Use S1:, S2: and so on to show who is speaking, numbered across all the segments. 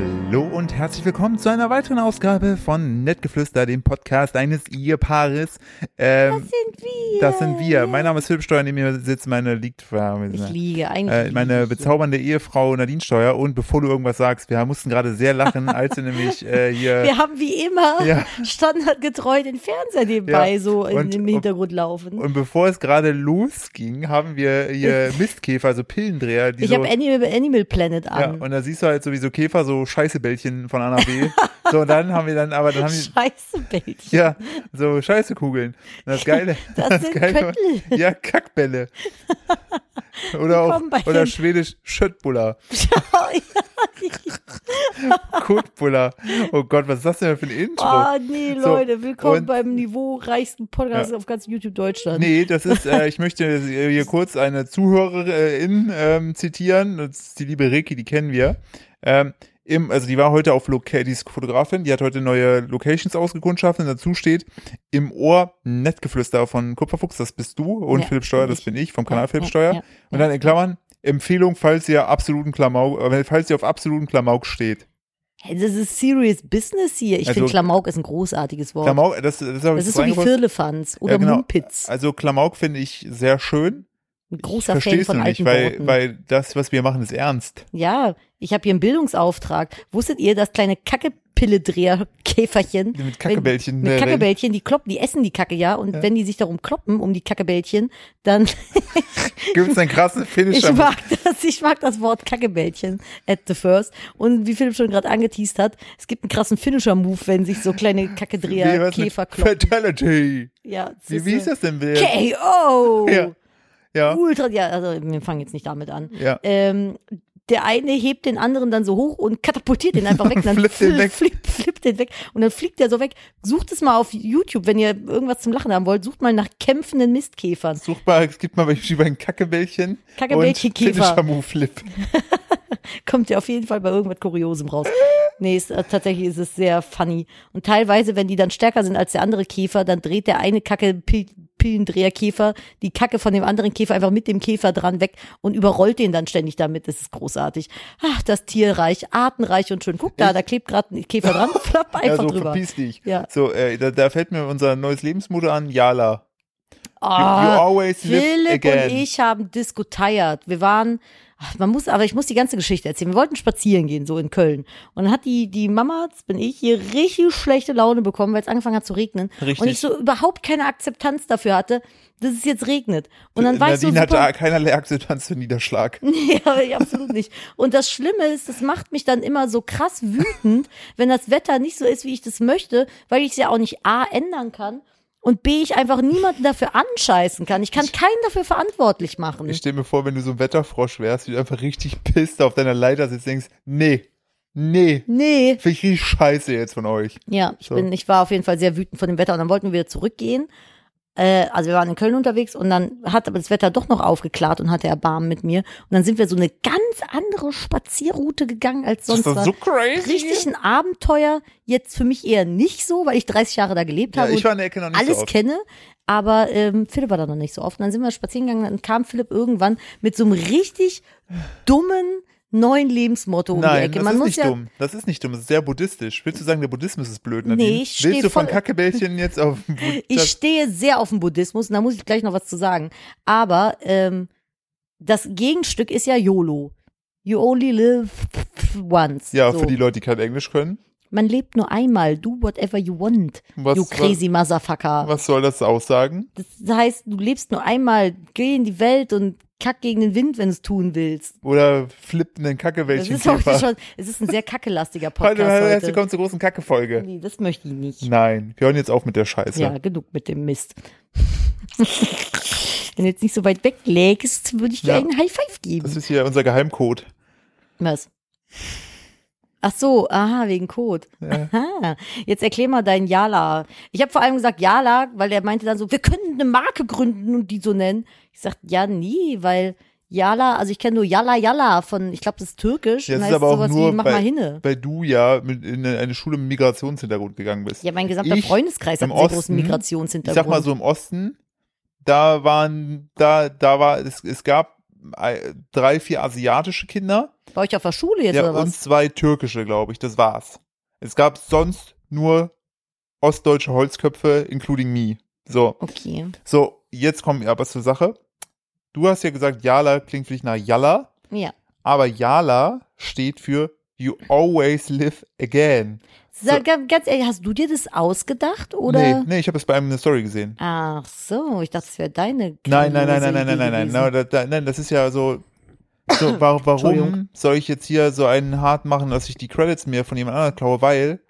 S1: und herzlich willkommen zu einer weiteren Ausgabe von Nettgeflüster, dem Podcast eines Ehepaares. Ähm,
S2: sind wir.
S1: das sind wir. Mein Name ist Philipp Steuer, neben mir sitzt meine liegt
S2: Ich liege eigentlich.
S1: äh, meine
S2: liege ich
S1: bezaubernde Ehefrau Nadine Steuer. Und bevor du irgendwas sagst, wir mussten gerade sehr lachen, als sie nämlich äh, hier
S2: hier. Wir haben wie immer
S1: Ja.
S2: standardgetreu den Fernseher nebenbei
S1: Ja,
S2: so in,
S1: und-
S2: im Hintergrund laufen.
S1: und bevor es gerade losging, haben wir hier Mistkäfer, also Pillendreher, die
S2: ich
S1: so
S2: habe Animal, Animal Planet
S1: Ja,
S2: an.
S1: und da siehst du halt sowieso Käfer, so Scheißebällchen von A nach B. so, und dann haben wir dann, aber dann haben wir,
S2: Scheiße, Bällchen.
S1: ja, so Scheißekugeln. Und das Geile.
S2: Das sind Köttel.
S1: Ja, Kackbälle. Oder auch,
S2: kommen bei
S1: oder
S2: den-
S1: schwedisch Schöttbuller, Kotbuller. Oh Gott, was ist das denn für ein Intro?
S2: oh, nee,
S1: So,
S2: Leute, willkommen
S1: und-
S2: beim niveaureichsten Podcast auf ganz YouTube Deutschland.
S1: Nee, das ist, äh, ich möchte hier kurz eine Zuhörerin ähm, zitieren, das ist die liebe Ricky, die kennen wir. Ähm, im, also die war heute auf Loca die ist Fotografin, die hat heute neue Locations ausgekundschafft und dazu steht im Ohr Nettgeflüster von Kupferfuchs, das bist du und
S2: Ja,
S1: Philipp Steuer, das
S2: ich.
S1: bin ich, vom Kanal
S2: Ja,
S1: Philipp
S2: ja,
S1: Steuer.
S2: ja,
S1: und dann in Klammern Empfehlung, falls ihr absoluten Klamauk, äh, falls ihr auf absoluten Klamauk steht.
S2: Hey, das ist serious business hier. Ich
S1: Also-
S2: finde Klamauk ist ein großartiges Wort.
S1: Klamauk, das, das, hab ich
S2: Oh. das ist so wie
S1: reingebracht.
S2: Firlefanz oder
S1: Ja, genau.
S2: Mumpitz.
S1: Also Klamauk finde ich sehr schön.
S2: Ein
S1: Ich
S2: großer
S1: verstehe
S2: Fan
S1: es
S2: von
S1: nur
S2: alten
S1: nicht, weil,
S2: Worten.
S1: weil das, was wir machen, ist ernst.
S2: Ja, ich habe hier einen Bildungsauftrag. Wusstet ihr, dass kleine Kackepilledreher-Käferchen
S1: Mit Kackebällchen.
S2: Wenn,
S1: ne,
S2: mit Kackebällchen, die kloppen, die essen die Kacke, ja. Und wenn die sich darum kloppen, um die Kackebällchen, dann
S1: rennen. Gibt's einen krassen Finish
S2: ich
S1: am-
S2: mag das, ich mag das Wort Kackebällchen at the first. Und wie Philipp schon gerade angeteased hat, es gibt einen krassen Finisher-Move, wenn sich so kleine
S1: Wie
S2: Kackedreher
S1: was mit
S2: Käfer kloppen.
S1: Fatality.
S2: Ja, das
S1: Wie, wie ist
S2: so-
S1: das denn? Bill?
S2: K.O.
S1: Ja. Ja.
S2: Ultra, ja, also wir fangen jetzt nicht damit an.
S1: Ja.
S2: Ähm, der eine hebt den anderen dann so hoch und katapultiert den einfach weg. Dann
S1: Flippt den
S2: fl-
S1: weg.
S2: Flippt, flippt den weg. Und dann fliegt der so weg. Sucht es mal auf YouTube, wenn ihr irgendwas zum Lachen haben wollt. Sucht mal nach kämpfenden Mistkäfern.
S1: Such mal, es gibt mal welche über ein Kackebällchen.
S2: Kackebällchen,
S1: und
S2: Käfer.
S1: Finisher Move Flip.
S2: Kommt ihr auf jeden Fall bei irgendwas Kuriosem raus. Nee, ist, äh, tatsächlich ist es sehr funny. Und teilweise, wenn die dann stärker sind als der andere Käfer, dann dreht der eine Kacke Pil Pillendreher-Käfer die Kacke von dem anderen Käfer einfach mit dem Käfer dran weg und überrollt den dann ständig damit. Das ist großartig. Ach, das Tierreich, artenreich und schön. Guck da, da klebt gerade ein Käfer dran. Flapp
S1: Ja,
S2: einfach
S1: so
S2: drüber.
S1: verpiss dich.
S2: Ja.
S1: So, äh, da, da fällt mir unser neues Lebensmodell an, Yala. You, you
S2: Ah,
S1: always live
S2: Philipp
S1: again.
S2: und ich haben diskutiert. Wir waren, ach, man muss, aber ich muss die ganze Geschichte erzählen. Wir wollten spazieren gehen, so in Köln. Und dann hat die, die Mama, das bin ich, hier richtig schlechte Laune bekommen, weil es angefangen hat zu regnen.
S1: Richtig.
S2: Und ich so überhaupt keine Akzeptanz dafür hatte, dass es jetzt regnet. Und dann war ich so
S1: Nadine hat
S2: super, Mhm.
S1: da keinerlei Akzeptanz für Niederschlag.
S2: Nee, aber ich absolut nicht. Und das Schlimme ist, das macht mich dann immer so krass wütend, wenn das Wetter nicht so ist, wie ich das möchte, weil ich es ja auch nicht A ändern kann und B ich einfach niemanden dafür anscheißen kann. Ich kann keinen dafür verantwortlich machen.
S1: Ich stelle mir vor, wenn du so ein Wetterfrosch wärst, wie du einfach richtig pisst auf deiner Leiter sitzt, denkst, nee, nee,
S2: Nee,
S1: finde ich richtig scheiße jetzt von euch.
S2: ja, ich
S1: So.
S2: bin, ich war auf jeden Fall sehr wütend von dem Wetter und dann wollten wir wieder zurückgehen. Äh, also wir waren in Köln unterwegs und dann hat aber das Wetter doch noch aufgeklärt und hatte Erbarmen mit mir. Und dann sind wir so eine ganz andere Spazierroute gegangen als sonst.
S1: das
S2: war.
S1: ist so crazy.
S2: richtig ein Abenteuer. Jetzt für mich eher nicht so, weil ich 30 Jahre da gelebt
S1: ja,
S2: habe
S1: ich war
S2: und
S1: in der Ecke noch nicht
S2: alles
S1: so oft.
S2: kenne. Aber ähm, Philipp war da noch nicht so oft. Und dann sind wir spazieren gegangen, dann kam Philipp irgendwann mit so einem richtig dummen neuen Lebensmotto um die
S1: Nein,
S2: Ecke.
S1: das
S2: Man
S1: ist
S2: muss
S1: nicht
S2: ja,
S1: dumm. Das ist nicht dumm. Das ist sehr buddhistisch. Willst du sagen, der Buddhismus ist blöd,
S2: Nee,
S1: Nadine?
S2: ich steh
S1: Willst du von
S2: voll-
S1: Kackebällchen jetzt auf Buddha-
S2: Ich stehe sehr auf den Buddhismus und da muss ich gleich noch was zu sagen. Aber ähm, das Gegenstück ist ja YOLO. You only live once.
S1: Ja,
S2: so.
S1: für die Leute, die kein Englisch können.
S2: Man lebt nur einmal. Do whatever you want.
S1: Was-
S2: you crazy motherfucker.
S1: Was soll das aussagen?
S2: Das heißt, du lebst nur einmal, geh in die Welt und kack gegen den Wind, wenn du es tun willst.
S1: Oder flippt einen
S2: Das
S1: Kackebällchen
S2: ist auch
S1: Käfer.
S2: schon, es ist ein sehr kackelastiger
S1: Heute, hallo,
S2: Podcast
S1: herzlich
S2: heute.
S1: willkommen zur großen Kacke-Folge.
S2: Nee, das möchte ich nicht.
S1: Nein, wir hören jetzt auf mit der Scheiße.
S2: Ja, genug mit dem Mist. wenn du jetzt nicht so weit weg lägst, würde ich dir
S1: Ja.
S2: einen High Five
S1: Das
S2: geben.
S1: ist hier unser Geheimcode.
S2: Was? Ach so, aha, wegen Code.
S1: Ja.
S2: Aha. Jetzt erklär mal deinen Jala. Ich habe vor allem gesagt Jala, weil er meinte dann so, wir könnten eine Marke gründen und die so nennen. Ich sagte, ja, nie, weil Jala, also ich kenne nur Jala Jala von, ich glaube, das ist türkisch.
S1: Ja,
S2: und
S1: es
S2: heißt
S1: ist aber auch
S2: sowas
S1: nur,
S2: wie, mach
S1: weil,
S2: mal hinne.
S1: weil du ja mit in eine Schule mit Migrationshintergrund gegangen bist.
S2: Ja, mein gesamter
S1: ich
S2: Freundeskreis hat
S1: im
S2: einen sehr großen
S1: Osten,
S2: Migrationshintergrund.
S1: Ich sag mal so im Osten, da waren, da, da war, es, es gab äh, drei, vier asiatische Kinder.
S2: Bei euch auf der Schule jetzt
S1: ja,
S2: oder was?
S1: und zwei türkische, glaube ich. Das war's. Es gab sonst nur ostdeutsche Holzköpfe, including me. So,
S2: okay.
S1: so, jetzt kommen wir aber zur Sache. Du hast ja gesagt, Jala klingt für dich nach Jalla,
S2: Ja.
S1: aber Jala steht für You always live again.
S2: Sag, Ganz ehrlich, hast du dir das ausgedacht oder?
S1: Nee, nee, ich habe es bei einem in der Story gesehen.
S2: Ach so, ich dachte, es wäre deine.
S1: Nein, nein, nein, nein, nein,
S2: grandiose
S1: nein, nein, nein,
S2: Idee
S1: nein,
S2: gewesen.
S1: da, da, nein, das ist ja so. so wa warum
S2: Entschuldigung.
S1: soll ich jetzt hier so einen hart machen, dass ich die Credits mir von jemand anderem klaue? Weil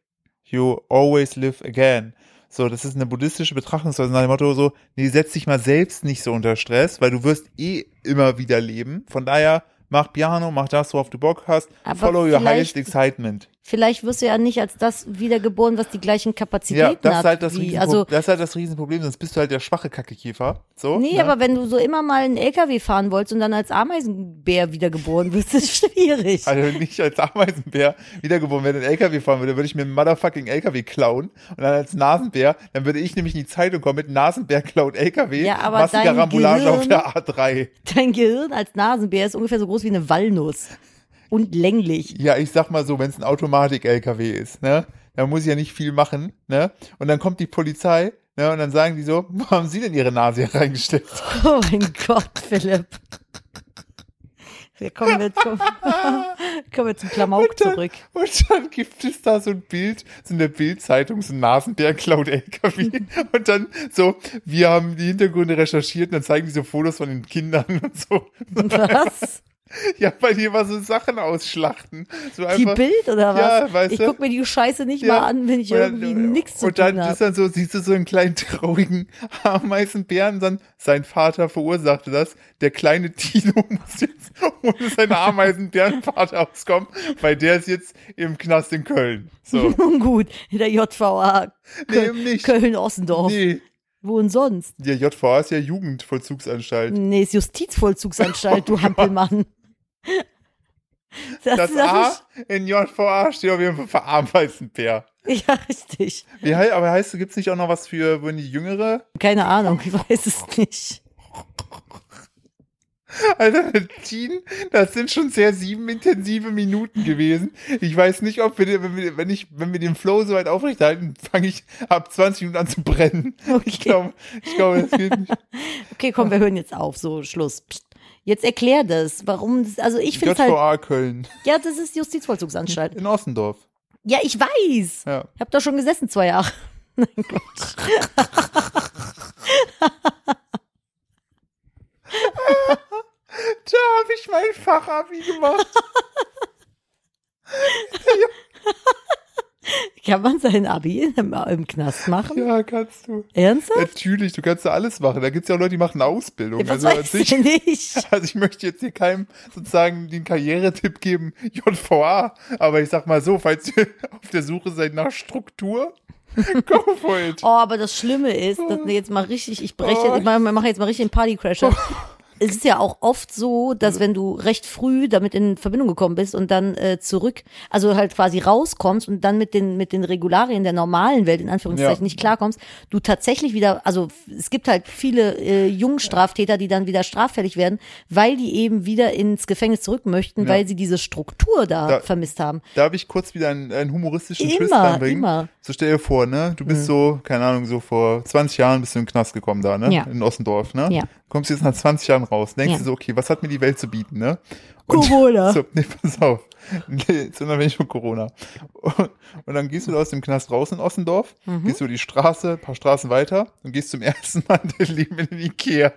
S1: you always live again. So, das ist eine buddhistische Betrachtungsweise nach dem Motto so, nee, setz dich mal selbst nicht so unter Stress, weil du wirst eh immer wieder leben. Von daher, mach Piano, mach das, worauf du Bock hast.
S2: Aber
S1: Follow your highest
S2: vielleicht-
S1: excitement.
S2: Vielleicht wirst du ja nicht als das wiedergeboren, was die gleichen Kapazitäten
S1: Ja, das
S2: hat.
S1: ist halt das,
S2: wie,
S1: Riesenpro
S2: also,
S1: das ist halt das Riesenproblem, sonst bist du halt der schwache Kackekäfer. So,
S2: nee,
S1: ne?
S2: aber wenn du so immer mal einen LKW fahren wolltest und dann als Ameisenbär wiedergeboren wirst, ist schwierig.
S1: Also wenn ich als Ameisenbär wiedergeboren werde und LKW fahren würde, würde ich mir einen motherfucking LKW klauen und dann als Nasenbär, dann würde ich nämlich in die Zeitung kommen mit Nasenbär klaut LKW,
S2: Ja, aber
S1: massiger
S2: dein
S1: Ramboulage auf
S2: Gehirn-
S1: der A3.
S2: Dein Gehirn als Nasenbär ist ungefähr so groß wie eine Walnuss. Und länglich.
S1: Ja, ich sag mal so, wenn es ein Automatik-LKW ist, ne, dann muss ich ja nicht viel machen, ne, und dann kommt die Polizei, ne, und dann sagen die so, wo haben Sie denn Ihre Nase hier reingesteckt?
S2: Oh mein Gott, Philipp. Wir kommen jetzt, kommen, kommen wir zum Klamauk zurück.
S1: Und dann gibt es da so ein Bild, so in der Bildzeitung, so ein Nasenbär klaut LKW. Und dann so, wir haben die Hintergründe recherchiert und dann zeigen die so Fotos von den Kindern und so.
S2: Was?
S1: Ja, weil die immer so Sachen ausschlachten. So
S2: Die
S1: einfach.
S2: Bild oder was?
S1: Ja, weißt
S2: ich
S1: du.
S2: guck mir die Scheiße nicht
S1: Ja.
S2: mal an, wenn ich
S1: Und dann-
S2: irgendwie nichts zu
S1: Und dann
S2: tun
S1: ist
S2: habe.
S1: dann so, siehst du so einen kleinen traurigen Ameisenbären, dann sein Vater verursachte das. Der kleine Tino muss jetzt ohne seinen Ameisenbärenvater auskommen, weil der ist jetzt im Knast in Köln. So.
S2: Nun gut, in der JVA
S1: Nee, eben nicht.
S2: Köln-Ossendorf.
S1: Nee,
S2: Wo denn sonst?
S1: Der JVA ist ja Jugendvollzugsanstalt.
S2: Nee, ist Justizvollzugsanstalt, du Hampelmann. Das,
S1: Das, A in JVA steht auf jeden Fall für Ameisenbär.
S2: ist, ja, richtig.
S1: Wie, hei- aber heißt, gibt es nicht auch noch was für, wenn die Jüngere?
S2: Keine Ahnung, ich weiß es nicht.
S1: Alter, Also, Teen, das sind schon sehr sieben intensive Minuten gewesen. Ich weiß nicht, ob wir, den- wenn wir, wenn ich, wenn wir den Flow so weit aufrechterhalten, fange ich ab 20 Minuten an zu brennen. Ich glaube, ich glaube, das geht nicht.
S2: Okay, komm, wir hören jetzt auf. So, Schluss. Psst. Jetzt erklär das, warum das, also ich finde halt,
S1: JVA Köln
S2: ja, das ist Justizvollzugsanstalt.
S1: in Ossendorf.
S2: Ja, ich weiß.
S1: Ja.
S2: Ich hab da schon gesessen zwei Jahre. Nein, Gott.
S1: Da habe ich mein Fachabi gemacht.
S2: Kann man sein Abi im, im Knast machen?
S1: Ja, kannst du.
S2: Ernsthaft?
S1: Natürlich, du kannst da alles machen. Da gibt's ja auch Leute, die machen eine Ausbildung.
S2: Was
S1: Also,
S2: weiß
S1: als ich,
S2: ich nicht?
S1: also ich möchte jetzt hier keinem sozusagen den Karrieretipp geben, JVA. Aber ich sag mal so, falls ihr auf der Suche seid nach Struktur, go for it.
S2: Oh, aber das Schlimme ist, dass wir jetzt mal richtig, ich breche,
S1: Oh.
S2: ich mache mach jetzt mal richtig einen Partycrasher. Es ist ja auch oft so, dass wenn du recht früh damit in Verbindung gekommen bist und dann äh, zurück, also halt quasi rauskommst und dann mit den mit den Regularien der normalen Welt in Anführungszeichen
S1: Ja.
S2: nicht klarkommst, du tatsächlich wieder, also es gibt halt viele äh, Jungstraftäter, die dann wieder straffällig werden, weil die eben wieder ins Gefängnis zurück möchten,
S1: Ja.
S2: weil sie diese Struktur da,
S1: Da-
S2: vermisst haben.
S1: Darf ich kurz wieder einen, einen humoristischen
S2: Immer,
S1: Twist reinbringen?
S2: immer. Hm.
S1: So stell dir vor, ne? Du bist so, keine Ahnung, so vor 20 Jahren bist du in den Knast gekommen da, ne?
S2: Ja.
S1: In Ossendorf, ne?
S2: Ja.
S1: Kommst jetzt nach 20 Jahren raus, denkst
S2: Ja.
S1: du so, okay, was hat mir die Welt zu bieten, ne? Und-
S2: Corona.
S1: So, nee, pass auf. Nee, jetzt unabhängig von Corona. Und, und dann gehst du da aus dem Knast raus in Ossendorf,
S2: Mhm.
S1: gehst über die Straße, ein paar Straßen weiter und gehst zum ersten Mal in deinem Leben in den Ikea.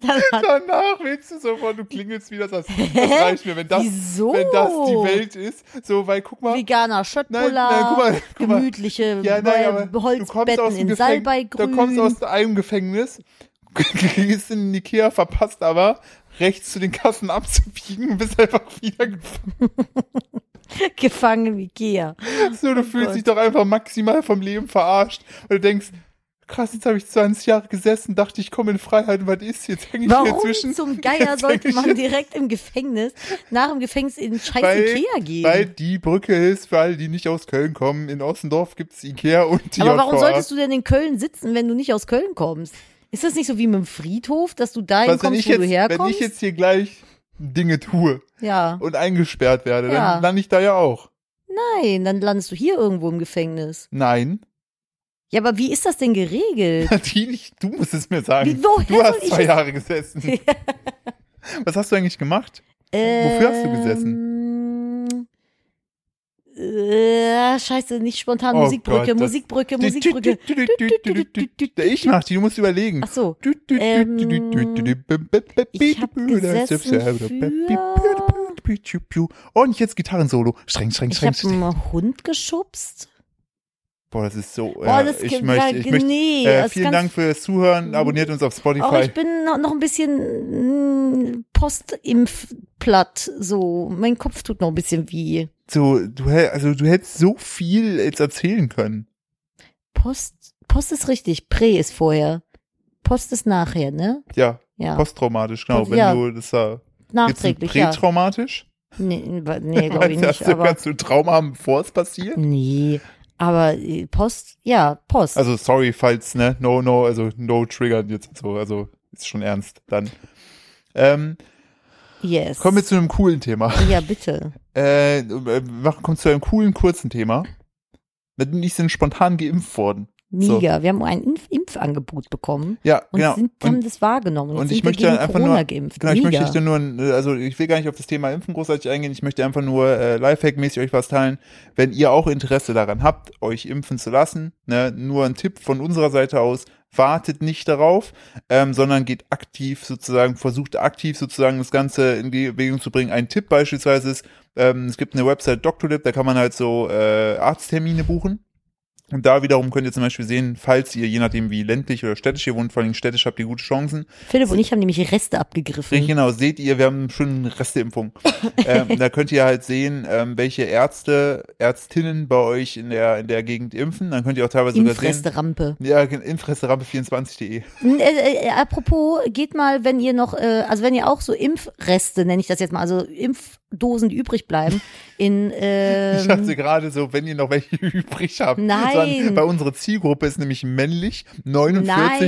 S2: Dann hat,
S1: Danach willst du sofort, du klingelst wieder, sagst, das reicht mir, wenn das,
S2: Wieso?
S1: wenn das die Welt ist. So, weil guck mal,
S2: Veganer
S1: Nein, nein, guck
S2: Schöttbullar,
S1: mal, guck mal.
S2: gemütliche
S1: Ja, nein, aber
S2: Bol-
S1: du kommst aus
S2: Holzbetten
S1: dem
S2: in
S1: Gefängnis. Du
S2: Salbeigrün.
S1: kommst aus einem Gefängnis, gehst in den Ikea, verpasst aber, rechts zu den Kassen abzubiegen und bist einfach wieder gefangen.
S2: gefangen im Ikea.
S1: So, du fühlst
S2: Oh Gott.
S1: dich doch einfach maximal vom Leben verarscht. Und du denkst, krass, jetzt habe ich 20 Jahre gesessen, dachte ich komme in Freiheit und was ist jetzt? Hänge ich hier
S2: Warum
S1: zwischen?
S2: zum Geier
S1: jetzt
S2: sollte
S1: häng ich
S2: man
S1: hier-
S2: direkt im Gefängnis, nach dem Gefängnis in den scheiß
S1: weil,
S2: Ikea gehen?
S1: weil die Brücke ist, für alle, die nicht aus Köln kommen. In Ossendorf gibt's Ikea und die
S2: aber warum
S1: JVA.
S2: solltest du denn in Köln sitzen, wenn du nicht aus Köln kommst? Ist das nicht so wie mit dem Friedhof, dass du dahin
S1: Was, wenn,
S2: kommst,
S1: ich
S2: wo
S1: jetzt,
S2: du
S1: wenn ich
S2: herkommst?
S1: jetzt hier gleich Dinge tue
S2: ja.
S1: und eingesperrt werde,
S2: Ja.
S1: dann lande ich da ja auch.
S2: Nein, dann landest du hier irgendwo im Gefängnis.
S1: Nein.
S2: Ja, aber wie ist das denn geregelt?
S1: Natürlich, du musst es mir sagen.
S2: Wie- woher
S1: du hast
S2: soll ich
S1: zwei
S2: es-
S1: Jahre gesessen. Was hast du eigentlich gemacht? Wofür hast du
S2: gesessen? Äh, scheiße, nicht spontan.
S1: Oh Gott,
S2: Musikbrücke,
S1: das-
S2: Musikbrücke, Musikbrücke.
S1: Ich mach die, du musst überlegen.
S2: Ach so. ich hab gesessen
S1: Und jetzt Gitarrensolo. Streng, streng,
S2: Ich
S1: streng.
S2: habe
S1: streng.
S2: einen Hund geschubst.
S1: Boah, das ist so.
S2: Boah,
S1: ja,
S2: das
S1: ich
S2: gibt-
S1: möchte,
S2: ja,
S1: ich möchte,
S2: nee,
S1: äh,
S2: das
S1: vielen
S2: ganz-
S1: Dank fürs Zuhören. Abonniert uns auf
S2: Auch
S1: Spotify.
S2: ich bin noch noch ein bisschen mm, postimpfplatt. So, mein Kopf tut noch ein bisschen wie
S1: So, du, hä- also, du hättest so viel jetzt erzählen können.
S2: Post. Post ist richtig, Prä ist vorher. Post ist nachher, ne?
S1: Ja,
S2: Ja.
S1: posttraumatisch, genau.
S2: Post-
S1: Wenn
S2: ja.
S1: du das da. Gibt's ein
S2: Nachträglich, ja.
S1: prätraumatisch?
S2: Nee, nee glaube ich
S1: Weißt
S2: nicht.
S1: du,
S2: Aber,
S1: kannst du ein Trauma haben, bevor es passiert?
S2: nee, aber äh, Post, ja, Post.
S1: Also sorry, falls, ne, no, no, also no triggern jetzt und so, also ist schon ernst dann. Ähm,
S2: yes.
S1: kommen wir zu einem coolen Thema.
S2: ja, bitte.
S1: Äh, äh, mach- kommen zu einem coolen, kurzen Thema. Ich sind spontan geimpft worden. So.
S2: Mega. Wir haben ein Impf Impfangebot bekommen
S1: Ja,
S2: und
S1: genau.
S2: sind, haben das wahrgenommen. Jetzt
S1: und
S2: sind
S1: ich
S2: wir
S1: möchte
S2: gegen
S1: einfach
S2: Corona
S1: nur-
S2: geimpft.
S1: Genau, ich
S2: Mega.
S1: möchte nur, ein- also ich will gar nicht auf das Thema Impfen großartig eingehen, ich möchte einfach nur äh, Lifehack-mäßig euch was teilen. Wenn ihr auch Interesse daran habt, euch impfen zu lassen, ne, nur ein Tipp von unserer Seite aus, wartet nicht darauf, ähm, sondern geht aktiv sozusagen, versucht aktiv sozusagen das Ganze in Bewegung zu bringen. Ein Tipp beispielsweise ist, ähm, es gibt eine Website Doctolib, da kann man halt so äh, Arzttermine buchen. Und da wiederum könnt ihr zum Beispiel sehen, falls ihr, je nachdem wie ländlich oder städtisch ihr wohnt, vor allem städtisch habt ihr gute Chancen,
S2: Philipp und ich haben nämlich Reste abgegriffen.
S1: Richtig, genau. Seht ihr, wir haben schon eine Resteimpfung. ähm, da könnt ihr halt sehen, ähm, welche Ärzte, Ärztinnen bei euch in der, in der Gegend impfen. Dann könnt ihr auch teilweise sogar sehen.
S2: Impfreste Rampe.
S1: Ja, Infresterampe24.de.
S2: N- Äh, äh, apropos, geht mal, wenn ihr noch, äh, also wenn ihr auch so Impfreste, nenne ich das jetzt mal, also Impfdosen, die übrig bleiben, in ähm,
S1: Ich dachte gerade so, wenn ihr noch welche übrig habt.
S2: Nein.
S1: Sondern Bei unserer Zielgruppe ist nämlich männlich 49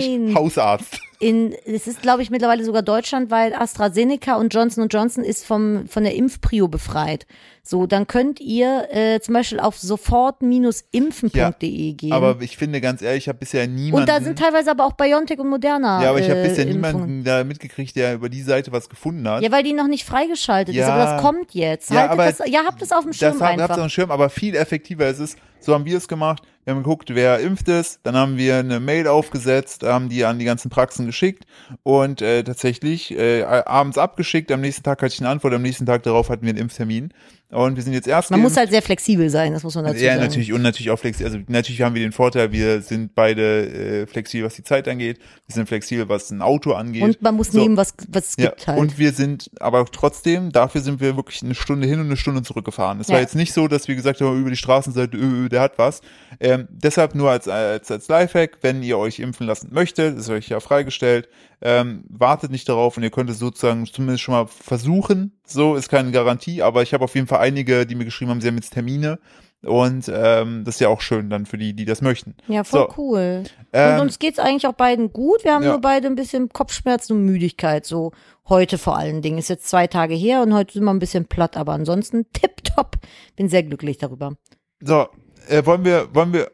S2: Nein.
S1: Hausarzt.
S2: in, es ist, glaube ich, mittlerweile sogar deutschlandweit AstraZeneca und Johnson Johnson ist vom, von der Impfprio befreit. So, dann könnt ihr äh, zum Beispiel auf sofort-impfen.de E gehen.
S1: Aber ich finde ganz ehrlich, ich habe bisher niemanden.
S2: und da sind teilweise aber auch BioNTech und Moderna.
S1: ja, aber ich habe
S2: äh,
S1: bisher
S2: Impfungen.
S1: niemanden da mitgekriegt, der über die Seite was gefunden hat.
S2: Ja, weil die noch nicht freigeschaltet ist,
S1: Ja.
S2: aber das kommt jetzt.
S1: Ja,
S2: Haltet
S1: aber
S2: das, ja, habt es auf dem Schirm
S1: Das haben, habt ihr auf
S2: einfach.
S1: dem Schirm, aber viel effektiver ist es. So haben wir es gemacht. Wir haben geguckt, wer impft ist. Dann haben wir eine Mail aufgesetzt, haben die an die ganzen Praxen geschickt und äh, tatsächlich äh, abends abgeschickt. Am nächsten Tag hatte ich eine Antwort. Am nächsten Tag darauf hatten wir einen Impftermin. Und wir sind jetzt erst.
S2: Man muss
S1: geimpft.
S2: halt sehr flexibel sein, das muss man dazu
S1: ja,
S2: sagen.
S1: natürlich und natürlich auch flexibel. Also natürlich haben wir den Vorteil, wir sind beide äh, flexibel, was die Zeit angeht. Wir sind flexibel, was ein Auto angeht.
S2: Und man muss
S1: So.
S2: nehmen, was, was es
S1: Ja,
S2: gibt halt.
S1: und wir sind, aber auch trotzdem, dafür sind wir wirklich eine Stunde hin und eine Stunde zurückgefahren. Es war
S2: Ja.
S1: jetzt nicht so, dass wir gesagt haben, über die Straßenseite, ö, ö, äh, der hat was. Ähm, deshalb nur als, als, als Lifehack, wenn ihr euch impfen lassen möchtet, ist euch ja freigestellt, ähm, wartet nicht darauf und ihr könnt es sozusagen zumindest schon mal versuchen. So ist keine Garantie, aber ich habe auf jeden Fall einige, die mir geschrieben haben, sie haben jetzt Termine. Und ähm, das ist ja auch schön dann für die, die das möchten.
S2: ja, voll
S1: so.
S2: cool.
S1: Ähm,
S2: und uns geht's eigentlich auch beiden gut. Wir haben
S1: ja.
S2: nur beide ein bisschen Kopfschmerzen und Müdigkeit. So heute vor allen Dingen. Ist jetzt zwei Tage her und heute sind wir ein bisschen platt, aber ansonsten tipptopp. Bin sehr glücklich darüber.
S1: So, äh, wollen wir, wollen wir,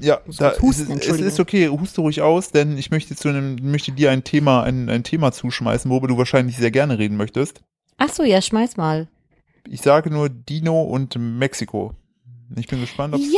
S1: ja,
S2: muss
S1: da,
S2: kurz husten,
S1: es, es
S2: Entschuldigung.
S1: ist okay, huste ruhig aus, denn ich möchte zu einem, möchte dir ein Thema, ein, ein Thema zuschmeißen, worüber du wahrscheinlich sehr gerne reden möchtest.
S2: Ach so, ja, schmeiß mal.
S1: Ich sage nur Dino und Mexiko. Ich bin gespannt, ob
S2: Ja,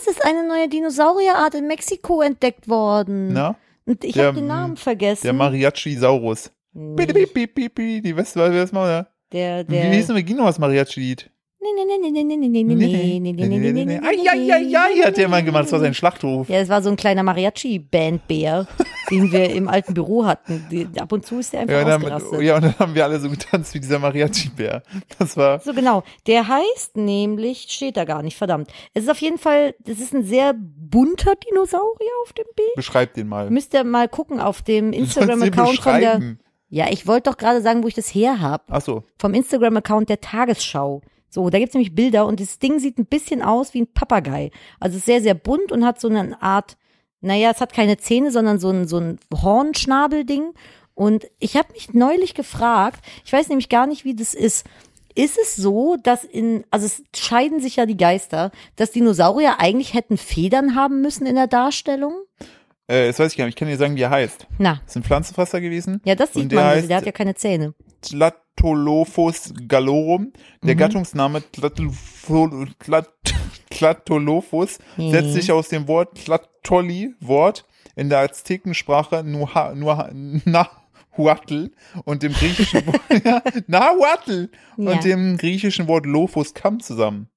S2: es ist eine neue Dinosaurierart in Mexiko entdeckt worden.
S1: na,
S2: und ich
S1: der-
S2: habe den Namen vergessen.
S1: der Mariachi-Saurus. Piep,
S2: Nee,
S1: piep, piep, piep, piep, Die weißt du, wer das mal, ne?
S2: der, der.
S1: Wie hieß denn mit Dino das Mariachi-Lied?
S2: Nee, nee, nee, nee, nee, nee, nee, nee, nee, nee, nee, nee, nee, nee,
S1: Eieieiei, hat der mal gemacht, das war sein Schlachtruf.
S2: Ja, es war so ein kleiner Mariachi-Bandbär, den wir im alten Büro hatten. Die, ab und zu ist der einfach
S1: Ja, und dann, oh
S2: ausgerastet.
S1: ja, und dann haben wir alle so getanzt wie dieser Mariachi-Bär. Das war,
S2: So genau. Der heißt nämlich, steht da gar nicht, verdammt. Es ist auf jeden Fall, es ist ein sehr bunter Dinosaurier auf dem Bild.
S1: beschreib den mal.
S2: Müsst ihr mal gucken auf dem
S1: Du sollst den
S2: Instagram-Account von der.
S1: beschreiben.
S2: Ja, ich wollte doch gerade sagen, wo ich das her habe.
S1: Ach so.
S2: vom Instagram-Account der Tagesschau. So, da gibt's nämlich Bilder und das Ding sieht ein bisschen aus wie ein Papagei. Also ist sehr, sehr bunt und hat so eine Art Naja, es hat keine Zähne, sondern so ein, so ein Hornschnabelding. Und ich habe mich neulich gefragt, ich weiß nämlich gar nicht, wie das ist. Ist es so, dass in, also es scheiden sich ja die Geister, dass Dinosaurier eigentlich hätten Federn haben müssen in der Darstellung?
S1: Äh, das weiß ich gar nicht. Ich kann dir sagen, wie er heißt.
S2: Na,
S1: Ist ein Pflanzenfresser gewesen.
S2: ja, das sieht
S1: Und der
S2: man,
S1: heißt-
S2: der hat ja keine Zähne.
S1: Tlatolophus gallorum.
S2: Mhm.
S1: Der Gattungsname Tlatol- Tlat- Tlatolophus
S2: Mhm.
S1: setzt sich aus dem Wort Tlatolli, Wort in der Aztekensprache Nuha, Nuha, Nahuatl und dem griechischen Wort ja, Nahuatl
S2: Ja.
S1: und dem griechischen Wort Lophus Kamm zusammen.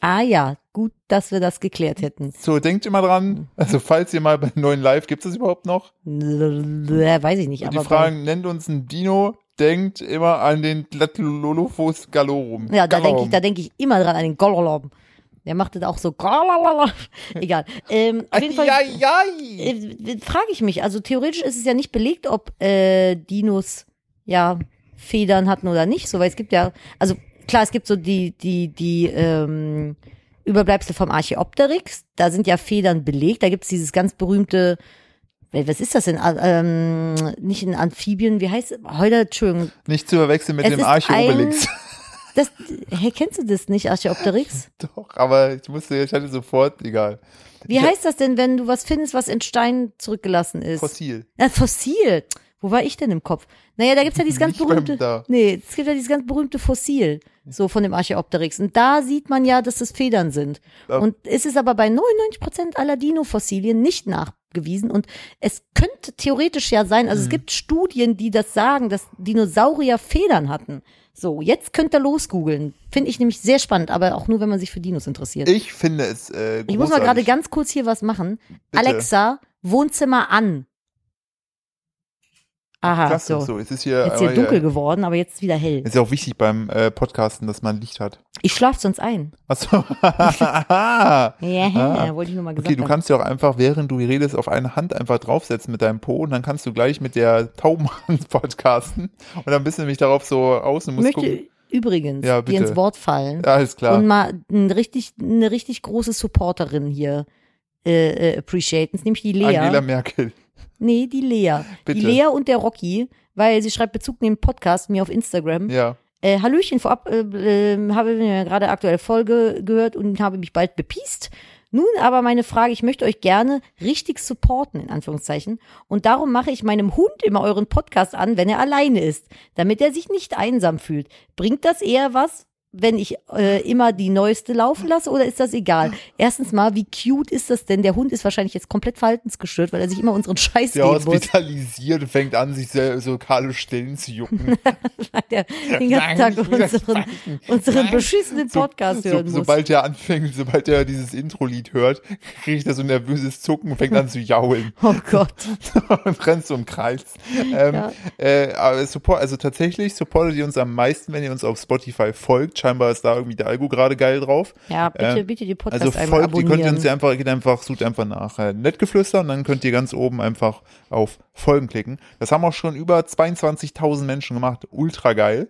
S2: Ah ja, gut, dass wir das geklärt hätten.
S1: So, denkt immer dran, also falls ihr mal bei neuen Live, gibt es das überhaupt noch?
S2: Äh, Weiß ich nicht,
S1: Und
S2: aber.
S1: die Fragen, nennt uns einen Dino, denkt immer an den Tlatolophus gallorum.
S2: Ja, da denke
S1: Gallorum.
S2: ich, da denk ich immer dran an den Gololom. Der macht das auch so. Golololom. Egal. Ähm, auf jeden Fall
S1: Eieiei.
S2: äh, frage ich mich. Also theoretisch ist es ja nicht belegt, ob äh, Dinos ja Federn hatten oder nicht. So, weil es gibt ja, also klar, es gibt so die die die ähm, Überbleibsel vom Archaeopteryx. Da sind ja Federn belegt. Da gibt's dieses ganz berühmte Wel- was ist das denn? A- Ähm, nicht in Amphibien, wie heißt Heute, Entschuldigung.
S1: Nicht zu verwechseln mit
S2: Es
S1: dem
S2: ist
S1: Archäobelix.
S2: Das, hey, kennst du das nicht, Archaeopteryx?
S1: Doch, aber ich musste, ich hatte sofort, egal.
S2: Wie heißt das denn, wenn du was findest, was in Stein zurückgelassen ist?
S1: Fossil.
S2: Na, Äh, Fossil. Wo war ich denn im Kopf? Naja, da gibt's ja dieses ganz
S1: Nicht
S2: berühmte.
S1: beim da.
S2: Nee, es gibt ja dieses ganz berühmte Fossil, so von dem Archäopteryx. Und da sieht man ja, dass das Federn sind.
S1: Ja.
S2: Und es ist aber bei 99 Prozent aller Dino-Fossilien nicht nachgewiesen. Und es könnte theoretisch ja sein,
S1: Mhm.
S2: also es gibt Studien, die das sagen, dass Dinosaurier Federn hatten. So, jetzt könnt ihr losgoogeln. Finde ich nämlich sehr spannend, aber auch nur, wenn man sich für Dinos interessiert.
S1: Ich finde es äh,
S2: Ich muss mal gerade
S1: großartig.
S2: ganz kurz hier was machen.
S1: Bitte.
S2: Alexa, Wohnzimmer an. Aha,
S1: Klasse.
S2: so.
S1: So, es ist hier,
S2: Jetzt hier
S1: aber,
S2: dunkel
S1: ja,
S2: geworden, aber jetzt ist wieder hell.
S1: Ist ja auch wichtig beim äh, Podcasten, dass man Licht hat.
S2: Ich schlafe sonst ein.
S1: Achso. Aha.
S2: Ja,
S1: Ah.
S2: wollte ich nur mal gesagt
S1: Okay, du
S2: haben.
S1: kannst ja auch einfach, während du redest, auf eine Hand einfach draufsetzen mit deinem Po und dann kannst du gleich mit der Taubenhand podcasten und dann bist du nämlich darauf so außen
S2: Ich
S1: musst
S2: möchte
S1: gucken.
S2: übrigens
S1: Ja,
S2: dir
S1: bitte.
S2: ins Wort fallen
S1: Ja, alles klar.
S2: und mal ein richtig, eine richtig große Supporterin hier äh, äh, appreciaten. Ist nämlich die Lea.
S1: Angela Merkel.
S2: Nee, die Lea.
S1: Bitte.
S2: Die Lea und der Rocky, weil sie schreibt Bezug neben Podcast mir auf Instagram.
S1: Ja.
S2: Äh, Hallöchen, vorab äh, äh, habe ich mir gerade aktuelle Folge gehört und habe mich bald bepiest. Nun aber meine Frage, ich möchte euch gerne richtig supporten, in Anführungszeichen. Und darum mache ich meinem Hund immer euren Podcast an, wenn er alleine ist, damit er sich nicht einsam fühlt. Bringt das eher was, wenn ich äh, immer die neueste laufen lasse oder ist das egal? Erstens mal, wie cute ist das denn? Der Hund ist wahrscheinlich jetzt komplett verhaltensgestört, weil er sich immer unseren Scheiß
S1: Der
S2: geben muss.
S1: hospitalisiert und fängt an, sich sel- so kahle Stellen zu jucken.
S2: Der den ganzen Tag
S1: Nein, das
S2: unseren,
S1: Nein.
S2: unseren
S1: Nein.
S2: beschissenen Podcast
S1: so,
S2: hören
S1: so,
S2: muss.
S1: Sobald er anfängt, sobald er dieses Intro-Lied hört, kriegt er so ein nervöses Zucken und fängt an zu jaulen
S2: Oh Gott.
S1: und rennt so im Kreis. Ähm,
S2: Ja.
S1: äh, aber support, also tatsächlich supportet ihr uns am meisten, wenn ihr uns auf Spotify folgt. Scheinbar ist da irgendwie der Algo gerade geil drauf.
S2: Ja, bitte,
S1: Ähm,
S2: bitte die Podcast
S1: Also
S2: einmal
S1: folgt, ihr
S2: abonnieren.
S1: könnt uns ja einfach, geht einfach, sucht einfach nach äh, Nettgeflüster und dann könnt ihr ganz oben einfach auf Folgen klicken. Das haben auch schon über 22.000 Menschen gemacht. Ultra geil.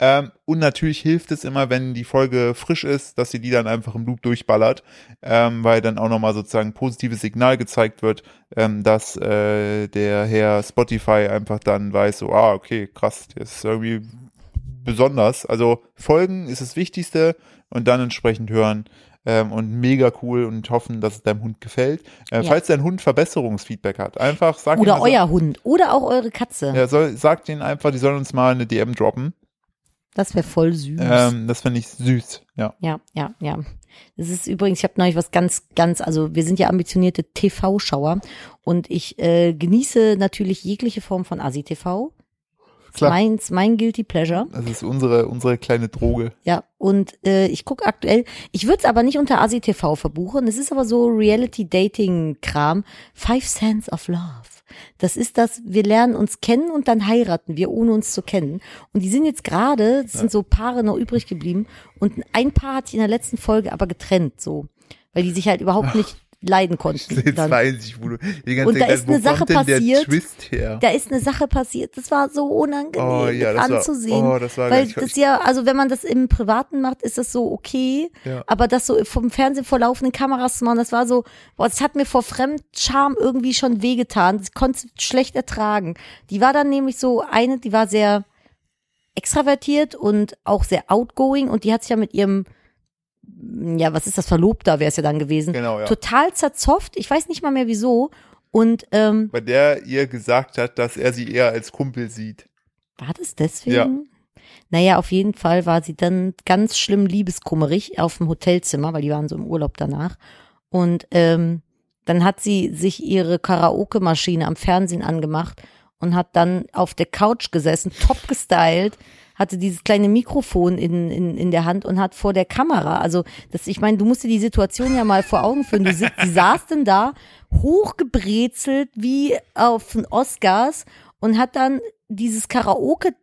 S1: Ähm, und natürlich hilft es immer, wenn die Folge frisch ist, dass ihr die dann einfach im Loop durchballert, ähm, weil dann auch nochmal sozusagen ein positives Signal gezeigt wird, ähm, dass äh, der Herr Spotify einfach dann weiß, so, ah, okay, krass, der ist irgendwie besonders. Also Folgen ist das Wichtigste und dann entsprechend hören. Ähm, und mega cool und hoffen, dass es deinem Hund gefällt. Äh,
S2: Ja.
S1: Falls dein Hund Verbesserungsfeedback hat, einfach sag ihm,
S2: oder
S1: also-
S2: euer Hund oder auch eure Katze.
S1: ja, soll, sag denen einfach, die sollen uns mal eine DM droppen.
S2: Das wäre voll süß.
S1: Ähm, das finde ich süß, ja.
S2: Ja, ja, ja. Das ist übrigens, ich habe neulich was ganz, ganz, also wir sind ja ambitionierte TV-Schauer und ich äh, genieße natürlich jegliche Form von Asi-TV.
S1: Klar.
S2: Meins, mein Guilty Pleasure.
S1: Das ist unsere, unsere kleine Droge.
S2: Ja, und äh, ich gucke aktuell, ich würde es aber nicht unter Asi TV verbuchen. Es ist aber so Reality-Dating-Kram. Five Sense of Love. Das ist das, wir lernen uns kennen und dann heiraten wir, ohne uns zu kennen. Und die sind jetzt gerade, es sind so Paare noch übrig geblieben. Und ein Paar hat sich in der letzten Folge aber getrennt, so. Weil die sich halt überhaupt nicht leiden konnten.
S1: Jetzt
S2: dann.
S1: weiß ich, wo du die ganze
S2: Und da
S1: Zeit
S2: ist eine
S1: wo kommt
S2: Sache
S1: denn der
S2: passiert.
S1: Twist her?
S2: Da ist eine Sache passiert, das war so unangenehm
S1: Oh, ja,
S2: mit
S1: das war-
S2: anzusehen.
S1: oh, das war gar
S2: weil
S1: nicht-
S2: das ja, also wenn man das im Privaten macht, ist das so okay.
S1: Ja.
S2: Aber das so vom Fernsehen vor laufenden Kameras zu machen, das war so, boah, das hat mir vor Fremdscham irgendwie schon wehgetan. Ich konnte es schlecht ertragen. Die war dann nämlich so eine, die war sehr extravertiert und auch sehr outgoing und die hat sich ja mit ihrem, ja, was ist das, Verlobter wäre es ja dann gewesen,
S1: Genau, ja.
S2: total zerzofft. Ich weiß nicht mal mehr wieso. Und ähm,
S1: Bei der ihr gesagt hat, dass er sie eher als Kumpel sieht.
S2: War das deswegen? Naja, auf jeden Fall war sie dann ganz schlimm liebeskummerig auf dem Hotelzimmer, weil die waren so im Urlaub danach. Und ähm, dann hat sie sich ihre Karaoke-Maschine am Fernsehen angemacht und hat dann auf der Couch gesessen, top gestylt, hatte dieses kleine Mikrofon in, in, in der Hand und hat vor der Kamera, also das, ich meine, du musst dir die Situation ja mal vor Augen führen. Du sitzt, sie saß denn da, hochgebrezelt wie auf den Oscars und hat dann dieses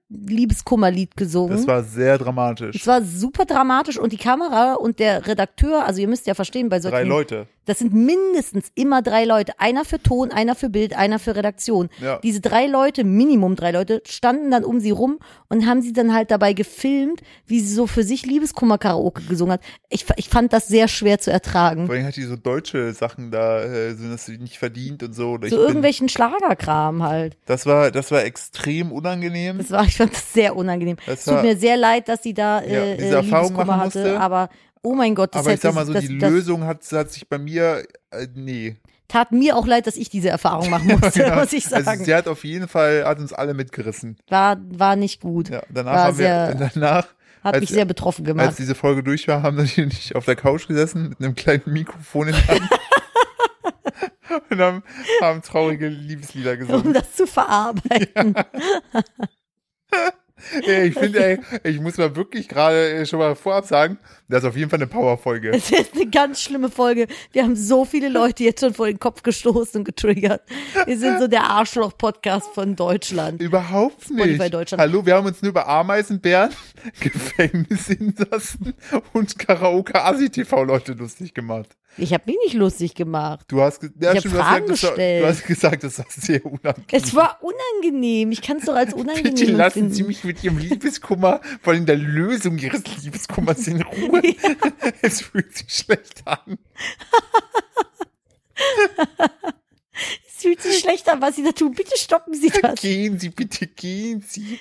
S2: Karaoke-Liebeskummerlied gesungen.
S1: Das war sehr dramatisch.
S2: Es war super dramatisch und die Kamera und der Redakteur, also ihr müsst ja verstehen, bei solchen.
S1: Drei Leute.
S2: Das sind mindestens immer drei Leute. Einer für Ton, einer für Bild, einer für Redaktion.
S1: Ja.
S2: Diese drei Leute, Minimum drei Leute, standen dann um sie rum und haben sie dann halt dabei gefilmt, wie sie so für sich Liebeskummer-Karaoke gesungen hat. Ich, fa- ich fand das sehr schwer zu ertragen.
S1: Vor allem hat die so deutsche Sachen da, äh, sind das nicht verdient und so. Oder
S2: So
S1: ich bin,
S2: irgendwelchen Schlagerkram halt.
S1: das war, das war extrem unangenehm.
S2: Das war, ich fand das sehr unangenehm.
S1: Das
S2: Es tut
S1: war-
S2: mir sehr leid, dass sie da
S1: Ja,
S2: äh,
S1: diese
S2: äh,
S1: Erfahrung
S2: Liebeskummer
S1: machen
S2: hatte,
S1: musste.
S2: aber oh mein Gott, das
S1: Aber ich
S2: hätte
S1: sag mal so,
S2: das,
S1: die
S2: das
S1: Lösung hat, hat sich bei mir, äh, nee.
S2: tat mir auch leid, dass ich diese Erfahrung machen musste,
S1: Ja,
S2: muss ich sagen.
S1: Also sie hat auf jeden Fall, hat uns alle mitgerissen.
S2: war, war nicht gut.
S1: Ja, danach
S2: War
S1: haben wir,
S2: sehr-
S1: danach,
S2: Hat
S1: als,
S2: mich sehr betroffen gemacht.
S1: als diese Folge durch war, haben wir nicht auf der Couch gesessen mit einem kleinen Mikrofon in der Hand. und haben, haben traurige Liebeslieder gesungen.
S2: um das zu verarbeiten.
S1: Ey, ich finde, ey, ich muss mal wirklich gerade äh, schon mal vorab sagen, das ist auf jeden Fall eine Powerfolge.
S2: Es ist eine ganz schlimme Folge. Wir haben so viele Leute jetzt schon vor den Kopf gestoßen und getriggert. Wir sind so der Arschloch-Podcast von Deutschland.
S1: Überhaupt nicht.
S2: Spotify Deutschland.
S1: Hallo, wir haben uns nur über Ameisenbären, Gefängnisinsassen und Karaoke-Asi-TV-Leute lustig gemacht.
S2: Ich habe mich nicht lustig gemacht.
S1: Du hast, ge ja,
S2: Ich
S1: du,
S2: hab
S1: hast
S2: Fragen
S1: gesagt, das war,
S2: gestellt.
S1: du hast gesagt, das war sehr unangenehm.
S2: Es war unangenehm. Ich kann es doch als
S1: Bitte
S2: unangenehm
S1: lassen Sie
S2: empfinden.
S1: mich mit Ihrem Liebeskummer, vor allem der Lösung Ihres Liebeskummers in Ruhe. Es fühlt sich schlecht an.
S2: Es fühlt sich schlecht an, was Sie da tun. Bitte stoppen Sie das.
S1: Gehen Sie, bitte gehen Sie.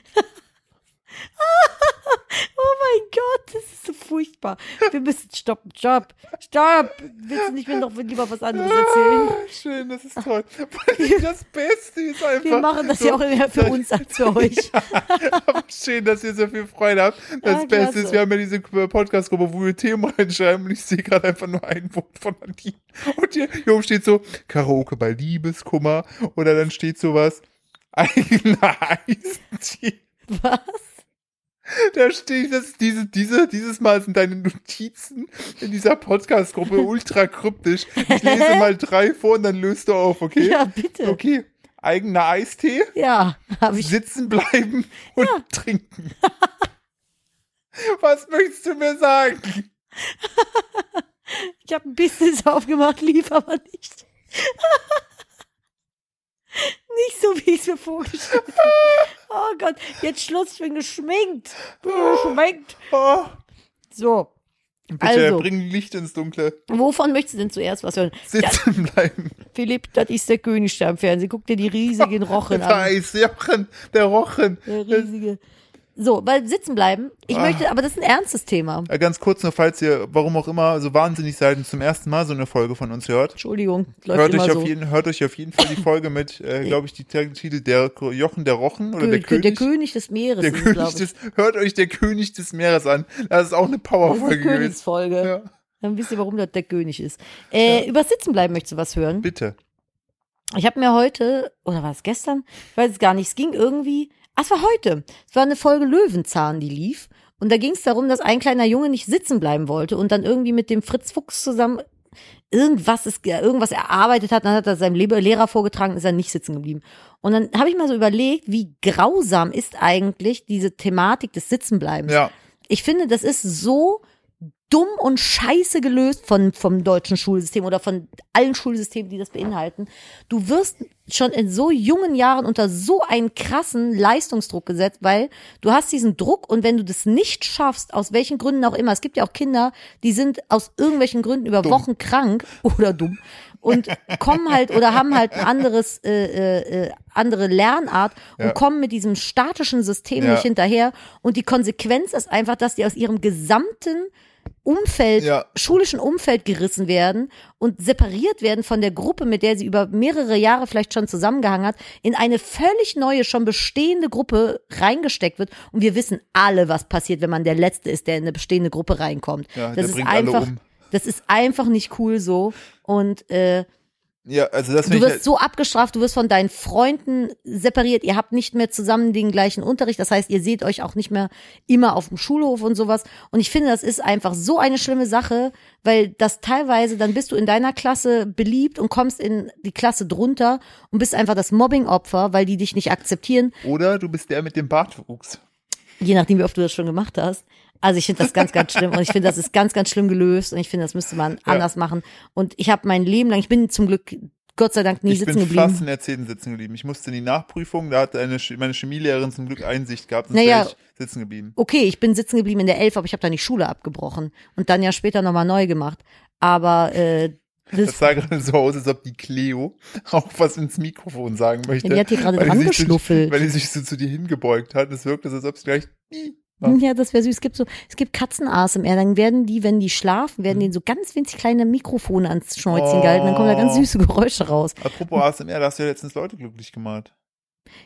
S2: Oh mein Gott, das ist so furchtbar. Wir müssen stoppen. Stopp. Stopp. Willst du nicht mehr noch lieber was anderes erzählen?
S1: Ah, schön, das ist toll. Weil Das Beste ist einfach.
S2: Wir machen das
S1: Ah, so-
S2: ja auch eher für uns als für euch.
S1: Aber schön, dass ihr so viel Freude habt. Das Beste
S2: Ja, Ah, klasse.
S1: ist, wir haben ja diese Podcast-Gruppe, wo wir Themen reinschreiben und ich sehe gerade einfach nur ein Wort von Nadine. Und hier, hier oben steht so Karaoke bei Liebeskummer oder dann steht sowas eigener Eistee.
S2: Was?
S1: Da steht das, diese, diese, dieses Mal sind deine Notizen in dieser Podcast-Gruppe ultra kryptisch. Ich lese mal drei vor und dann löst du auf, okay?
S2: Ja, bitte.
S1: Okay. Eigener Eistee,
S2: Ja, habe ich.
S1: sitzen bleiben und trinken. Was möchtest du mir sagen?
S2: Ich habe ein Business aufgemacht, lief aber nicht. nicht so, wie ich es mir vorgestellt habe. Oh Gott, jetzt Schluss, ich bin geschminkt. Bin geschminkt.
S1: Oh,
S2: So,
S1: bitte
S2: Also.
S1: bring Licht ins Dunkle.
S2: wovon möchtest du denn zuerst was hören?
S1: Sitzen bleiben.
S2: Philipp, das ist der König da im Fernsehen. Guck dir die riesigen Rochen
S1: Der
S2: an.
S1: Eis, der Rochen, der Rochen.
S2: Genau. Der riesige. So, weil sitzen bleiben.
S1: Ah.
S2: Ich möchte, aber das ist ein ernstes Thema.
S1: Äh, Ganz kurz nur, falls ihr, warum auch immer, so wahnsinnig seid und zum ersten Mal so eine Folge von uns hört.
S2: Entschuldigung, läuft
S1: Hört
S2: immer
S1: euch,
S2: so.
S1: auf jeden, hört euch auf jeden Fall die Folge mit, äh, glaube ich, die Titel der Ko- Jochen der Rochen oder der
S2: Kö-
S1: König.
S2: des Meeres
S1: Der
S2: ist es, glaub
S1: König
S2: ich.
S1: des, hört euch der König des Meeres an. Das ist auch eine
S2: Das ist die
S1: Powerfolge gewesen.
S2: Königsfolge.
S1: Ja.
S2: Dann wisst ihr, warum das der König ist. Äh, Über Sitzen bleiben möchtest du was hören?
S1: Bitte.
S2: Ich habe mir heute, oder war es gestern? Ich weiß es gar nicht. Es ging irgendwie, ah, es war heute. Es war eine Folge Löwenzahn, die lief. Und da ging es darum, dass ein kleiner Junge nicht sitzen bleiben wollte und dann irgendwie mit dem Fritz Fuchs zusammen irgendwas ist, irgendwas erarbeitet hat, dann hat er seinem Lehrer- Lehrer vorgetragen, ist er nicht sitzen geblieben. Und dann habe ich mal so überlegt, wie grausam ist eigentlich diese Thematik des Sitzenbleibens.
S1: Ja.
S2: Ich finde, das ist so dumm und scheiße gelöst von, vom deutschen Schulsystem oder von allen Schulsystemen, die das beinhalten. Du wirst schon in so jungen Jahren unter so einen krassen Leistungsdruck gesetzt, weil du hast diesen Druck und wenn du das nicht schaffst, aus welchen Gründen auch immer, es gibt ja auch Kinder, die sind aus irgendwelchen Gründen über Wochen krank oder dumm und kommen halt oder haben halt ein anderes äh, äh, andere Lernart und
S1: Ja.
S2: kommen mit diesem statischen System
S1: Ja.
S2: nicht hinterher und die Konsequenz ist einfach, dass die aus ihrem gesamten Umfeld,
S1: Ja.
S2: schulischen Umfeld gerissen werden und separiert werden von der Gruppe, mit der sie über mehrere Jahre vielleicht schon zusammengehangen hat, in eine völlig neue, schon bestehende Gruppe reingesteckt wird. Und wir wissen alle, was passiert, wenn man der Letzte ist, der in eine bestehende Gruppe reinkommt.
S1: Ja, der
S2: das ist
S1: bringt alle
S2: einfach,
S1: um.
S2: das ist einfach nicht cool so. Und äh,
S1: Ja, also das
S2: du
S1: finde ich.
S2: wirst so abgestraft, du wirst von deinen Freunden separiert, ihr habt nicht mehr zusammen den gleichen Unterricht, das heißt, ihr seht euch auch nicht mehr immer auf dem Schulhof und sowas. Und ich finde, das ist einfach so eine schlimme Sache, weil das teilweise, dann bist du in deiner Klasse beliebt und kommst in die Klasse drunter und bist einfach das Mobbing-Opfer, weil die dich nicht akzeptieren,
S1: halt- oder du bist der mit dem Bartwuchs.
S2: je nachdem, wie oft du das schon gemacht hast. Also ich finde das ganz, ganz schlimm und ich finde, das ist ganz, ganz schlimm gelöst und ich finde, das müsste man anders machen. Und ich habe mein Leben lang, ich bin zum Glück, Gott sei Dank, nie
S1: Ich
S2: sitzen
S1: bin
S2: geblieben.
S1: fast in der 10. sitzen geblieben. Ich musste in die Nachprüfung, da hat eine, Sch- meine Chemielehrerin zum Glück Einsicht gehabt, sonst
S2: Naja.
S1: wäre ich sitzen geblieben.
S2: okay, ich bin sitzen geblieben in der Elf, aber ich habe da nicht Schule abgebrochen und dann ja später nochmal neu gemacht. Aber äh,
S1: Das
S2: das,
S1: sah gerade so aus, als ob die Cleo auch was ins Mikrofon sagen möchte.
S2: Ja, die hat hier gerade
S1: weil
S2: dran
S1: sie sich so-
S2: geschnuffelt.
S1: Weil die sich so zu dir hingebeugt hat. Es wirkte, so, als ob sie gleich.
S2: Hm, ja. das wäre süß. Es gibt so, es gibt Katzen ASMR, dann werden die, wenn die schlafen, werden denen so ganz winzig kleine Mikrofone ans Schnäuzchen
S1: Mhm. Oh.
S2: gehalten, dann kommen da ganz süße Geräusche raus.
S1: Apropos ASMR, da hast du ja letztens Leute glücklich gemacht.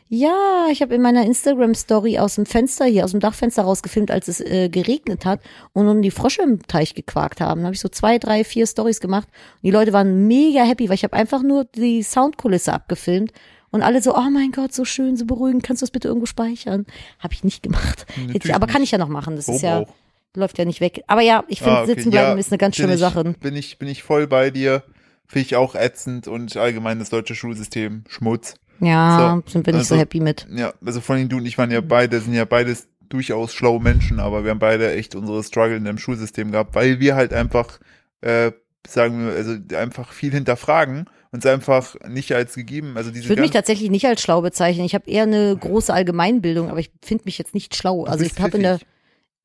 S2: Ja, ich habe in meiner Instagram-Story aus dem Fenster hier, aus dem Dachfenster rausgefilmt, als es äh, geregnet hat und nun die Frösche im Teich gequakt haben. Da habe ich so zwei, drei, vier Stories gemacht und die Leute waren mega happy, weil ich habe einfach nur die Soundkulisse abgefilmt und alle so, oh mein Gott, so schön, so beruhigend, kannst du das bitte irgendwo speichern? Habe ich nicht gemacht.
S1: Natürlich
S2: Jetzt, aber kann
S1: nicht.
S2: ich ja noch machen, das ist
S1: Warum
S2: ja,
S1: auch?
S2: läuft ja nicht weg. Aber ja, ich finde,
S1: Ah, okay.
S2: sitzen bleiben
S1: Ja,
S2: ist eine ganz
S1: bin
S2: schöne
S1: ich,
S2: Sache.
S1: Bin ich, bin ich voll bei dir. Finde ich auch ätzend und allgemein das deutsche Schulsystem Schmutz.
S2: Ja,
S1: So,
S2: sind bin ich so
S1: also-
S2: happy mit.
S1: Ja, also vor allem du und ich waren ja beide, sind ja beides durchaus schlaue Menschen, aber wir haben beide echt unsere Struggle in dem Schulsystem gehabt, weil wir halt einfach, äh, sagen wir, also einfach viel hinterfragen, uns einfach nicht als gegeben, also diese
S2: Ich würde mich
S1: ganze-
S2: tatsächlich nicht als schlau bezeichnen. Ich habe eher eine große Allgemeinbildung, aber ich finde mich jetzt nicht schlau.
S1: Du
S2: Also ich
S1: bist
S2: habe in der,
S1: pfiffig.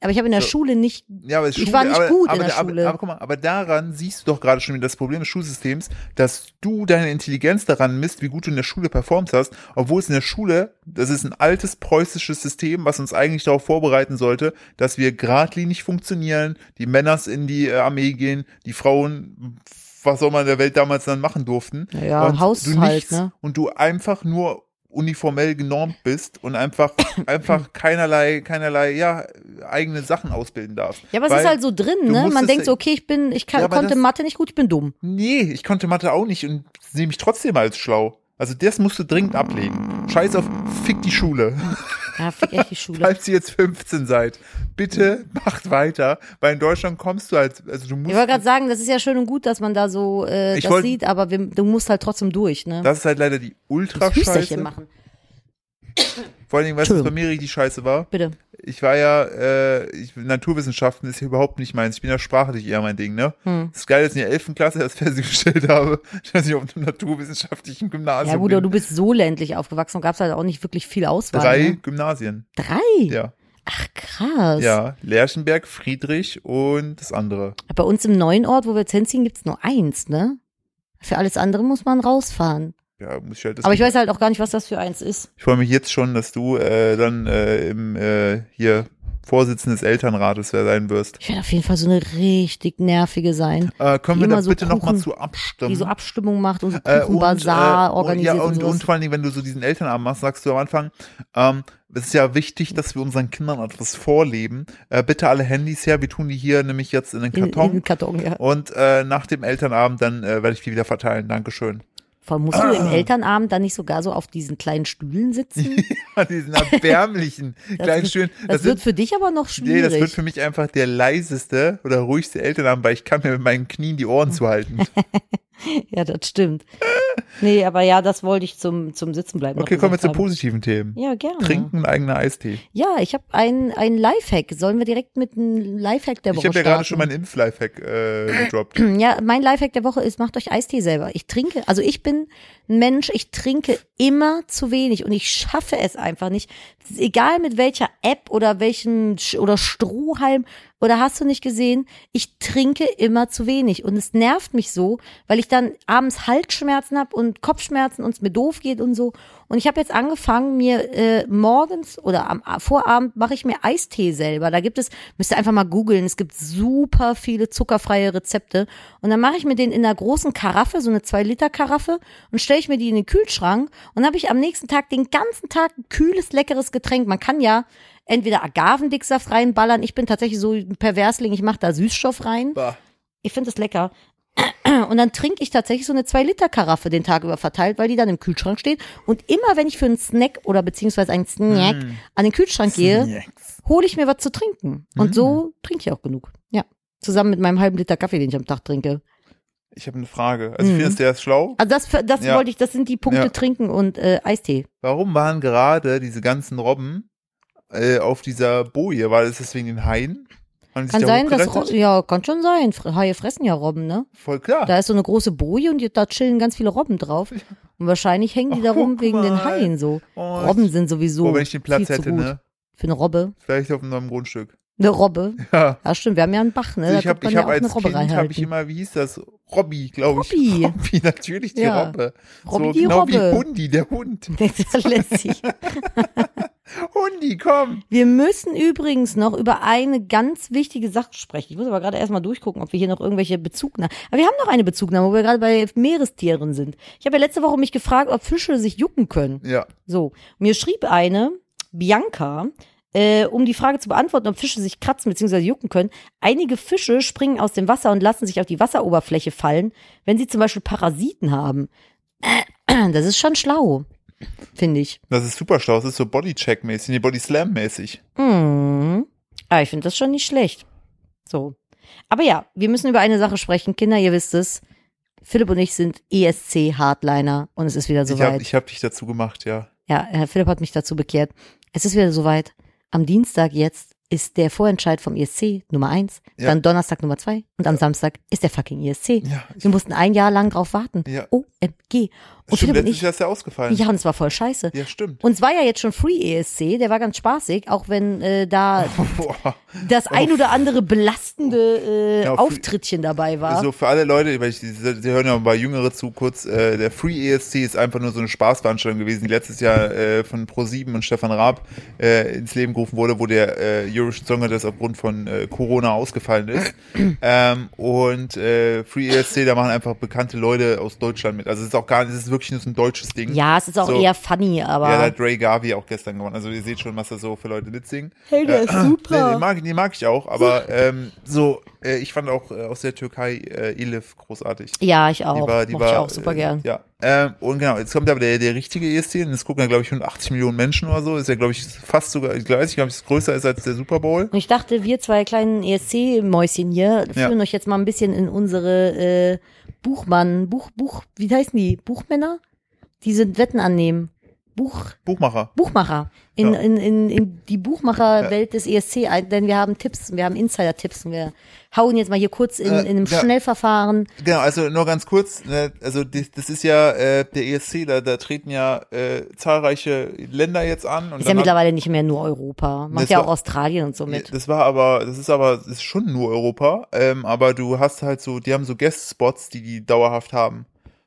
S2: aber ich habe in der
S1: So.
S2: Schule nicht.
S1: Ja, aber es ist
S2: Ich
S1: Schule,
S2: war nicht
S1: aber,
S2: gut in
S1: aber,
S2: der
S1: aber,
S2: Schule.
S1: Aber guck mal, aber daran siehst du doch gerade schon wieder das Problem des Schulsystems, dass du deine Intelligenz daran misst, wie gut du in der Schule performt hast, obwohl es in der Schule, das ist ein altes preußisches System, was uns eigentlich darauf vorbereiten sollte, dass wir geradlinig funktionieren, die Männers in die äh, Armee gehen, die Frauen, was auch immer in der Welt damals dann machen durften.
S2: Ja,
S1: und
S2: Haushalt,
S1: du nichts,
S2: ne?
S1: Und du einfach nur uniformell genormt bist und einfach einfach keinerlei keinerlei ja eigene Sachen ausbilden darfst.
S2: Ja, aber es
S1: Weil-
S2: ist halt so drin,
S1: du
S2: ne? Man
S1: musstest-
S2: denkt so, okay, ich bin, ich kann,
S1: Ja, aber
S2: konnte
S1: das-
S2: Mathe nicht gut, ich bin dumm.
S1: Nee, ich konnte Mathe auch nicht und sehe mich trotzdem als schlau. Also das musst du dringend ablegen. Scheiß auf, fick die Schule.
S2: Ja, fick echt die Schule.
S1: Falls ihr jetzt 15 seid, bitte macht weiter, weil in Deutschland kommst du als, also du
S2: Ich
S1: musst,
S2: wollte gerade sagen, das ist ja schön und gut, dass man da so äh,
S1: Ich
S2: das
S1: wollt-
S2: sieht, aber wir, du musst halt trotzdem durch, ne?
S1: das ist halt leider die
S2: Hüsterchen
S1: Ultrascheiße.
S2: machen,
S1: Vor allen Dingen, weißt du, was bei
S2: Entschuldigung.
S1: mir richtig scheiße war?
S2: bitte.
S1: Ich war ja, äh, ich, Naturwissenschaften ist hier überhaupt nicht meins. Ich bin ja sprachlich eher mein Ding, ne?
S2: Hm.
S1: Das ist geil, dass ich in der 11. Klasse erst festgestellt habe, dass ich auf einem naturwissenschaftlichen Gymnasium
S2: ja gut, aber
S1: bin.
S2: du bist so ländlich aufgewachsen und gab's halt auch nicht wirklich viel Auswahl.
S1: Drei
S2: Ne? Hm.
S1: Gymnasien,
S2: Drei?
S1: ja.
S2: Ach krass.
S1: Ja, Lerchenberg, Friedrich und das andere.
S2: Bei uns im neuen Ort, wo wir jetzt hinziehen, gibt's nur eins, ne? Für alles andere muss man rausfahren.
S1: Ja, muss ich halt das
S2: Aber ich weiß halt auch gar nicht, was das für eins ist.
S1: Ich freue mich jetzt schon, dass du äh, dann äh, im äh, hier Vorsitzender des Elternrates sein wirst.
S2: Ich werde auf jeden Fall so eine richtig nervige sein,
S1: Äh, können
S2: Die
S1: wir da
S2: immer so
S1: bitte nochmal
S2: Kuchen-
S1: zu abstimmen?
S2: die so Abstimmung macht und so
S1: Äh, und,
S2: Kuchenbazar
S1: äh, und, ja,
S2: organisiert und,
S1: und,
S2: sowas.
S1: und vor allen Dingen, wenn du so diesen Elternabend machst, sagst du am Anfang, ähm, es ist ja wichtig, dass wir unseren Kindern etwas vorleben. Äh, bitte alle Handys her, wir tun die hier nämlich jetzt in den
S2: in, in
S1: Karton.
S2: den Karton, ja.
S1: und äh, nach dem Elternabend, dann äh, werde ich die wieder verteilen. Dankeschön.
S2: Vor allem musst du
S1: Ah.
S2: im Elternabend dann nicht sogar so auf diesen kleinen Stühlen sitzen?
S1: An diesen erbärmlichen kleinen Stühlen.
S2: Das,
S1: sind-
S2: wird für dich aber noch
S1: Nee,
S2: schwierig.
S1: das wird für mich einfach der leiseste oder ruhigste Elternabend, weil ich kann mir mit meinen Knien die Ohren zuhalten.
S2: Ja, das stimmt. Nee, aber ja, das wollte ich zum, zum Sitzenbleiben. noch
S1: Okay, kommen wir zu
S2: gesagt haben.
S1: positiven Themen.
S2: Ja, gerne.
S1: Trinken und eigener Eistee.
S2: Ja, ich habe einen einen Lifehack. Sollen wir direkt mit einem Lifehack der
S1: Ich
S2: Woche
S1: habe ja gerade schon
S2: starten?
S1: meinen Impf-Lifehack äh, gedroppt.
S2: Ja, mein Lifehack der Woche ist, macht euch Eistee selber. Ich trinke, also ich bin ein Mensch, ich trinke immer zu wenig und ich schaffe es einfach nicht. Es ist Egal mit welcher App oder welchen Sch- oder Strohhalm oder hast du nicht gesehen, ich trinke immer zu wenig und es nervt mich so, weil ich dann abends Halsschmerzen habe und Kopfschmerzen und es mir doof geht und so. Und ich habe jetzt angefangen, mir äh, morgens oder am A- Vorabend mache ich mir Eistee selber. Da gibt es, müsst ihr einfach mal googeln, es gibt super viele zuckerfreie Rezepte. Und dann mache ich mir den in einer großen Karaffe, so eine 2-Liter-Karaffe und stelle ich mir die in den Kühlschrank und habe ich am nächsten Tag den ganzen Tag ein kühles, leckeres Getränk. Man kann ja entweder Agavendicksaft reinballern. Ich bin tatsächlich so ein Perversling, ich mache da Süßstoff rein.
S1: Bah.
S2: Ich finde das lecker. Und dann trinke ich tatsächlich so eine 2-Liter-Karaffe den Tag über verteilt, weil die dann im Kühlschrank steht. Und immer wenn ich für einen Snack oder beziehungsweise einen
S1: Hm. Mhm.
S2: Snack an den Kühlschrank gehe,
S1: Snacks.
S2: hole ich mir was zu trinken. Und so
S1: Mhm.
S2: trinke ich auch genug. Ja. Zusammen mit meinem halben Liter Kaffee, den ich am Tag trinke.
S1: Ich habe eine Frage. Also ich
S2: Mhm.
S1: finde, der ist schlau.
S2: Also das, das
S1: Ja.
S2: wollte ich, das sind die Punkte
S1: Ja.
S2: trinken und äh, Eistee.
S1: Warum waren gerade diese ganzen Robben äh, auf dieser Boje? War das deswegen den Haien? Haben die sich
S2: Kann
S1: da
S2: sein, dass Ro-
S1: hochgerettet?
S2: ja, kann schon sein. Fre- Haie fressen ja Robben, ne?
S1: Voll klar.
S2: Da ist so eine große Boje und da chillen ganz viele Robben drauf. Und wahrscheinlich hängen die da
S1: Oh,
S2: rum
S1: guck
S2: wegen den
S1: mal.
S2: Haien so.
S1: oh, ich-
S2: Robben sind sowieso.
S1: Boah, wenn ich den Platz
S2: viel
S1: hätte,
S2: zu gut.
S1: ne?
S2: Für eine Robbe.
S1: Vielleicht auf einem neuen Grundstück.
S2: Eine Robbe.
S1: Ja.
S2: Ja, stimmt, wir haben ja einen Bach, ne?
S1: Also
S2: Da
S1: ich habe
S2: kann man
S1: ich
S2: ja
S1: hab
S2: auch eine
S1: als
S2: Robbe
S1: Kind habe ich
S2: reinhalten.
S1: immer, wie hieß das? Robby, glaube ich.
S2: Robby.
S1: Robby, natürlich die
S2: Ja.
S1: Robbe.
S2: Robby
S1: so
S2: die
S1: genau
S2: Robbe.
S1: wie Hundi, der Hund.
S2: Das lässt sich.
S1: Hundi, komm.
S2: Wir müssen übrigens noch über eine ganz wichtige Sache sprechen. Ich muss aber gerade erstmal durchgucken, ob wir hier noch irgendwelche Bezugnahmen. Aber wir haben noch eine Bezugnahme, wo wir gerade bei Meerestieren sind. Ich habe ja letzte Woche mich gefragt, ob Fische sich jucken können.
S1: Ja.
S2: So, mir schrieb eine, Bianca, äh, um die Frage zu beantworten, ob Fische sich kratzen bzw. jucken können. Einige Fische springen aus dem Wasser und lassen sich auf die Wasseroberfläche fallen, wenn sie zum Beispiel Parasiten haben. Das ist schon schlau, finde ich.
S1: Das ist super schlau. Das ist so Bodycheck-mäßig, nee, Body-Slam-mäßig.
S2: Mhm. Ah, ich finde das schon nicht schlecht. So. Aber ja, wir müssen über eine Sache sprechen. Kinder, ihr wisst es. Philipp und ich sind E ESC-Hardliner und es ist wieder
S1: Ich habe
S2: soweit.
S1: ich hab dich dazu gemacht, ja.
S2: Ja, Herr Philipp hat mich dazu bekehrt. Es ist wieder soweit. Am Dienstag jetzt ist der Vorentscheid vom ESC Nummer eins,
S1: Ja.
S2: dann Donnerstag Nummer zwei und am Samstag ist der fucking ESC.
S1: Ja, ich,
S2: Wir mussten ein Jahr lang drauf warten.
S1: Ja.
S2: OMG. Und
S1: stimmt,
S2: Philipp und
S1: letztes
S2: ich,
S1: Jahr ist der ausgefallen.
S2: ja, und es war voll scheiße.
S1: ja stimmt.
S2: Und es war ja jetzt schon Free ESC, der war ganz spaßig, auch wenn äh, da
S1: Boah.
S2: das ein oder andere belastende äh,
S1: Ja, Also, Free-
S2: Auftrittchen dabei war.
S1: So für alle Leute, weil ich, sie sie hören ja bei Jüngere zu kurz, äh, der Free ESC ist einfach nur so eine Spaßveranstaltung gewesen, die letztes Jahr äh, von Pro7 und Stefan Raab äh, ins Leben gerufen wurde, wo der äh, Eurovision Song Contest aufgrund von äh, Corona ausgefallen ist. ähm, und äh, Free ESC, da machen einfach bekannte Leute aus Deutschland mit. Also es ist auch gar nicht, es ist wirklich nur so ein deutsches Ding.
S2: ja, es ist auch
S1: so.
S2: eher funny, aber
S1: Ja, da hat Ray Garvey auch gestern gewonnen. Also ihr seht schon, was da so für Leute mitsingen. Äh,
S2: Hey, der ist super.
S1: Nee, den, mag, den mag ich auch, aber ähm, so, äh, ich fand auch äh, aus der Türkei äh, Elif großartig.
S2: ja, ich auch.
S1: Die war, die
S2: Mochte
S1: war,
S2: ich auch super
S1: äh,
S2: gern.
S1: Ja. Ähm, und genau, jetzt kommt aber der, der richtige E ESC und es gucken ja, glaube ich, 180 Millionen Menschen oder so. Ist ja, glaube ich, fast sogar, ich weiß nicht, ob es größer ist als der Super Bowl.
S2: Und ich dachte, wir zwei kleinen ESC-Mäuschen hier führen euch jetzt mal ein bisschen in unsere äh, Buchmann, Buch, Buch, wie heißen die? Buchmänner? Die sind Wetten annehmen. Buch,
S1: Buchmacher.
S2: Buchmacher. In,
S1: Ja.
S2: in, in, in die Buchmacherwelt des ESC ein, denn wir haben Tipps, und wir haben Insider-Tipps und wir hauen jetzt mal hier kurz in,
S1: Äh,
S2: in einem
S1: ja.
S2: Schnellverfahren.
S1: Genau, also nur ganz kurz, ne, also das, das ist ja äh, der ESC, da, da treten ja äh, zahlreiche Länder jetzt an. Und
S2: Ist ja
S1: dann haben-
S2: mittlerweile nicht mehr nur Europa. Macht
S1: Das
S2: ja
S1: war-
S2: auch Australien und so mit.
S1: Das war aber, das ist aber, das ist schon nur Europa, ähm, aber du hast halt so, die haben so Guest-Spots, die die dauerhaft haben.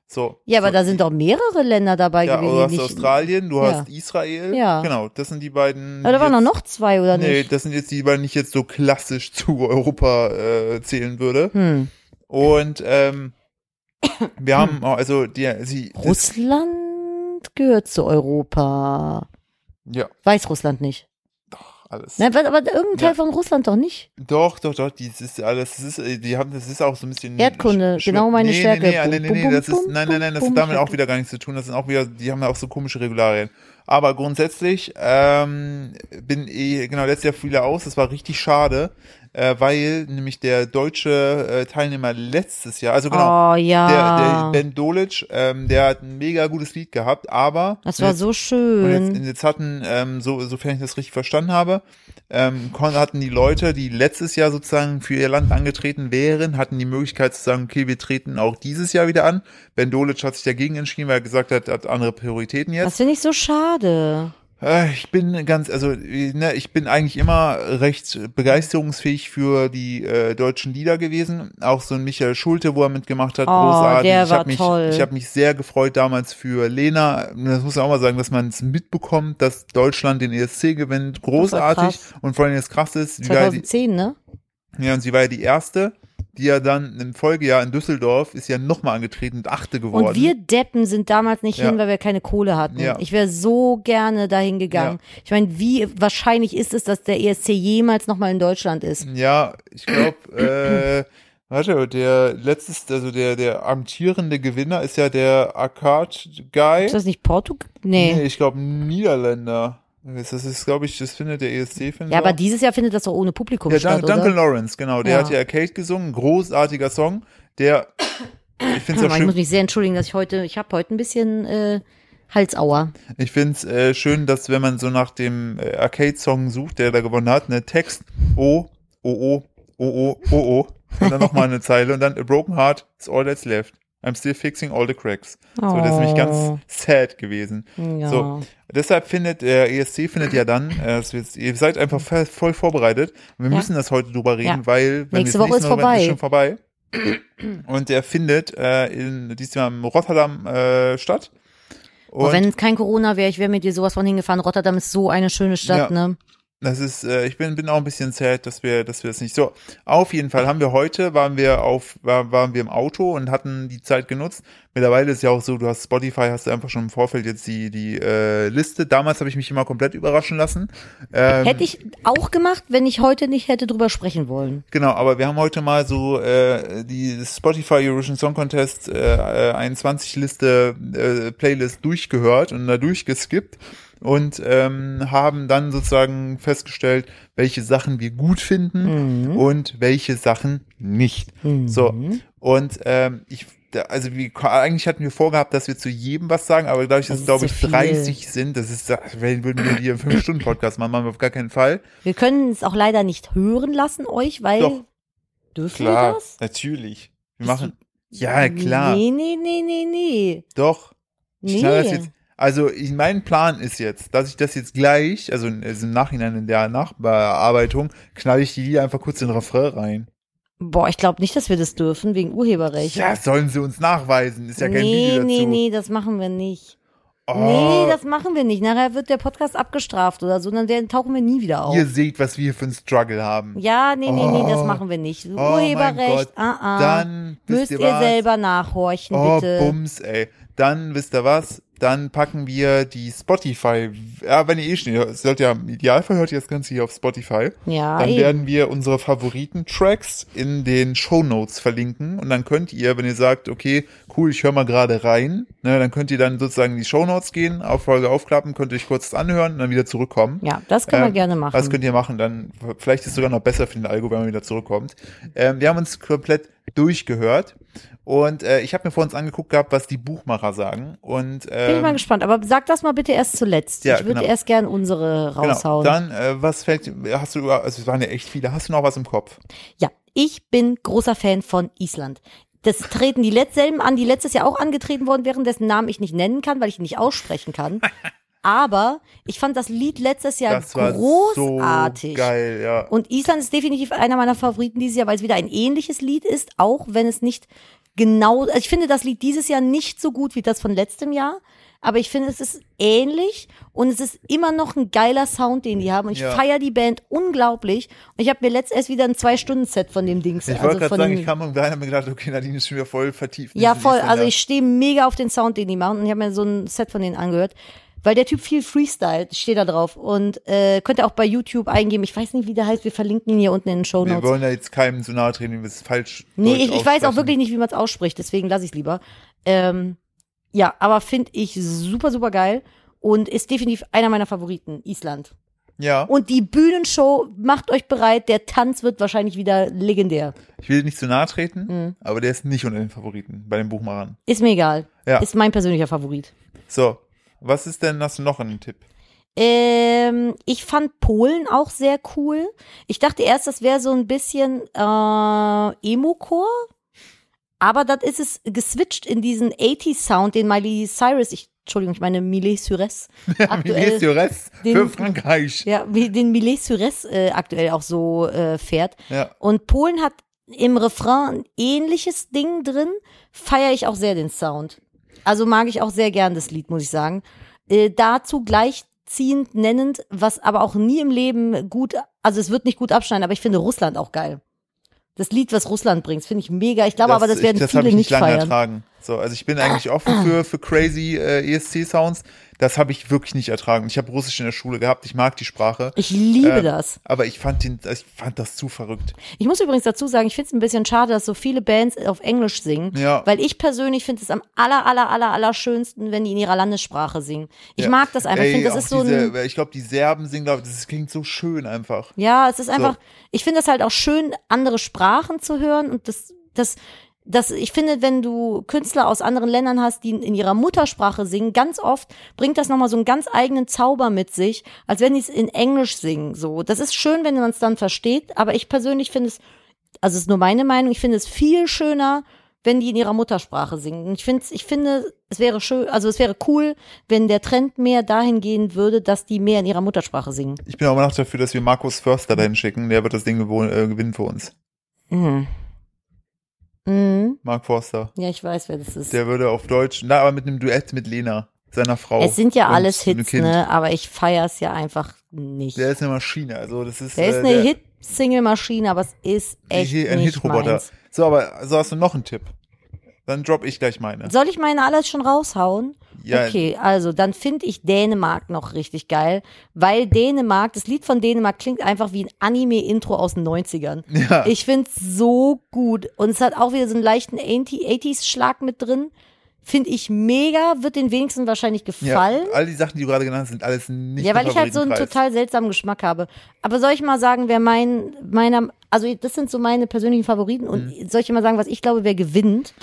S1: So.
S2: Ja, aber
S1: so,
S2: da sind doch mehrere Länder dabei
S1: ja,
S2: gewesen.
S1: du hast
S2: die nicht,
S1: Australien, du
S2: Ja.
S1: hast Israel.
S2: Ja.
S1: Genau, das sind die beiden.
S2: Aber da
S1: die
S2: waren doch
S1: jetzt-
S2: noch zwei, oder
S1: Nee,
S2: nicht?
S1: das sind jetzt die beiden, die ich jetzt so klassisch zu Europa äh, zählen würde.
S2: Hm.
S1: Und ähm, wir haben, auch- also die, sie. das-
S2: Russland gehört zu Europa.
S1: Ja,
S2: Weißrussland nicht.
S1: alles.
S2: Nein, aber irgendein Teil
S1: Ja.
S2: von Russland doch nicht.
S1: Doch, doch, doch, dies ist alles, das ist, äh, die haben, das ist auch so ein bisschen.
S2: Erdkunde,
S1: sch-
S2: genau meine
S1: nee,
S2: Stärke.
S1: Nee, nee,
S2: Bum,
S1: nee, nee,
S2: bum,
S1: nee, das
S2: bum,
S1: ist, nein, nein, nein, das
S2: bum,
S1: hat damit
S2: bum,
S1: auch wieder gar nichts zu tun. Das sind auch wieder, die haben da auch so komische Regularien. Aber grundsätzlich ähm, bin ich, genau, letztes Jahr fiel er aus, das war richtig schade, äh, weil nämlich der deutsche äh, Teilnehmer letztes Jahr, also genau,
S2: Oh
S1: der, der
S2: ja.
S1: Ben Dolic, ähm, der hat ein mega gutes Lied gehabt, aber
S2: das war
S1: jetzt,
S2: so
S1: und jetzt,
S2: schön.
S1: und jetzt hatten, ähm, so, sofern ich das richtig verstanden habe, ähm, kon- hatten die Leute, die letztes Jahr sozusagen für ihr Land angetreten wären, hatten die Möglichkeit zu sagen, okay, wir treten auch dieses Jahr wieder an. Ben Dolic hat sich dagegen entschieden, weil er gesagt hat, er hat andere Prioritäten jetzt.
S2: Das finde ich so schade.
S1: Äh, Ich bin ganz, also äh, ne, ich bin eigentlich immer recht begeisterungsfähig für die äh, deutschen Lieder gewesen. Auch so ein Michael Schulte, wo er mitgemacht hat,
S2: Oh,
S1: großartig.
S2: der
S1: ich
S2: war
S1: habe mich,
S2: toll.
S1: ich habe mich sehr gefreut damals für Lena. Das muss man auch mal sagen, dass man es mitbekommt, dass Deutschland den ESC gewinnt. Großartig.
S2: krass.
S1: Und vor allem das Krasse ist, sie war ja die,
S2: 2010, ne?
S1: ja, und sie war ja die erste, die ja dann im Folgejahr in Düsseldorf ist ja nochmal angetreten und achte geworden.
S2: Und wir Deppen sind damals nicht
S1: Ja.
S2: hin, weil wir keine Kohle hatten.
S1: Ja.
S2: Ich wäre so gerne dahin gegangen. Ich meine, wie wahrscheinlich ist es, dass der ESC jemals nochmal in Deutschland ist?
S1: Ja, ich glaube, äh, warte, der letztes, also der, der amtierende Gewinner ist ja der Akkad-Guy.
S2: Ist das nicht Portugal? Nee.
S1: Nee, ich glaube, Niederländer. Das ist, glaube ich, das findet der E ESC, findet
S2: Ja, aber
S1: auch.
S2: dieses Jahr findet das doch ohne Publikum
S1: Ja,
S2: statt,
S1: Dun Duncan
S2: oder?
S1: Lawrence, genau, der
S2: Ja.
S1: hat ja Arcade gesungen, großartiger Song, der, ich finde es
S2: Mann,
S1: auch
S2: ich muss
S1: schön,
S2: mich sehr entschuldigen, dass ich heute, ich habe heute ein bisschen äh, Halsauer.
S1: ich find's, äh, schön, dass wenn man so nach dem äh, Arcade-Song sucht, der da gewonnen hat, ne, Text, oh, oh, oh, oh, oh, oh, oh, und dann nochmal eine Zeile und dann, a broken heart is all that's left. I'm still fixing all the cracks. So, das ist nämlich
S2: Oh.
S1: ganz sad gewesen.
S2: Ja.
S1: So, deshalb findet äh, der ESC findet ja dann, äh, es wird- ihr seid einfach fe- voll vorbereitet. Und wir
S2: Ja.
S1: müssen das heute drüber reden,
S2: Ja.
S1: weil wenn
S2: Nächste
S1: wir
S2: Woche
S1: es
S2: ist
S1: Mal reden,
S2: vorbei.
S1: ist schon vorbei. Und der findet äh, in diesmal in Rotterdam äh, statt.
S2: Boah,
S1: Und
S2: Oh, wenn kein Corona wäre, ich wäre mit dir sowas von hingefahren. Rotterdam ist so eine schöne Stadt,
S1: Ja.
S2: ne?
S1: das ist, äh, ich bin, bin auch ein bisschen sad, dass wir, dass wir das nicht so. Auf jeden Fall haben wir heute, waren wir auf, war, waren wir im Auto und hatten die Zeit genutzt. Mittlerweile ist ja auch so, du hast Spotify, hast du einfach schon im Vorfeld jetzt die, die äh, Liste. Damals habe ich mich immer komplett überraschen lassen. Ähm,
S2: Hätte ich auch gemacht, wenn ich heute nicht hätte drüber sprechen wollen.
S1: Genau, aber wir haben heute mal so äh, die Spotify Eurovision Song Contest äh, 21 Liste äh, Playlist durchgehört und da durchgeskippt und ähm, haben dann sozusagen festgestellt, welche Sachen wir gut finden
S2: Hm?
S1: und welche Sachen nicht. Mhm.
S2: Mhm.
S1: Oh, So und ähm, ich da- also wir, eigentlich hatten wir vorgehabt, dass wir zu jedem was sagen, aber dadurch, dass
S2: Das
S1: es
S2: ist
S1: glaube
S2: zu
S1: ich
S2: viel.
S1: 30 sind, das ist, wenn würden wir hier einen 5-Stunden-Podcast machen, machen wir auf gar keinen Fall.
S2: Wir können es auch leider nicht hören lassen, euch, weil.
S1: Doch.
S2: Dürfen wir
S1: Klar,
S2: das?
S1: natürlich. Wir
S2: Bist
S1: machen. Ja, klar.
S2: Nee, nee, nee, nee, nee.
S1: Doch. Ich
S2: Nee.
S1: knall das jetzt. Also, ich, mein Plan ist jetzt, dass ich das jetzt gleich, also, in- also im Nachhinein in der Nachbearbeitung, knall ich die Lieder einfach kurz in den Refrain rein.
S2: Boah, ich glaube nicht, dass wir das dürfen, wegen Urheberrecht.
S1: Ja, sollen sie uns nachweisen. Ist ja kein
S2: nee,
S1: Video dazu.
S2: nee, nee, das machen wir nicht.
S1: Oh,
S2: Nee, das machen wir nicht. Nachher wird der Podcast abgestraft oder so, dann werden, tauchen wir nie wieder auf.
S1: ihr seht, was wir hier für einen Struggle haben.
S2: Ja, nee, nee, nee, das
S1: Oh.
S2: machen wir nicht.
S1: mein Gott.
S2: Urheberrecht, ah, ah.
S1: Dann wisst
S2: müsst
S1: ihr
S2: ihr,
S1: was?
S2: selber nachhorchen,
S1: Oh,
S2: bitte.
S1: Bums, ey. Dann wisst ihr was? Dann packen wir die Spotify. Ja, wenn ihr eh schon, ihr sollt ja im Idealfall hört ihr das Ganze hier auf Spotify.
S2: Ja, eh.
S1: Dann
S2: eben.
S1: werden wir unsere Favoriten-Tracks in den Shownotes verlinken und dann könnt ihr, wenn ihr sagt, okay, cool, ich höre mal gerade rein, ne, dann könnt ihr dann sozusagen in die Shownotes gehen, auf Folge aufklappen, könnt ihr euch kurz anhören und dann wieder zurückkommen.
S2: Ja, das können wir
S1: Ähm,
S2: gerne machen.
S1: Was könnt ihr machen? Dann vielleicht ist es sogar noch besser für den Algo, wenn man wieder zurückkommt. Ähm, wir haben uns komplett durchgehört und äh, ich habe mir vor uns angeguckt gehabt, was die Buchmacher sagen und
S2: Bin ich mal
S1: ähm,
S2: gespannt, aber sag das mal bitte erst zuletzt.
S1: Ja,
S2: ich würde
S1: genau.
S2: erst gern unsere
S1: genau.
S2: raushauen.
S1: Dann äh, was fällt? Hast du? über- Also es waren ja echt viele. Hast du noch was im Kopf?
S2: ja, ich bin großer Fan von Island. Das treten die Let- selben an, die letztes Jahr auch angetreten wurden, während dessen Namen ich nicht nennen kann, weil ich ihn nicht aussprechen kann. Aber ich fand das Lied letztes Jahr
S1: Das war
S2: großartig.
S1: so geil, ja.
S2: Und Island ist definitiv einer meiner Favoriten dieses Jahr, weil es wieder ein ähnliches Lied ist, auch wenn es nicht genau, also ich finde das Lied dieses Jahr nicht so gut wie das von letztem Jahr, aber ich finde es ist ähnlich und es ist immer noch ein geiler Sound, den die haben und ich
S1: Ja.
S2: feiere die Band unglaublich und ich habe mir letzt erst wieder ein Zwei-Stunden-Set von dem Dings.
S1: Ich wollte
S2: also
S1: gerade
S2: von
S1: sagen,
S2: dem-
S1: ich kam und rein und hab mir gedacht, okay, Nadine ist schon wieder voll vertieft. in
S2: ja,
S1: diese
S2: voll. Also
S1: Isländer.
S2: ich stehe mega auf den Sound, den die machen. Und ich habe mir so ein Set von denen angehört. Weil der Typ viel Freestyle, steht da drauf. Und äh, könnt ihr auch bei YouTube eingeben. Ich weiß nicht, wie der heißt. Wir verlinken ihn hier unten in den Show
S1: Wir
S2: Notes.
S1: wollen ja jetzt keinem so nahe treten, wie wir es falsch
S2: Nee,
S1: deutsch
S2: ich, ich weiß auch
S1: aussprechen.
S2: wirklich nicht, wie man es ausspricht. Deswegen lasse ich es lieber. Ähm, ja, aber finde ich super, super geil. und ist definitiv einer meiner Favoriten, Island.
S1: Ja.
S2: Und die Bühnenshow macht euch bereit, der Tanz wird wahrscheinlich wieder legendär.
S1: Ich will nicht zu nahe
S2: Mhm.
S1: treten, aber der ist nicht unter den Favoriten bei den Buchmachern.
S2: Ist mir egal.
S1: Ja.
S2: Ist mein persönlicher Favorit.
S1: So. Was ist denn, hast du noch einen Tipp?
S2: Ähm, ich fand Polen auch sehr cool. Ich dachte erst, das wäre so ein bisschen äh, Emo-Chor. Aber das ist es geswitcht in diesen 80s-Sound, den Miley Cyrus, ich, Entschuldigung, ich meine Miley Cyrus,
S1: Millet
S2: aktuell,
S1: Jores
S2: den-
S1: für Frankreich.
S2: ja, wie den Miley Cyrus äh, aktuell auch so äh, fährt.
S1: Ja.
S2: Und Polen hat im Refrain ein ähnliches Ding drin, feiere ich auch sehr den Sound. Also mag ich auch sehr gern das Lied, muss ich sagen. Äh, dazu gleichziehend nennend, was aber auch nie im Leben gut, also es wird nicht gut abschneiden, aber ich finde Russland auch geil. Das Lied, was Russland bringt, finde ich mega. Ich glaube aber, das
S1: ich-
S2: werden
S1: das hab
S2: viele
S1: ich
S2: nicht
S1: lange
S2: feiern.
S1: ertragen. So, also ich bin eigentlich offen für, für crazy äh, ESC-Sounds. Das habe ich wirklich nicht ertragen. Ich habe Russisch in der Schule gehabt. Ich mag die Sprache.
S2: Ich liebe
S1: Ähm,
S2: das.
S1: Aber ich fand, den, ich fand das zu verrückt.
S2: Ich muss übrigens dazu sagen, ich finde es ein bisschen schade, dass so viele Bands auf Englisch singen,
S1: Ja.
S2: weil ich persönlich finde es am aller, aller, aller, aller schönsten, wenn die in ihrer Landessprache singen. Ich
S1: Ja.
S2: mag das einfach.
S1: Ey,
S2: ich finde, das
S1: auch
S2: ist so
S1: diese,
S2: ein,
S1: Ich glaube, die Serben singen, glaub, das klingt so schön einfach.
S2: ja, es ist einfach, ich finde das halt auch schön, andere Sprachen zu hören und das, das, das, ich finde, wenn du Künstler aus anderen Ländern hast, die in ihrer Muttersprache singen, ganz oft bringt das nochmal so einen ganz eigenen Zauber mit sich, als wenn die es in Englisch singen, so. Das ist schön, wenn man es dann versteht, aber ich persönlich finde es also es ist nur meine Meinung, ich finde es viel schöner, wenn die in ihrer Muttersprache singen. Und ich finde, ich finde, es wäre schön, also es wäre cool, wenn der Trend mehr dahin gehen würde, dass die mehr in ihrer Muttersprache singen.
S1: Ich bin auch immer noch dafür, dass wir Markus Förster dahin schicken. Der wird das Ding gewohn, äh, gewinnen für uns.
S2: Mhm. Mhm.
S1: Mark Forster.
S2: Ja, ich weiß, wer das ist.
S1: Der würde auf Deutsch, na, aber mit einem Duett mit Lena, seiner Frau.
S2: es sind ja
S1: und
S2: alles
S1: einem
S2: Hits,
S1: Kind.
S2: ne? Aber ich feier's ja einfach nicht.
S1: Der
S2: Der,
S1: ist eine Maschine. Also das ist,
S2: ist
S1: äh,
S2: eine
S1: der-
S2: Hit-Single-Maschine, aber es ist echt
S1: Hier ein
S2: nicht
S1: Hitroboter.
S2: meins.
S1: So, aber so hast du noch einen Tipp. Dann drop ich gleich meine.
S2: Soll ich meine alles schon raushauen?
S1: Ja.
S2: Okay, also dann finde ich Dänemark noch richtig geil, weil Dänemark, das Lied von Dänemark klingt einfach wie ein Anime-Intro aus den 90ern.
S1: Ja.
S2: Ich finde es so gut und es hat auch wieder so einen leichten 80s-Schlag mit drin. Finde ich mega, wird den wenigsten wahrscheinlich
S1: ja,
S2: gefallen.
S1: all die Sachen, die du gerade genannt hast, sind alles nicht
S2: Ja, weil
S1: im
S2: ich halt so einen
S1: Favoritenkreis.
S2: total seltsamen Geschmack habe. Aber soll ich mal sagen, wer mein, meiner, also das sind so meine persönlichen Favoriten und
S1: Mhm.
S2: soll ich mal sagen, was ich glaube, wer gewinnt?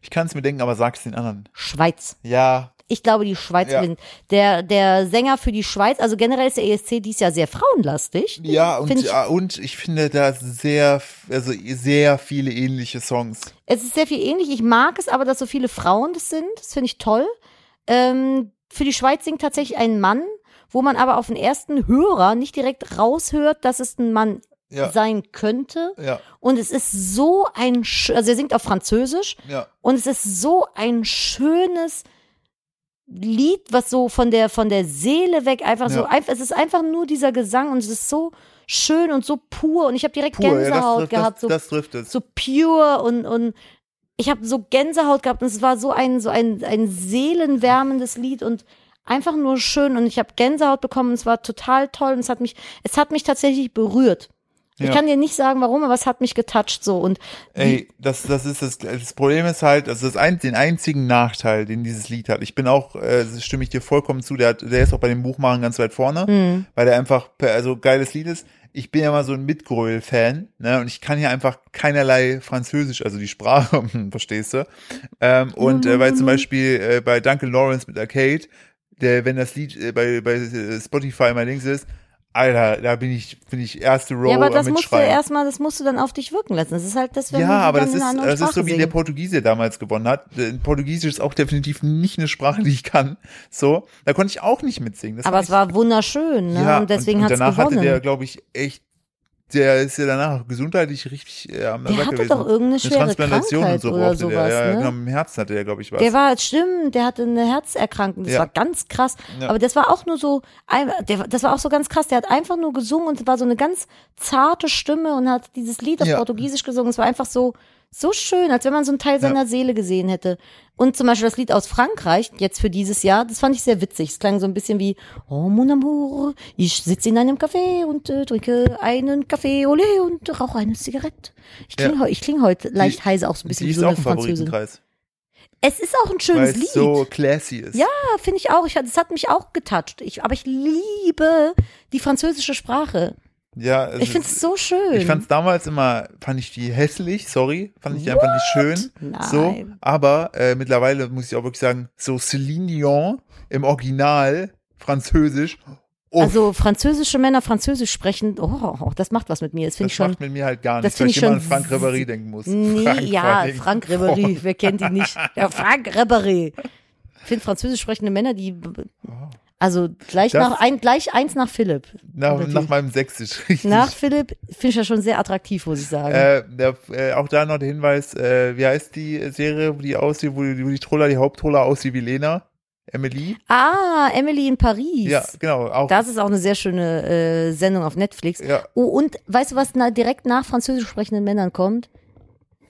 S1: Ich kann es mir denken, aber sag's den anderen.
S2: Schweiz.
S1: Ja,
S2: Ich glaube, die Schweiz
S1: Ja.
S2: gewinnt. Der, der Sänger für die Schweiz, also generell ist der ESC dies Jahr sehr frauenlastig.
S1: ja und
S2: Find
S1: ich,
S2: ich,
S1: und ich finde da sehr, also sehr viele ähnliche Songs.
S2: es ist sehr viel ähnlich. Ich mag es aber, dass so viele Frauen das sind. Das finde ich toll. Ähm, für die Schweiz singt tatsächlich ein Mann, wo man aber auf den ersten Hörer nicht direkt raushört, dass es ein Mann
S1: Ja.
S2: sein könnte.
S1: Ja,
S2: Und es ist so ein, sch- also er singt auf Französisch.
S1: ja,
S2: Und es ist so ein schönes Lied, was so von der, von der Seele weg einfach so,
S1: Ja.
S2: einfach, es ist einfach nur dieser Gesang und es ist so schön und so pur und ich habe direkt
S1: pur. Ja, das,
S2: Gänsehaut
S1: trifft,
S2: gehabt,
S1: das,
S2: so,
S1: das trifft es.
S2: so pure und, und ich habe so Gänsehaut gehabt und es war so ein, so ein, ein seelenwärmendes Lied und einfach nur schön und ich habe Gänsehaut bekommen und es war total toll und es hat mich, es hat mich tatsächlich berührt. Ich
S1: Ja.
S2: kann dir nicht sagen, warum, aber es hat mich getoucht so und
S1: Ey, das, das ist das, das Problem ist halt, also das ein, den einzigen Nachteil, den dieses Lied hat. Ich bin auch, äh, das stimme ich dir vollkommen zu, der, hat, der ist auch bei den Buchmachern ganz weit vorne,
S2: Hm.
S1: weil der einfach, per- also geiles Lied ist. Ich bin ja mal so ein Mitgröl-Fan, ne, und ich kann hier einfach keinerlei Französisch, also die Sprache, verstehst du? Ähm, und äh, weil zum Beispiel äh, bei Duncan Lawrence mit Arcade, der, wenn das Lied äh, bei, bei äh, Spotify mal links ist, Alter, da bin ich, bin ich erste Row
S2: Ja, aber das
S1: am
S2: musst du
S1: Mitschreien.
S2: erstmal, das musst du dann auf dich wirken lassen. Das ist halt das, wenn
S1: Ja,
S2: man
S1: aber
S2: dann
S1: das
S2: in
S1: ist,
S2: einer anderen
S1: das ist
S2: Sprache
S1: so wie der
S2: singen.
S1: Portugiese damals gewonnen hat. Äh, Portugiesisch ist auch definitiv nicht eine Sprache, die ich kann. So, da konnte ich auch nicht mitsingen. Das
S2: Aber es war wunderschön, ne? und deswegen
S1: und,
S2: hat's
S1: und danach
S2: gewonnen.
S1: hatte der, glaube ich, echt, der ist ja danach gesundheitlich richtig äh, am
S2: Der
S1: Sack
S2: hatte
S1: gewesen.
S2: doch irgendeine schwere
S1: Transplantation
S2: Krankheit
S1: und so
S2: oder
S1: brauchte
S2: sowas,
S1: der. Ja,
S2: ne?
S1: genau, im Herzen hatte der, glaube ich, was.
S2: der war, stimmt, der hatte eine Herzerkrankung. Das
S1: Ja.
S2: war ganz krass.
S1: Ja.
S2: Aber das war auch nur so, ein- der, das war auch so ganz krass. Der hat einfach nur gesungen und es war so eine ganz zarte Stimme und hat dieses Lied auf
S1: Ja.
S2: Portugiesisch gesungen. Es war einfach so, so schön, als wenn man so einen Teil seiner Seele gesehen hätte. Und zum Beispiel das Lied aus Frankreich, jetzt für dieses Jahr, das fand ich sehr witzig. Es klang so ein bisschen wie, oh mon amour, ich sitze in einem Café und äh, trinke einen Kaffee, ole und rauche eine Zigarette. Ich
S1: Ja.
S2: klinge ich kling heute leicht
S1: Die-
S2: heiser auch so ein bisschen
S1: die
S2: wie
S1: ist
S2: so eine
S1: auch im
S2: Französin.
S1: Favoritenkreis.
S2: Es ist auch ein
S1: weil
S2: schönes Lied.
S1: es so classy ist.
S2: Ja, finde ich auch. Ich, das hat mich auch getatscht. Ich, aber ich liebe die französische Sprache.
S1: ja es
S2: Ich finde
S1: ist-
S2: es so schön.
S1: Ich fand es damals immer, fand ich die hässlich, sorry, fand ich die einfach nicht schön.
S2: Nein.
S1: So, aber äh, mittlerweile muss ich auch wirklich sagen, so Celine Dion im Original französisch. Oh,
S2: also französische Männer französisch sprechen, oh, das macht was mit mir. Das finde
S1: das
S2: ich schon.
S1: macht mit mir halt gar
S2: das
S1: nichts, weil
S2: find
S1: ich
S2: ich
S1: immer an
S2: schon
S1: Frank
S2: s-
S1: Ribéry denken muss.
S2: Nee, ja,
S1: Ribéry.
S2: Frank Ribery,
S1: Oh.
S2: wer kennt ihn nicht? Ja, Frank Ribery. Ich finde französisch sprechende Männer, die also gleich
S1: Oh. Das-
S2: nach ein, gleich eins nach Philipp.
S1: Nach,
S2: Natürlich.
S1: nach meinem Sächsisch, richtig.
S2: Nach Philipp finde ich ja schon sehr attraktiv, muss ich sagen.
S1: äh, der, äh, auch da noch der Hinweis, äh, wie heißt die Serie, wo die aussieht, wo die, wo die Troller, die Haupttroller aussieht wie Lena? Emily?
S2: ah, Emily in Paris.
S1: Ja, genau. Auch,
S2: Das ist auch eine sehr schöne äh, Sendung auf Netflix.
S1: Ja.
S2: Oh, und weißt du, was na, direkt nach französisch sprechenden Männern kommt?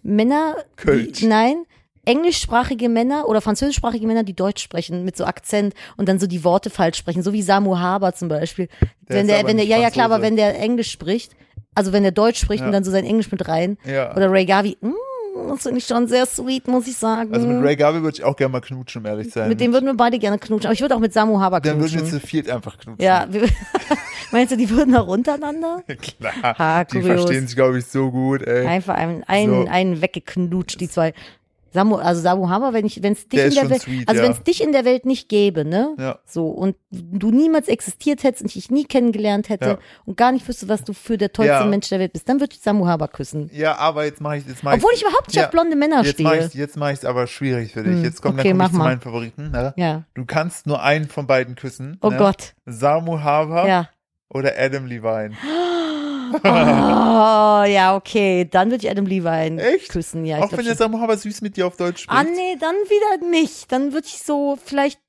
S2: Männer,
S1: Kölsch.
S2: die, nein, englischsprachige Männer oder französischsprachige Männer, die Deutsch sprechen mit so Akzent und dann so die Worte falsch sprechen, so wie Samu Haber zum Beispiel.
S1: Der
S2: wenn
S1: ist
S2: der,
S1: aber
S2: wenn der,
S1: nicht
S2: ja, ja klar, aber
S1: Franzose.
S2: wenn der Englisch spricht, also wenn der Deutsch spricht
S1: Ja.
S2: und dann so sein Englisch mit rein.
S1: Ja.
S2: Oder Ray Gavi, mm, das finde ich schon sehr sweet, muss ich sagen.
S1: also mit Ray Garvey würde ich auch gerne mal knutschen, um ehrlich zu sein.
S2: mit dem würden wir beide gerne knutschen, aber ich würde auch mit Samu Haber knutschen.
S1: Dann würden wir zu viert einfach knutschen.
S2: Ja, wir- meinst du, die würden auch untereinander?
S1: Klar,
S2: Ha,
S1: die
S2: kurios.
S1: verstehen sich, glaube ich, so gut, ey.
S2: Einfach einen, einen,
S1: So.
S2: einen weggeknutscht, die zwei. Samu, also Samu Hammer, wenn ich, wenn es dich
S1: Der
S2: in
S1: ist
S2: der
S1: schon
S2: Welt,
S1: sweet,
S2: also
S1: ja.
S2: wenn es dich in der Welt nicht gäbe, ne?
S1: Ja.
S2: So und du niemals existiert hättest und ich dich nie kennengelernt hätte
S1: Ja.
S2: und gar nicht wüsste, was du für der tollste
S1: Ja.
S2: Mensch der Welt bist, dann würde ich Samu Haber küssen.
S1: Ja, aber jetzt mache ich jetzt mach
S2: Obwohl ich überhaupt nicht auf blonde Männer
S1: jetzt
S2: stehe.
S1: mach ich's, jetzt mache ich es aber schwierig für dich.
S2: Hm,
S1: Jetzt komm, dann
S2: okay,
S1: komm
S2: mach
S1: ich zu
S2: mal.
S1: meinen Favoriten. Ne?
S2: Ja.
S1: Du kannst nur einen von beiden küssen.
S2: Oh
S1: ne?
S2: Gott.
S1: Samu Haber
S2: Ja.
S1: oder Adam Levine.
S2: Oh, ja, okay. Dann würde ich Adam Levine
S1: Echt?
S2: küssen, ja. ich
S1: Auch
S2: glaub
S1: wenn der
S2: schon.
S1: Samu Haber süß mit dir auf Deutsch spricht.
S2: Ah, nee, dann wieder nicht. Dann würde ich so vielleicht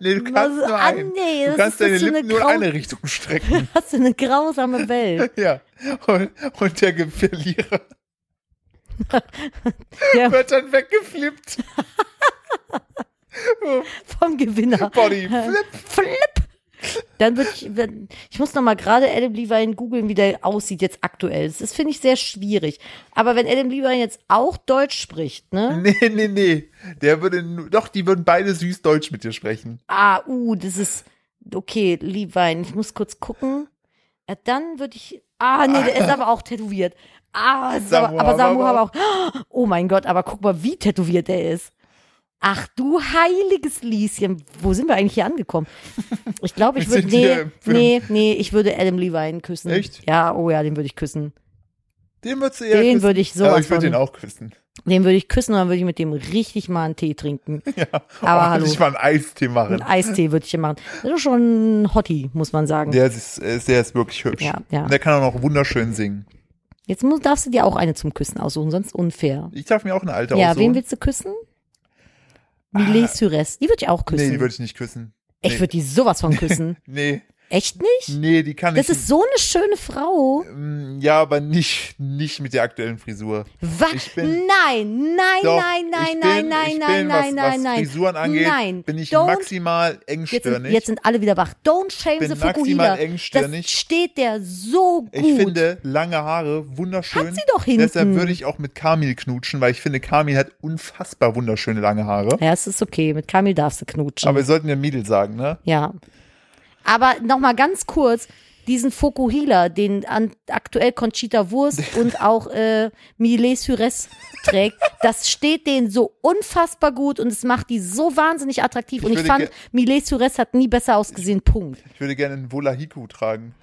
S1: nee, du kannst
S2: was-
S1: nur
S2: ah,
S1: einen.
S2: nee,
S1: du
S2: das
S1: kannst
S2: ist
S1: deine
S2: so eine
S1: Lippen nur in
S2: grau-
S1: eine Richtung strecken.
S2: hast du eine grausame Welt.
S1: ja. Und, und der Ge- Verlierer
S2: Ja.
S1: wird dann weggeflippt.
S2: vom Gewinner.
S1: Body flip.
S2: Flip! Dann würde ich, wenn- ich muss noch mal gerade Adam Levine googeln, wie der aussieht jetzt aktuell. Das ist, finde ich, sehr schwierig. Aber wenn Adam Levine jetzt auch Deutsch spricht, ne?
S1: Nee, nee, nee. Der würde, nu- doch, die würden beide süß Deutsch mit dir sprechen.
S2: Ah, uh, das ist, okay, Levine, ich muss kurz gucken. Ja, dann würde ich, ah, nee, der ist aber auch tätowiert. Ah, es ist aber,
S1: Samu
S2: aber Samu
S1: Haber
S2: aber auch, oh mein Gott, aber guck mal, wie tätowiert er ist. Ach du heiliges Lieschen, wo sind wir eigentlich hier angekommen? Ich glaube, ich
S1: Wir
S2: würde,
S1: sind
S2: nee,
S1: hier im Film.
S2: nee, nee, ich würde Adam Levine küssen.
S1: Echt?
S2: Ja, oh ja, den würde ich küssen.
S1: Den würdest du eher
S2: Den
S1: küssen.
S2: würde ich sowas
S1: Aber ich würde
S2: von-
S1: den auch küssen.
S2: Den würde ich küssen und dann würde ich mit dem richtig mal einen Tee trinken.
S1: Ja.
S2: Aber
S1: Oh,
S2: hallo.
S1: Ich mal einen Eistee machen.
S2: Einen Eistee würde ich hier machen. Das ist schon ein Hottie, muss man sagen.
S1: Der ist, äh, der ist wirklich hübsch.
S2: Ja, ja.
S1: Und Der kann auch noch wunderschön singen.
S2: Jetzt muss, darfst du dir auch eine zum Küssen aussuchen, sonst unfair.
S1: Ich darf mir auch eine alte
S2: Ja,
S1: aussuchen. Ah.
S2: wen willst du küssen? Millet Sures. Die würde ich auch
S1: nee,
S2: küssen.
S1: die würde ich nicht küssen.
S2: ich
S1: nee.
S2: würde die sowas von küssen.
S1: Nee,
S2: Echt nicht?
S1: nee, die kann
S2: Das
S1: ich.
S2: ist so eine schöne Frau.
S1: Mm, ja, aber nicht, nicht mit der aktuellen Frisur.
S2: Was?
S1: Ich bin-
S2: Nein, nein,
S1: Doch,
S2: nein,
S1: ich
S2: nein,
S1: bin,
S2: nein, nein,
S1: ich
S2: nein,
S1: bin, was,
S2: nein, nein,
S1: was
S2: nein.
S1: Frisuren angeht,
S2: Nein,
S1: bin ich
S2: don't-
S1: maximal
S2: Jetzt sind,
S1: engstirnig.
S2: jetzt sind alle wieder wach. Don't shame
S1: Bin
S2: the
S1: maximal
S2: Fukuhila.
S1: engstirnig.
S2: Das steht der so gut.
S1: ich finde lange Haare wunderschön.
S2: Hat sie doch hinten.
S1: Deshalb würde ich auch mit Kamil knutschen, weil ich finde, Kamil hat unfassbar wunderschöne lange Haare.
S2: ja, es ist okay. Mit Kamil darfst du knutschen.
S1: Aber wir sollten ja Mädel sagen, ne?
S2: Ja. Aber nochmal ganz kurz, diesen Fokuhila, den an, aktuell Conchita Wurst und auch äh, Millet Sures trägt, das steht denen so unfassbar gut und es macht die so wahnsinnig attraktiv.
S1: Ich
S2: und ich
S1: würde
S2: fand,
S1: ge-
S2: Millet Sures hat nie besser ausgesehen, Punkt.
S1: Ich würde gerne einen Volahiku tragen.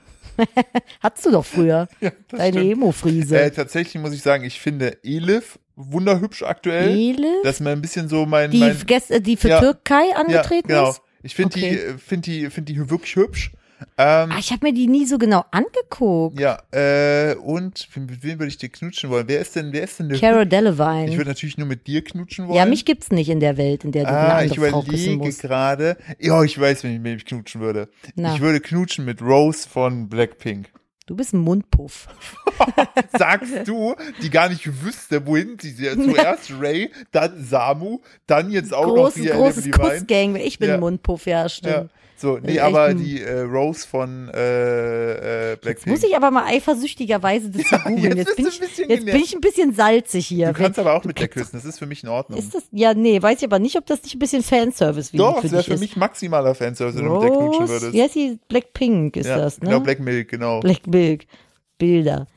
S2: Hattest du doch früher,
S1: das
S2: deine
S1: stimmt.
S2: Emo-Friese.
S1: Äh, tatsächlich muss ich sagen, ich finde Elif wunderhübsch aktuell.
S2: Elif?
S1: Das ist mal ein bisschen so mein.
S2: die,
S1: äh, mein
S2: gest- äh, die für
S1: Ja.
S2: Türkei angetreten
S1: genau.
S2: ist?
S1: Ich finde
S2: Okay.
S1: die, äh, find die, find die wirklich hübsch. Ähm,
S2: Ah, ich habe mir die nie so genau angeguckt.
S1: ja, äh, und mit wem würde ich dir knutschen wollen? Wer ist denn, wer ist denn der
S2: Cara
S1: Ich
S2: Delevingne.
S1: würde natürlich nur mit dir knutschen wollen.
S2: Ja, mich gibt's nicht in der Welt, in der du eine
S1: Ah, ich
S2: andere Frau küssen
S1: überlege
S2: musst.
S1: gerade. Ja, ich weiß, wenn ich mit wem ich knutschen würde.
S2: Na.
S1: Ich würde knutschen mit Rose von Blackpink.
S2: Du bist ein Mundpuff.
S1: Sagst du, die gar nicht wüsste, wohin sie zuerst Ray, dann Samu, dann jetzt auch noch
S2: großes,
S1: hier
S2: großes
S1: Adam Levine.
S2: Kussgang. Ich bin
S1: Ja.
S2: Mundpuff, ja,
S1: Ja.
S2: stimmt.
S1: So, nee,
S2: echt
S1: aber
S2: ein-
S1: die äh, Rose von äh, äh,
S2: Jetzt
S1: Blackpink.
S2: muss ich aber mal eifersüchtigerweise das hier
S1: jetzt
S2: googeln. Jetzt, bin,
S1: bist
S2: ich,
S1: du ein bisschen
S2: jetzt bin
S1: genervt.
S2: ich ein bisschen salzig hier.
S1: du kannst
S2: Wenn-
S1: aber auch mit der küssen, das ist für mich in Ordnung.
S2: ist das, ja, nee, weiß ich aber nicht, ob das nicht ein bisschen Fanservice wieder
S1: Doch,
S2: für
S1: das wäre
S2: dich
S1: für
S2: ist.
S1: mich maximaler Fanservice, wenn du mit der knutschen
S2: Rose,
S1: würdest.
S2: wie heißt die? Blackpink ist
S1: ja,
S2: das, ne?
S1: Genau, Black Milk, genau.
S2: Black Milk. Bilder.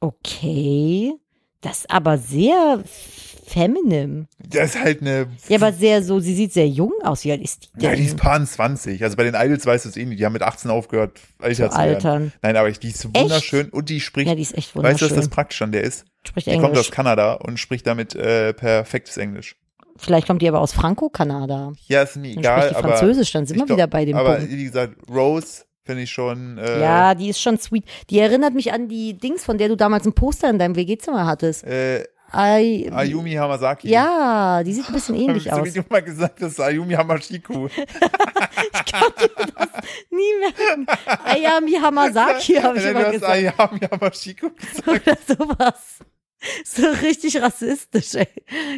S2: Okay. Das ist aber sehr feminin.
S1: Das ist halt eine.
S2: Ja, aber sehr so, sie sieht sehr jung aus. Wie alt ist die denn?
S1: Ja, die ist paar 20. Also bei den Idols weißt du es eh nicht. Die haben mit 18 aufgehört, älter zu werden.
S2: altern.
S1: Nein, aber ich, die ist wunderschön und die spricht.
S2: Ja, die ist echt
S1: weißt du,
S2: wunderschön.
S1: was das praktisch an der ist?
S2: Spricht
S1: Die kommt aus
S2: Englisch.
S1: Kanada und spricht damit äh, perfektes Englisch.
S2: Vielleicht kommt die aber aus Franco-Kanada.
S1: Ja, ist mir
S2: Dann
S1: egal,
S2: spricht die
S1: aber.
S2: Französisch, dann sind
S1: ich
S2: wir
S1: glaub-
S2: wieder bei dem
S1: Aber
S2: Punkt.
S1: wie gesagt, Rose finde ich schon. Äh,
S2: Ja, die ist schon sweet. Die erinnert mich an die Dings, von der du damals ein Poster in deinem WG-Zimmer hattest.
S1: Äh,
S2: Ai,
S1: Ayumi Hamasaki.
S2: ja, die sieht ein bisschen ähnlich
S1: Hab
S2: aus.
S1: ich so wie du mal gesagt hast, Ayumi Hamashiku.
S2: Nie mehr. Ayami Hamasaki habe ich
S1: Nein,
S2: immer
S1: du hast
S2: gesagt.
S1: Ayami Hamashiku gesagt.
S2: Oder sowas. So richtig rassistisch, ey.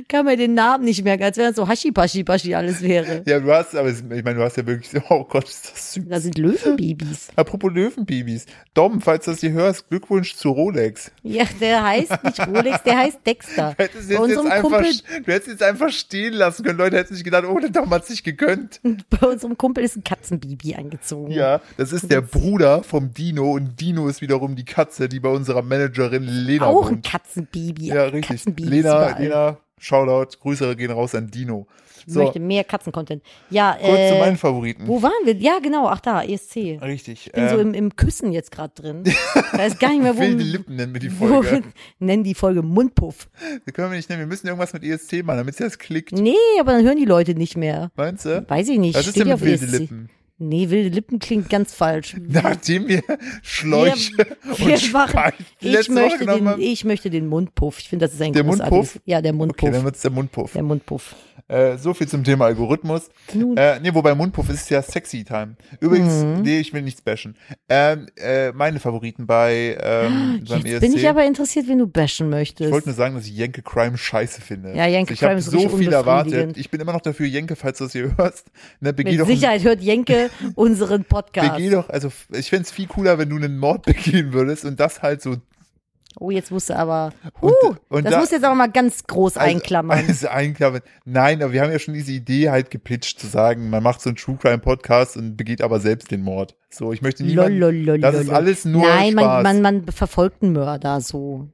S2: Kann mir den Namen nicht merken, als wäre das so Haschi-Paschi-Paschi alles wäre.
S1: Ja, du hast, aber es- ich meine, du hast ja wirklich so, oh Gott, ist das süß.
S2: Da sind Löwenbabys.
S1: Apropos Löwenbabys. Dom, falls du das hier hörst, Glückwunsch zu Rolex.
S2: Ja, der heißt nicht Rolex, der heißt Dexter.
S1: Du hättest,
S2: Bei
S1: jetzt, jetzt
S2: unserem
S1: einfach,
S2: Kumpel
S1: du hättest jetzt einfach stehen lassen können. Leute hätten sich gedacht, oh, der Dom hat sich gegönnt.
S2: Bei unserem Kumpel ist ein Katzenbaby angezogen.
S1: Ja, das ist der Bruder vom Dino und Dino ist wiederum die Katze, die bei unserer Managerin Lena
S2: Auch ein
S1: wohnt.
S2: Katzenbaby.
S1: Ja, richtig.
S2: Katzenbabys
S1: Lena,
S2: überall.
S1: Lena, Shoutout, Grüße gehen raus an Dino.
S2: Ich
S1: So,
S2: möchte
S1: kurz
S2: mehr Katzencontent. Ja,
S1: zu
S2: äh,
S1: meinen Favoriten.
S2: wo waren wir? Ja, genau, ach da, ESC. Ich bin
S1: Richtig.
S2: so
S1: Ähm,
S2: im, im Küssen jetzt gerade drin. Da ist gar nicht mehr, wo,
S1: wilde Lippen nennen wir die
S2: wo
S1: Folge.
S2: nennen die Folge Mundpuff.
S1: Das können wir nicht nehmen. Wir müssen irgendwas mit ESC machen, damit sie das klickt.
S2: Nee, aber dann hören die Leute nicht mehr.
S1: Meinst du?
S2: Weiß ich nicht.
S1: Was ist
S2: steht
S1: denn
S2: ja
S1: mit
S2: auf E
S1: wilde
S2: ESC.
S1: Lippen?
S2: Nee, wilde Lippen klingt ganz falsch.
S1: Nachdem wir Schläuche und
S2: Wir machen,
S1: Speich
S2: ich,
S1: letzte Woche
S2: möchte
S1: genommen
S2: den,
S1: haben.
S2: ich möchte den Mundpuff. Ich finde, das ist ein
S1: Der
S2: großartiges.
S1: Mundpuff?
S2: Ja, der
S1: Okay,
S2: Mundpuff.
S1: dann wird's der Mundpuff.
S2: der Mundpuff.
S1: Äh, so viel zum Thema Algorithmus.
S2: Nun. Mhm.
S1: Äh, nee, wobei Mundpuff ist ja sexy time. Übrigens, nee, ich will nichts bashen. Ähm, äh, meine Favoriten bei ähm, beim
S2: Ah, Jetzt
S1: ESC.
S2: bin ich aber interessiert, wen du bashen möchtest.
S1: ich wollte nur sagen, dass ich Jenke Crime scheiße finde.
S2: Ja, Jenke
S1: ich hab
S2: Crime ist
S1: so
S2: richtig
S1: viel erwartet.
S2: unbefriedigend.
S1: Ich bin immer noch dafür, Jenke, falls du das hier hörst. Ne, begeh
S2: Mit
S1: doch,
S2: Sicherheit hört Jenke unseren Podcast.
S1: begeh doch, also ich fänd's viel cooler, wenn du einen Mord begehen würdest und das halt so
S2: Oh, jetzt musst du aber.
S1: Und-
S2: Huh,
S1: und
S2: das
S1: da-
S2: musst du jetzt aber mal ganz groß einklammern.
S1: Also einklammern. Nein, aber wir haben ja schon diese Idee halt gepitcht, zu sagen, man macht so einen True Crime Podcast und begeht aber selbst den Mord. So, ich möchte niemanden.
S2: Lololololol.
S1: das ist alles nur
S2: Nein,
S1: Spaß.
S2: Man, man, man verfolgt einen Mörder so.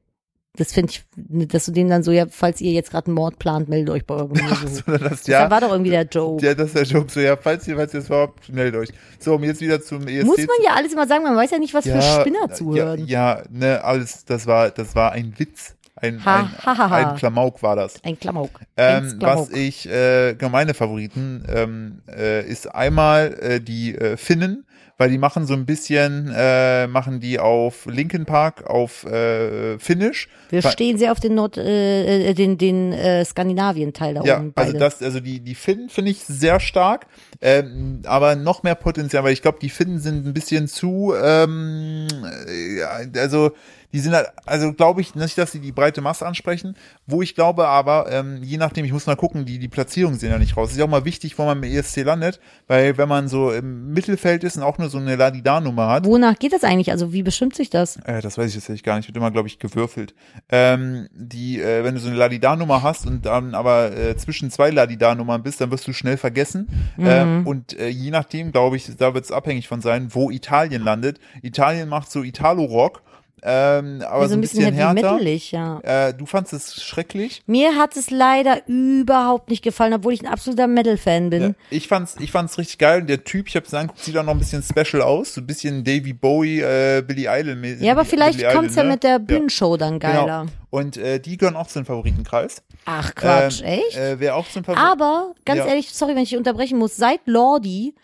S2: Das finde ich, ne, dass du den dann so, ja, falls ihr jetzt gerade einen Mord plant, meldet euch bei irgendwo. so.
S1: Sondern das,
S2: Da
S1: ja,
S2: war doch irgendwie der Joke.
S1: ja, das ist der E Joke. So, ja, falls ihr, falls ihr es überhaupt, meldet euch. So, um jetzt wieder zum ESC.
S2: Muss man ja alles immer sagen, man weiß ja nicht, was
S1: ja,
S2: für Spinner zuhören.
S1: Ja, ja, ne, alles, das war, das war ein Witz. Ein,
S2: Ha,
S1: ein,
S2: ha, ha, ha.
S1: ein Klamauk war das.
S2: Ein Klamauk.
S1: Ähm,
S2: Ein
S1: was
S2: Klamauk.
S1: ich, äh, genau meine Favoriten, ähm, äh, ist einmal äh, die äh, Finnen, weil die machen so ein bisschen, äh, machen die auf Linkin Park auf äh, Finnisch.
S2: Wir
S1: Ver-
S2: stehen sehr auf den Nord, äh, äh, den, den äh, Skandinavien-Teil da
S1: ja,
S2: oben. Beide.
S1: also das, also die, die Finnen finde ich sehr stark, ähm, aber noch mehr Potenzial, weil ich glaube, die Finnen sind ein bisschen zu, ähm, äh, also die sind halt, also glaube ich nicht, dass sie die breite Masse ansprechen, wo ich glaube aber, ähm, je nachdem, ich muss mal gucken, die, die Platzierungen sehen ja nicht raus. Ist ja auch mal wichtig, wo man mit ESC landet, weil wenn man so im Mittelfeld ist und auch nur so eine Ladida-Nummer hat,
S2: Wonach geht das eigentlich? Also wie bestimmt sich das?
S1: äh, das weiß ich jetzt echt gar nicht. Wird immer, glaube ich, gewürfelt. Ähm, die, äh, wenn du so eine Ladida-Nummer hast und dann aber äh, zwischen zwei Ladida-Nummern bist, dann wirst du schnell vergessen.
S2: Mhm.
S1: Ähm, und äh, je nachdem, glaube ich, da wird es abhängig von sein, wo Italien landet. Italien macht so Italo-Rock, ähm, aber so ein bisschen, härter.
S2: metalig, ja.
S1: Äh, du fandst es schrecklich.
S2: Mir hat es leider überhaupt nicht gefallen, obwohl ich ein absoluter Metal-Fan bin.
S1: Ja, ich fand's, ich fand's richtig geil. Und der Typ, ich hab's angeguckt, sieht auch noch ein bisschen special aus, so ein bisschen Davy Bowie, äh, Billy Idol.
S2: Ja, aber vielleicht kommt's ja mit der Bühnenshow dann geiler.
S1: ne? Genau. Und äh, die gehören auch zu den Favoritenkreis.
S2: Ach Quatsch,
S1: Ähm,
S2: echt?
S1: Äh, wer auch zum Favoriten.
S2: aber ganz
S1: ja.
S2: ehrlich, sorry, wenn ich dich unterbrechen muss, seit Lordi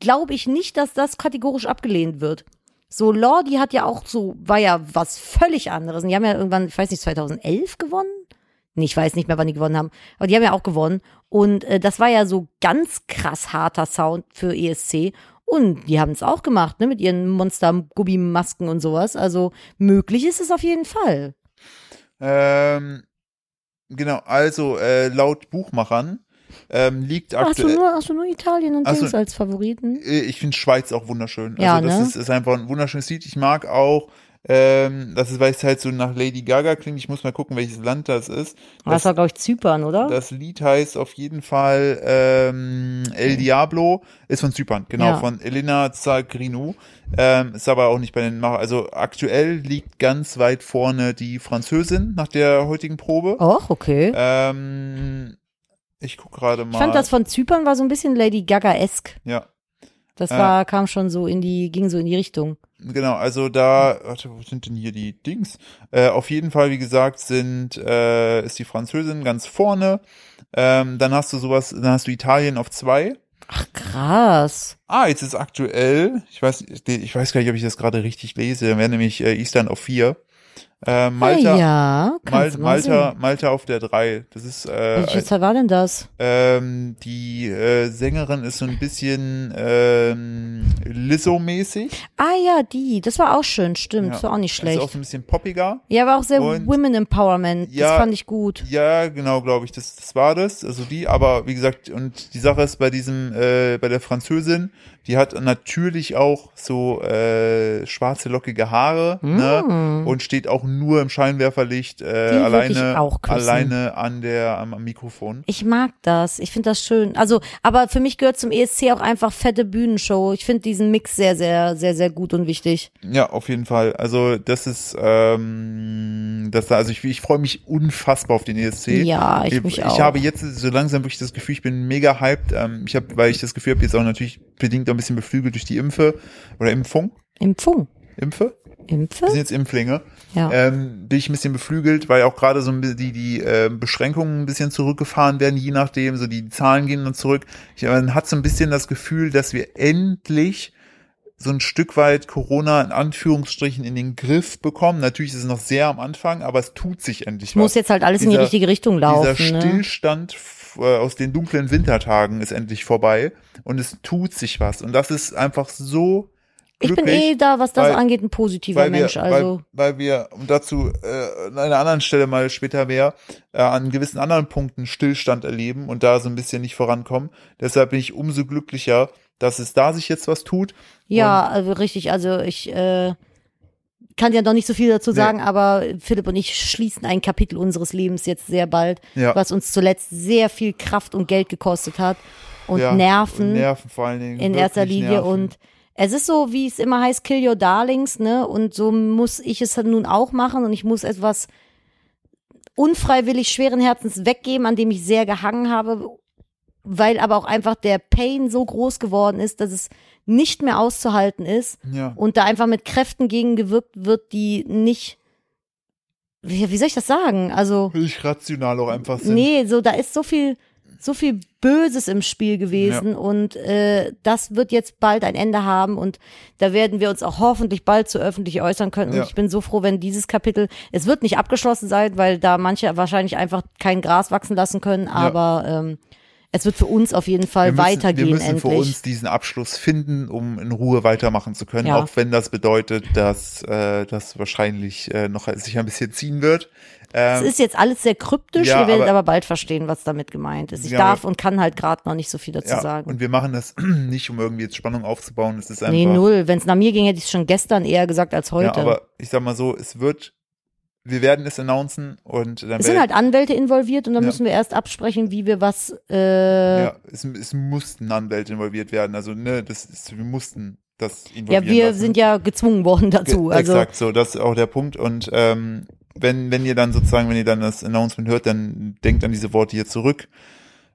S2: glaube ich nicht, dass das kategorisch abgelehnt wird. So, Lordi hat ja auch so, war ja was völlig anderes. Und die haben ja irgendwann, ich weiß nicht, 2011 gewonnen? Nee, ich weiß nicht mehr, wann die gewonnen haben. Aber die haben ja auch gewonnen. Und äh, das war ja so ganz krass harter Sound für ESC. Und die haben es auch gemacht, ne, mit ihren Monster-Gubbi-Masken und sowas. Also möglich ist es auf jeden Fall.
S1: Ähm, genau, also äh, laut Buchmachern ähm, liegt
S2: Hast du,
S1: aktuell.
S2: nur, hast du nur Italien und
S1: Ach so.
S2: Dings als Favoriten?
S1: Äh, Ich finde Schweiz auch wunderschön.
S2: Ja,
S1: also das
S2: ne?
S1: ist, ist einfach ein wunderschönes Lied. Ich mag auch, ähm, das ist, weil es halt so nach Lady Gaga klingt. Ich muss mal gucken, welches Land das ist.
S2: Aber Das
S1: Das,
S2: war, glaube ich, Zypern, oder?
S1: das Lied heißt auf jeden Fall ähm, El Diablo, ist von Zypern, genau,
S2: Ja.
S1: von Elena Zagrinou. Ähm, ist aber auch nicht bei den Macher. Also aktuell liegt ganz weit vorne die Französin nach der heutigen Probe.
S2: Och, okay.
S1: Ähm, ich guck gerade Äh, mal.
S2: ich fand das von Zypern war so ein bisschen Lady Gaga-esk.
S1: ja,
S2: Das
S1: Äh.
S2: war, kam schon so in die, ging so in die Richtung.
S1: genau. Also da, warte, wo sind denn hier die Dings? Äh, auf jeden Fall, wie gesagt, sind äh, ist die Französin ganz vorne. Ähm, dann hast du sowas, dann hast du Italien auf zwei.
S2: Ach, krass.
S1: Ah, jetzt ist aktuell. Ich weiß, ich weiß gar nicht, ob ich das gerade richtig lese. Dann wäre nämlich äh, Island auf vier. Äh, Malta,
S2: Ah, ja, kannst
S1: Mal,
S2: du mal
S1: Malta, Malta auf der drei. Das ist
S2: sehen.
S1: äh,
S2: Welche Zahl war denn das?
S1: Ähm, die äh, Sängerin ist so ein bisschen ähm, Lizzo-mäßig.
S2: Ah ja, die. Das war auch schön, stimmt.
S1: Ja.
S2: Das war auch nicht
S1: Ist auch
S2: schlecht.
S1: so ein bisschen poppiger.
S2: Ja, war auch sehr
S1: Und-
S2: Women Empowerment.
S1: Ja.
S2: das fand ich gut.
S1: Ja, genau, glaube ich. Das, das war das. Also die, aber wie gesagt, und die Sache ist bei diesem, äh, bei der Französin, die hat natürlich auch so äh, schwarze, lockige Haare ne? und steht auch nur im Scheinwerferlicht äh,
S2: Mm. ich
S1: alleine,
S2: auch küssen.
S1: alleine an der, am, am Mikrofon.
S2: Ich mag das. Ich finde das schön. Also, aber für mich gehört zum ESC auch einfach fette Bühnenshow. Ich finde diesen Mix sehr, sehr, sehr, sehr gut und wichtig.
S1: Ja, auf jeden Fall. Also das ist, ähm, das da, also ich, ich freue mich unfassbar auf den ESC.
S2: Ja, ich mich auch.
S1: Ich habe jetzt so langsam wirklich das Gefühl, ich bin mega hyped. Ähm, ich habe, weil ich das Gefühl habe, jetzt auch natürlich bedingt auch ein bisschen beflügelt durch die Impfe oder Impfung,
S2: Impfung.
S1: Impfe. Wir
S2: Impfe?
S1: sind jetzt Impflinge.
S2: Ja.
S1: Ähm, bin ich ein bisschen beflügelt, weil auch gerade so ein bi- die, die äh, Beschränkungen ein bisschen zurückgefahren werden, je nachdem, so die Zahlen gehen dann zurück. Ich, man hat so ein bisschen das Gefühl, dass wir endlich so ein Stück weit Corona in Anführungsstrichen in den Griff bekommen. Natürlich ist es noch sehr am Anfang, aber es tut sich endlich
S2: Muss
S1: was.
S2: jetzt halt alles in die
S1: dieser-
S2: richtige Richtung
S1: Dieser
S2: laufen. Ne?
S1: Stillstand f- äh, aus den dunklen Wintertagen ist endlich vorbei und es tut sich was. Und das ist einfach so
S2: Ich bin
S1: glücklich
S2: eh da, was das
S1: weil-
S2: angeht, ein positiver Mensch.
S1: wir,
S2: also,
S1: weil, weil wir, und dazu äh, an einer anderen Stelle mal später mehr, äh, an gewissen anderen Punkten Stillstand erleben und da so ein bisschen nicht vorankommen. Deshalb bin ich umso glücklicher, dass es da sich jetzt was tut.
S2: ja, also richtig. Also ich äh, kann ja noch nicht so viel dazu
S1: Nee.
S2: sagen, aber Philipp und ich schließen ein Kapitel unseres Lebens jetzt sehr bald,
S1: Ja.
S2: was uns zuletzt sehr viel Kraft und Geld gekostet hat und
S1: ja,
S2: Nerven.
S1: und Nerven vor allen Dingen.
S2: in erster
S1: wirklich
S2: Linie
S1: Nerven.
S2: und es ist so, wie es immer heißt, kill your darlings, ne? Und so muss ich es nun auch machen und ich muss etwas unfreiwillig schweren Herzens weggeben, an dem ich sehr gehangen habe, weil aber auch einfach der Pain so groß geworden ist, dass es nicht mehr auszuhalten ist
S1: Ja.
S2: und da einfach mit Kräften gegengewirkt wird, die nicht, wie, wie soll ich das sagen? Also,
S1: Völlig rational auch einfach sind.
S2: Nee, so da ist so viel so viel Böses im Spiel gewesen und äh, das wird jetzt bald ein Ende haben und da werden wir uns auch hoffentlich bald zu öffentlich äußern können.
S1: Ja.
S2: Und ich bin so froh, wenn dieses Kapitel, es wird nicht abgeschlossen sein, weil da manche wahrscheinlich einfach kein Gras wachsen lassen können, aber ähm, es wird für uns auf jeden Fall
S1: wir müssen,
S2: weitergehen
S1: wir müssen
S2: endlich.
S1: für uns diesen Abschluss finden, um in Ruhe weitermachen zu können,
S2: Ja.
S1: auch wenn das bedeutet, dass äh, das wahrscheinlich äh, noch sich ein bisschen ziehen wird.
S2: es ist jetzt alles sehr kryptisch,
S1: ähm, Ja,
S2: ihr werdet
S1: aber-
S2: aber, bald verstehen, was damit gemeint ist. Ich
S1: Ja,
S2: darf
S1: aber-
S2: und kann halt gerade noch nicht so viel dazu sagen.
S1: Und wir machen das nicht, um irgendwie jetzt Spannung aufzubauen. Es ist einfach.
S2: Nee, null. Wenn es nach mir ging, hätte ich es schon gestern eher gesagt als heute.
S1: Ja, aber ich sag mal so, es wird, wir werden es announcen und dann
S2: Es sind
S1: werd-
S2: halt Anwälte involviert und dann
S1: Ja.
S2: müssen wir erst absprechen, wie wir was. Äh, ja,
S1: ja, es, es mussten Anwälte involviert werden. Also, ne, das ist, wir mussten das involvieren.
S2: ja, wir
S1: lassen.
S2: sind ja gezwungen worden dazu.
S1: ne? Ge-
S2: also
S1: Exakt, so, das ist auch der Punkt. Und ähm, wenn, wenn ihr dann sozusagen, wenn ihr dann das Announcement hört, dann denkt an diese Worte hier zurück.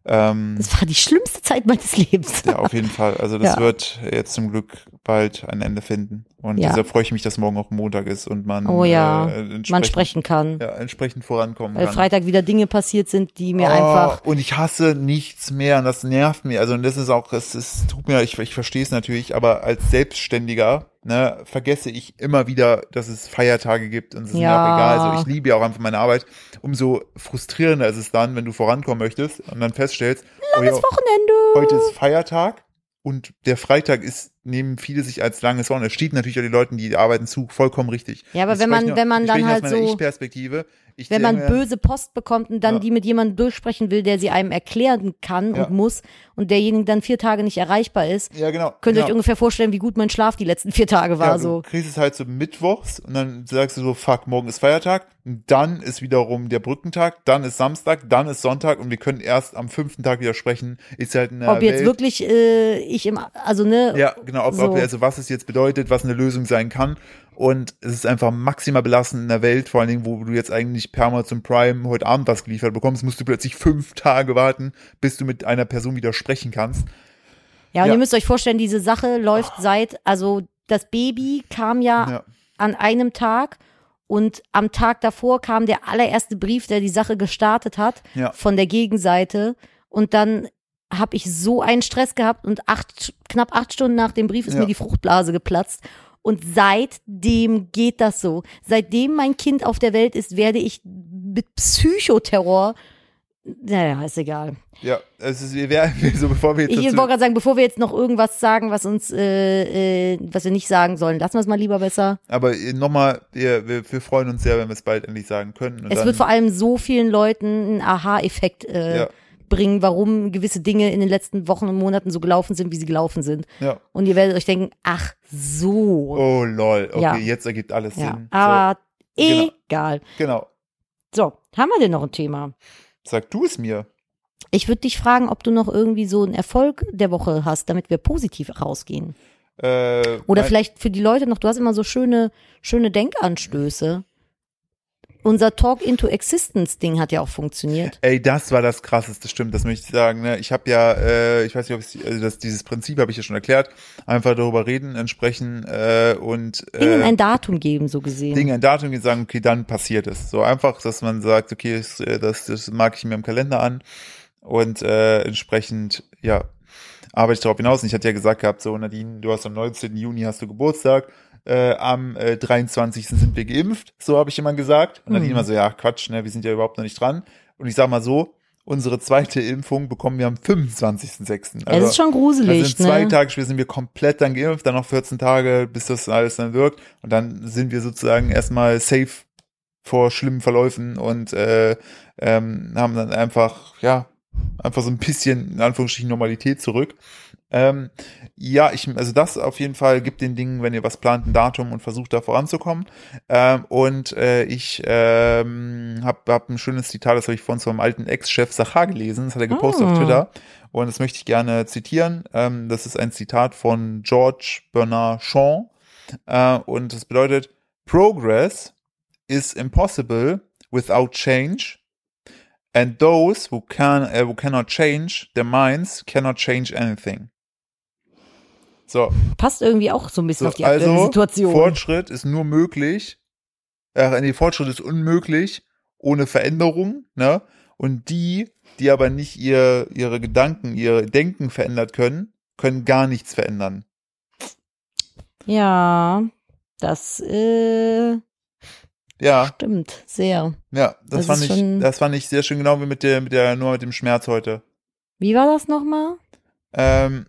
S1: Ähm,
S2: das war die schlimmste Zeit meines Lebens.
S1: ja, auf jeden Fall. Also das
S2: Ja.
S1: wird jetzt zum Glück bald ein Ende finden. Und
S2: Ja.
S1: deshalb freue ich mich, dass morgen auch Montag ist und man,
S2: Oh ja,
S1: äh, entsprechend,
S2: Man sprechen kann,
S1: ja, entsprechend vorankommen
S2: weil
S1: kann.
S2: Freitag wieder Dinge passiert sind, die mir
S1: Oh,
S2: einfach.
S1: Und ich hasse nichts mehr und das nervt mir. Also und das ist auch, es ist, tut mir, ich, ich verstehe es natürlich, aber als Selbstständiger ne, vergesse ich immer wieder, dass es Feiertage gibt und es ist mir
S2: Ja.
S1: auch egal. Also ich liebe ja auch einfach meine Arbeit. Umso frustrierender ist es dann, wenn du vorankommen möchtest und dann feststellst, oh ja,
S2: Wochenende.
S1: heute ist Feiertag und der Freitag ist nehmen viele sich als langes Horn. Das steht natürlich auch den Leuten, die arbeiten zu, vollkommen richtig.
S2: Ja, aber
S1: Ich
S2: wenn man-
S1: spreche nur-
S2: wenn man
S1: ich
S2: dann
S1: spreche nur
S2: halt
S1: aus meiner
S2: so-
S1: Ich-Perspektive. Ich
S2: Wenn
S1: denke
S2: man
S1: mir,
S2: böse Post bekommt und dann
S1: Ja.
S2: die mit jemandem durchsprechen will, der sie einem erklären kann
S1: Ja.
S2: und muss und derjenige dann vier Tage nicht erreichbar ist,
S1: Ja, genau.
S2: könnt ihr
S1: genau.
S2: euch ungefähr vorstellen, wie gut mein Schlaf die letzten vier Tage war. Also,
S1: Ja,
S2: so.
S1: Du kriegst es halt so mittwochs und dann sagst du so, fuck, morgen ist Feiertag. Und dann ist wiederum der Brückentag, dann ist Samstag, dann ist Sonntag und wir können erst am fünften Tag wieder sprechen. Ist halt eine
S2: Ob jetzt
S1: Welt-
S2: wirklich äh, ich im, also ne,
S1: Ja, genau, ob,
S2: so.
S1: ob, also was es jetzt bedeutet, was eine Lösung sein kann. Und es ist einfach maximal belastend in der Welt, vor allen Dingen, wo du jetzt eigentlich per Amazon Prime heute Abend was geliefert bekommst, musst du plötzlich fünf Tage warten, bis du mit einer Person wieder sprechen kannst.
S2: Ja, und
S1: Ja. Ah.
S2: ihr müsst euch vorstellen, diese Sache läuft seit, also das Baby kam ja,
S1: Ja.
S2: an einem Tag und am Tag davor kam der allererste Brief, der die Sache gestartet hat,
S1: Ja.
S2: von der Gegenseite. Und dann habe ich so einen Stress gehabt und acht, knapp acht Stunden nach dem Brief ist
S1: Ja.
S2: mir die Fruchtblase geplatzt. Und seitdem geht das so. Seitdem mein Kind auf der Welt ist, werde ich mit Psychoterror. Naja, ist egal.
S1: Ja, es ist, wir werden, so bevor wir jetzt
S2: Ich wollte
S1: dazu-
S2: gerade sagen, bevor wir jetzt noch irgendwas sagen, was uns, äh, äh, was wir nicht sagen sollen, lassen wir es mal lieber besser.
S1: Aber äh, nochmal, wir, wir, wir freuen uns sehr, wenn wir es bald endlich sagen können. Und
S2: es
S1: dann,
S2: wird vor allem so vielen Leuten einen Aha-Effekt äh,
S1: Ja.
S2: bringen, warum gewisse Dinge in den letzten Wochen und Monaten so gelaufen sind, wie sie gelaufen sind.
S1: ja.
S2: Und ihr werdet euch denken, ach so.
S1: Oh lol, okay,
S2: Ja.
S1: jetzt ergibt alles
S2: ja, Ah.
S1: Sinn.
S2: aber
S1: Genau.
S2: egal.
S1: so, genau.
S2: So, haben wir denn noch ein Thema?
S1: Sag du es mir.
S2: Ich würde dich fragen, ob du noch irgendwie so einen Erfolg der Woche hast, damit wir positiv rausgehen.
S1: Äh,
S2: Oder
S1: mein-
S2: vielleicht für die Leute noch, du hast immer so schöne, schöne Denkanstöße. Unser Talk into Existence Ding hat ja auch funktioniert.
S1: Ey, das war das krasseste, stimmt, das möchte ich sagen. Ne? Ich habe ja, äh, ich weiß nicht, ob ich, also das, dieses Prinzip habe ich ja schon erklärt, einfach darüber reden, entsprechen äh, und
S2: Dingen
S1: äh,
S2: ein Datum geben, so gesehen.
S1: Dinge ein Datum geben, sagen, okay, dann passiert es. So einfach, dass man sagt, okay, das, äh, das, das mag ich mir im Kalender an und äh, entsprechend, ja, arbeite ich darauf hinaus. Und ich hatte ja gesagt gehabt, so Nadine, du hast am 19. Juni hast du Geburtstag, äh, am äh, 23. sind wir geimpft, so habe ich immer gesagt. Und Nadine
S2: Mhm.
S1: immer so, ja, Quatsch, ne, wir sind ja überhaupt noch nicht dran. Und ich sag mal so, unsere zweite Impfung bekommen wir am 25.06.
S2: es ist schon gruselig,
S1: Also in zwei
S2: ne?
S1: Tagen später sind wir komplett dann geimpft, dann noch 14 Tage, bis das alles dann wirkt. Und dann sind wir sozusagen erstmal safe vor schlimmen Verläufen und äh, ähm, haben dann einfach, ja, einfach so ein bisschen, in Anführungsstrichen, Normalität zurück. Ähm, ja, ich, also das auf jeden Fall gibt den Dingen, wenn ihr was plant, ein Datum und versucht da voranzukommen. Ähm, und äh, ich ähm, habe hab ein schönes Zitat, das habe ich von unserem alten Ex-Chef Sachar gelesen, das hat er gepostet auf
S2: Ah.
S1: Twitter. Und das möchte ich gerne zitieren. Ähm, das ist ein Zitat von George Bernard Shaw. Äh, und das bedeutet, Progress is impossible without change. And those who, can, äh, who cannot change their minds cannot change anything. So,
S2: Passt irgendwie auch so ein bisschen
S1: so
S2: auf die aktuelle
S1: also
S2: Situation.
S1: Fortschritt ist nur möglich, äh, nee, Fortschritt ist unmöglich ohne Veränderung, ne? Und die, die aber nicht ihr, ihre Gedanken, ihr Denken verändert können, können gar nichts verändern.
S2: ja, das äh,
S1: Ja,
S2: stimmt sehr.
S1: ja, das,
S2: Das
S1: fand
S2: ist
S1: ich,
S2: schon-
S1: das fand ich sehr schön, genau wie mit der, mit der, nur mit dem Schmerz heute.
S2: Wie war das nochmal?
S1: Ähm,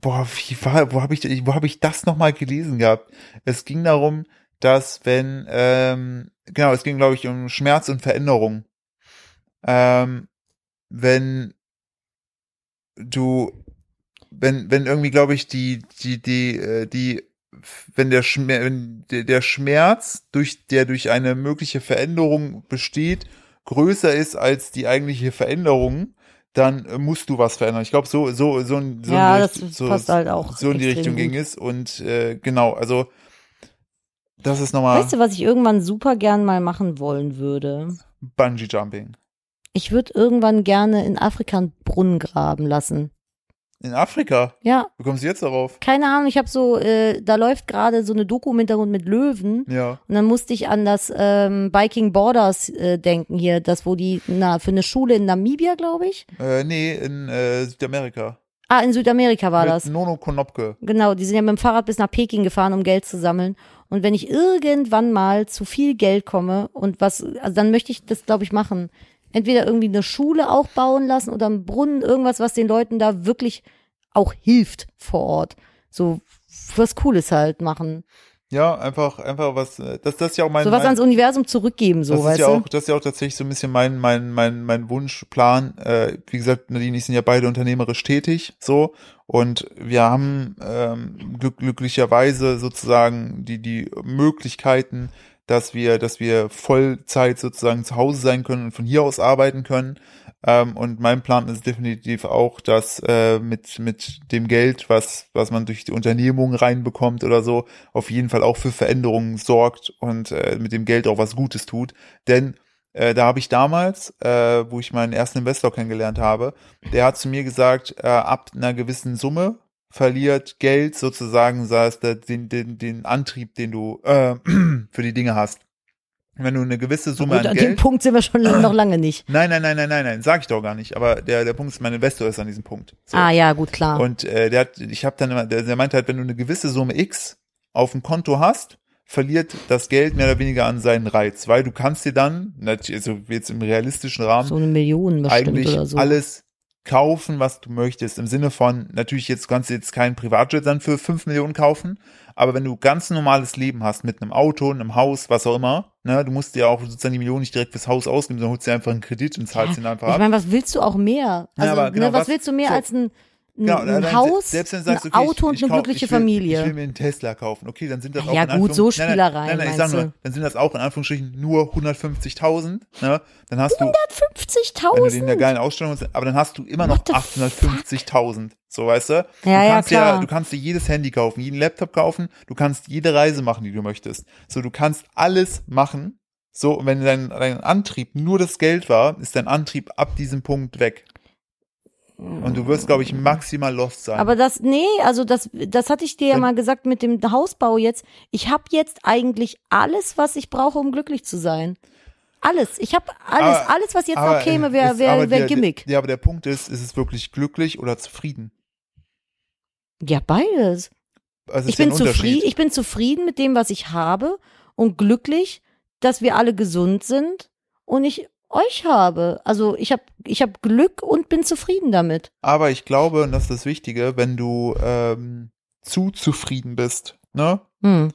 S1: boah, wie war, wo habe ich, wo habe ich das nochmal gelesen gehabt? Es ging darum, dass wenn, ähm, genau, es ging, glaube ich, um Schmerz und Veränderung. Ähm, wenn du, wenn, wenn irgendwie, glaube ich, die, die, die, äh, die, wenn der Schmerz, wenn der- der Schmerz durch, der durch eine mögliche Veränderung besteht, größer ist als die eigentliche Veränderung, dann äh, musst du was verändern. Ich glaube, so, so, so, in- so, in
S2: ja,
S1: die
S2: das
S1: Richt- so,
S2: passt halt auch.
S1: so in die
S2: extrem
S1: Richtung
S2: gut.
S1: ging es und äh, genau, also das ist nochmal
S2: Weißt du, was ich irgendwann super gern mal machen wollen würde?
S1: Bungee Jumping.
S2: Ich würde irgendwann gerne in Afrika einen Brunnen graben lassen.
S1: In Afrika,
S2: Ja,
S1: wie kommst du jetzt darauf?
S2: keine Ahnung, ich habe so, äh, da läuft gerade so eine Doku im Hintergrund mit Löwen.
S1: Ja,
S2: Und dann musste ich an das ähm, Biking Borders äh, denken hier, das wo die, na, für eine Schule in Namibia, glaube ich.
S1: äh, nee, in äh, Südamerika.
S2: Ah, in Südamerika war
S1: Mit
S2: das.
S1: Nono Konopke.
S2: Genau, die sind ja mit dem Fahrrad bis nach Peking gefahren, um Geld zu sammeln. Und wenn ich irgendwann mal zu viel Geld komme und was, also dann möchte ich das, glaube ich, machen. Entweder irgendwie eine Schule auch bauen lassen oder einen Brunnen, irgendwas, was den Leuten da wirklich auch hilft vor Ort. So was Cooles halt machen.
S1: Ja, einfach, einfach was, äh, das, das ist ja auch mein,
S2: so was
S1: mein
S2: ans Universum zurückgeben, so,
S1: das ist
S2: weißt
S1: ja
S2: du?
S1: auch, das ist ja auch tatsächlich so ein bisschen mein, mein, mein, mein Wunschplan. Äh, wie gesagt, Nadine und ich sind ja beide unternehmerisch tätig, so. Und wir haben ähm, glück, glücklicherweise sozusagen die, die Möglichkeiten, dass wir, dass wir Vollzeit sozusagen zu Hause sein können und von hier aus arbeiten können. Ähm, und mein Plan ist definitiv auch, dass äh, mit, mit dem Geld, was, was man durch die Unternehmung reinbekommt oder so, auf jeden Fall auch für Veränderungen sorgt und äh, mit dem Geld auch was Gutes tut. Denn äh, da habe ich damals, äh, wo ich meinen ersten Investor kennengelernt habe, der hat zu mir gesagt, äh, ab einer gewissen Summe verliert Geld sozusagen sei es der, den, den, den Antrieb, den du äh, für die Dinge hast. Wenn du eine gewisse Summe
S2: Gut,
S1: an
S2: an
S1: Geld
S2: dem Punkt sind wir schon lang- noch lange nicht.
S1: Nein, nein, nein, nein, nein, nein, sag ich doch gar nicht. Aber der, der Punkt ist, mein Investor ist an diesem Punkt. So.
S2: Ah ja, gut, klar.
S1: Und äh, der hat, ich habe dann immer, der, der meinte halt, wenn du eine gewisse Summe X auf dem Konto hast, verliert das Geld mehr oder weniger an seinen Reiz, weil du kannst dir dann, nat- also jetzt im realistischen Rahmen,
S2: so eine Million bestimmt
S1: eigentlich
S2: oder so.
S1: alles kaufen, was du möchtest. Im Sinne von, natürlich jetzt kannst du jetzt keinen Privatjet dann für 5 Millionen kaufen, aber wenn du ganz normales Leben hast mit einem Auto, einem Haus, was auch immer, ne, du musst dir auch sozusagen die Millionen nicht direkt fürs Haus ausgeben, sondern holst dir einfach einen Kredit und zahlst ihn einfach
S2: ich
S1: ab.
S2: meine, was willst du auch mehr?
S1: Ja,
S2: Also,
S1: aber genau,
S2: ne, was,
S1: was-
S2: willst du mehr
S1: so.
S2: als ein, ein,
S1: Genau,
S2: ein
S1: dann-
S2: Haus,
S1: selbst wenn du sagst,
S2: ein
S1: okay, ich-
S2: Auto und
S1: ich
S2: eine
S1: kauf-
S2: glückliche
S1: ich will,
S2: Familie?
S1: Ich will mir einen Tesla kaufen. Okay, dann sind das
S2: Ah,
S1: auch
S2: ja,
S1: in
S2: gut, so
S1: Anführungs- nein, nein,
S2: Spielereien,
S1: Nein, nein, ich
S2: meinst
S1: sag nur,
S2: du?
S1: dann sind das auch in Anführungsstrichen nur 150.000, ne? Dann hast du wenn du den in der
S2: 50.000?
S1: geilen Ausstellung hast, aber dann hast du immer noch
S2: Oh, What the
S1: 850.000, so weißt du? du
S2: Ja, ja,
S1: kannst
S2: klar.
S1: du kannst dir jedes Handy kaufen, jeden Laptop kaufen, du kannst jede Reise machen, die du möchtest. So, du kannst alles machen. So, und wenn dein, dein Antrieb nur das Geld war, ist dein Antrieb ab diesem Punkt weg. Und du wirst, glaube ich, maximal lost sein.
S2: Aber das, nee, also das, das hatte ich dir ja
S1: Wenn-
S2: mal gesagt mit dem Hausbau jetzt. Ich habe jetzt eigentlich alles, was ich brauche, um glücklich zu sein. Alles. Ich habe alles,
S1: Aber-
S2: alles, was jetzt
S1: Aber,
S2: noch käme,
S1: äh,
S2: wäre
S1: ist-
S2: wär,
S1: aber
S2: wär
S1: der-
S2: Gimmick.
S1: der- Ja, aber der Punkt ist, ist es wirklich glücklich oder zufrieden?
S2: ja, beides.
S1: Also es ist
S2: Ich
S1: ja
S2: bin,
S1: ein Unterschied.
S2: zufrieden, ich bin zufrieden mit dem, was ich habe und glücklich, dass wir alle gesund sind und ich euch habe. Also ich habe ich hab Glück und bin zufrieden damit.
S1: Aber ich glaube, und das ist das Wichtige, wenn du ähm, zu zufrieden bist, ne?
S2: Hm.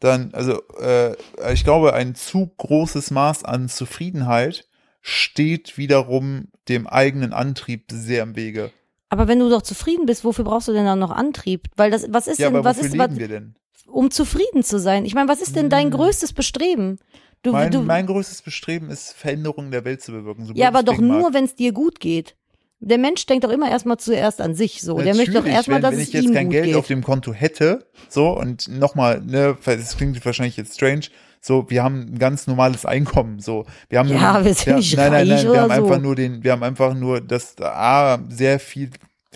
S1: Dann, also äh, ich glaube, ein zu großes Maß an Zufriedenheit steht wiederum dem eigenen Antrieb sehr im Wege.
S2: Aber wenn du doch zufrieden bist, wofür brauchst du denn dann noch Antrieb? Weil das, was ist
S1: ja,
S2: denn,
S1: aber
S2: was
S1: wofür
S2: ist, was,
S1: leben wir denn?
S2: um zufrieden zu sein? Ich meine, was ist denn dein
S1: Hm.
S2: größtes Bestreben? Du,
S1: mein,
S2: du,
S1: mein größtes Bestreben ist, Veränderungen der Welt zu bewirken. So blöd
S2: ja, aber
S1: es
S2: doch
S1: klingen mag.
S2: nur, wenn es dir gut geht. Der Mensch denkt doch immer erstmal zuerst an sich so. Der möchte doch
S1: Natürlich,
S2: erstmal,
S1: wenn,
S2: dass
S1: wenn
S2: es
S1: ich jetzt
S2: ihm
S1: kein
S2: gut
S1: Geld
S2: geht.
S1: auf dem Konto hätte, so und nochmal, ne, weil es klingt wahrscheinlich jetzt strange, so wir haben ein ganz normales Einkommen, so wir haben
S2: Ja,
S1: nur,
S2: wir sind
S1: wir,
S2: nicht
S1: nein, nein,
S2: reich
S1: nein, wir
S2: oder
S1: haben einfach
S2: so.
S1: nur den, wir haben einfach nur das A sehr viel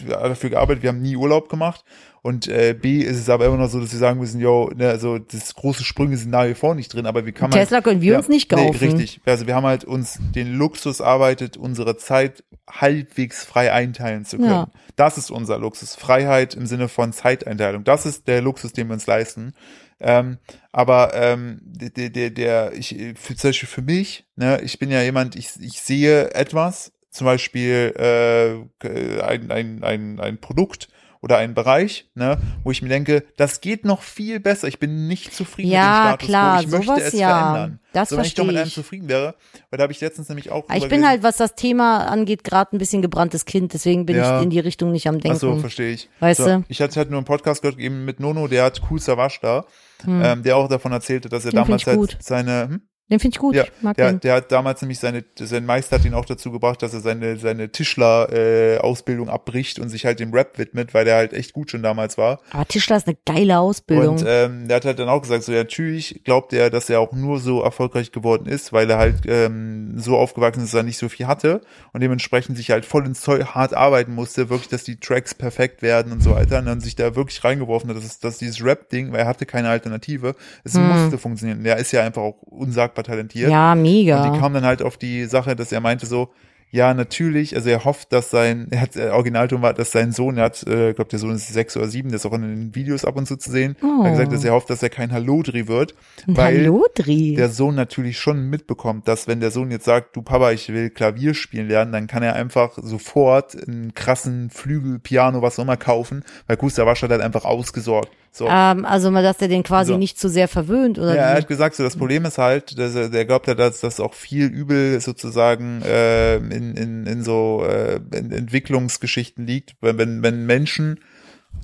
S1: dafür gearbeitet, wir haben nie Urlaub gemacht und äh, B ist es aber immer noch so, dass wir sagen müssen, yo, ne, also das große Sprünge sind nach wie vor nicht drin, aber wie kann halt man
S2: Tesla können wir uns nicht kaufen.
S1: Nee, richtig. Also wir haben halt uns den Luxus arbeitet, unsere Zeit halbwegs frei einteilen zu können.
S2: Ja.
S1: Das ist unser Luxus. Freiheit im Sinne von Zeiteinteilung. Das ist der Luxus, den wir uns leisten. Ähm, aber ähm, der, der, der, ich, äh, für, zum Beispiel für mich, ne, ich bin ja jemand, ich, ich sehe etwas, zum Beispiel äh, äh, ein, ein, ein, ein Produkt oder einen Bereich, ne, wo ich mir denke, das geht noch viel besser. Ich bin nicht zufrieden
S2: Ja,
S1: mit dem Status
S2: klar,
S1: quo. Ich möchte
S2: sowas
S1: es
S2: ja.
S1: verändern.
S2: Das
S1: so, wenn ich doch mit
S2: verstehe
S1: einem
S2: ich.
S1: zufrieden wäre, weil da habe ich letztens nämlich auch
S2: Ah,
S1: drüber
S2: Ich bin
S1: gelesen.
S2: halt, was das Thema angeht, gerade ein bisschen gebranntes Kind, deswegen bin
S1: Ja.
S2: ich in die Richtung nicht am Denken.
S1: Ach so, verstehe ich.
S2: halt Weißt
S1: so,
S2: du?
S1: Ich hatte halt nur einen Podcast gehört eben mit Nono, der hat Cool Savage da, ähm, der auch davon erzählte, dass er
S2: Mhm. Den
S1: damals
S2: find ich
S1: halt seine, hm?
S2: Hm. den finde ich gut,
S1: ja,
S2: ich mag
S1: der,
S2: den.
S1: der hat damals nämlich seine, sein Meister hat ihn auch dazu gebracht, dass er seine, seine Tischler-Ausbildung äh, Ausbildung abbricht und sich halt dem Rap widmet, weil der halt echt gut schon damals war.
S2: Aber Tischler ist eine geile Ausbildung.
S1: Und ähm, der hat halt dann auch gesagt, so ja, natürlich glaubt er, dass er auch nur so erfolgreich geworden ist, weil er halt ähm, so aufgewachsen ist, dass er nicht so viel hatte und dementsprechend sich halt voll ins Zeug hart arbeiten musste, wirklich, dass die Tracks perfekt werden und so weiter und dann sich da wirklich reingeworfen hat, dass, es- dass dieses Rap-Ding, weil er hatte keine Alternative, es musste funktionieren. Der ist ja einfach auch unsagbar talentiert.
S2: ja,
S1: Und die
S2: mega.
S1: kam dann halt auf die Sache, dass er meinte so, ja, natürlich, also er hofft, dass sein, er hat, der Originalton war, dass sein Sohn, er hat, äh, ich glaube, der Sohn ist sechs oder sieben, der ist auch in den Videos ab und zu zu sehen,
S2: Oh.
S1: hat gesagt, dass er hofft, dass er kein Hallodri wird,
S2: Ein
S1: weil
S2: Hallodri.
S1: der Sohn natürlich schon mitbekommt, dass wenn der Sohn jetzt sagt, du Papa, ich will Klavier spielen lernen, dann kann er einfach sofort einen krassen Flügel, Piano, was auch immer kaufen, weil Gustav Wasch hat halt einfach ausgesorgt. So.
S2: Ähm, also mal, dass der den quasi
S1: So.
S2: nicht zu sehr verwöhnt oder
S1: Ja, er
S2: wie?
S1: hat gesagt, so das Problem ist halt, dass er, der glaubt ja, dass das auch viel übel sozusagen äh, in, in, in so äh, in Entwicklungsgeschichten liegt, wenn, wenn, wenn Menschen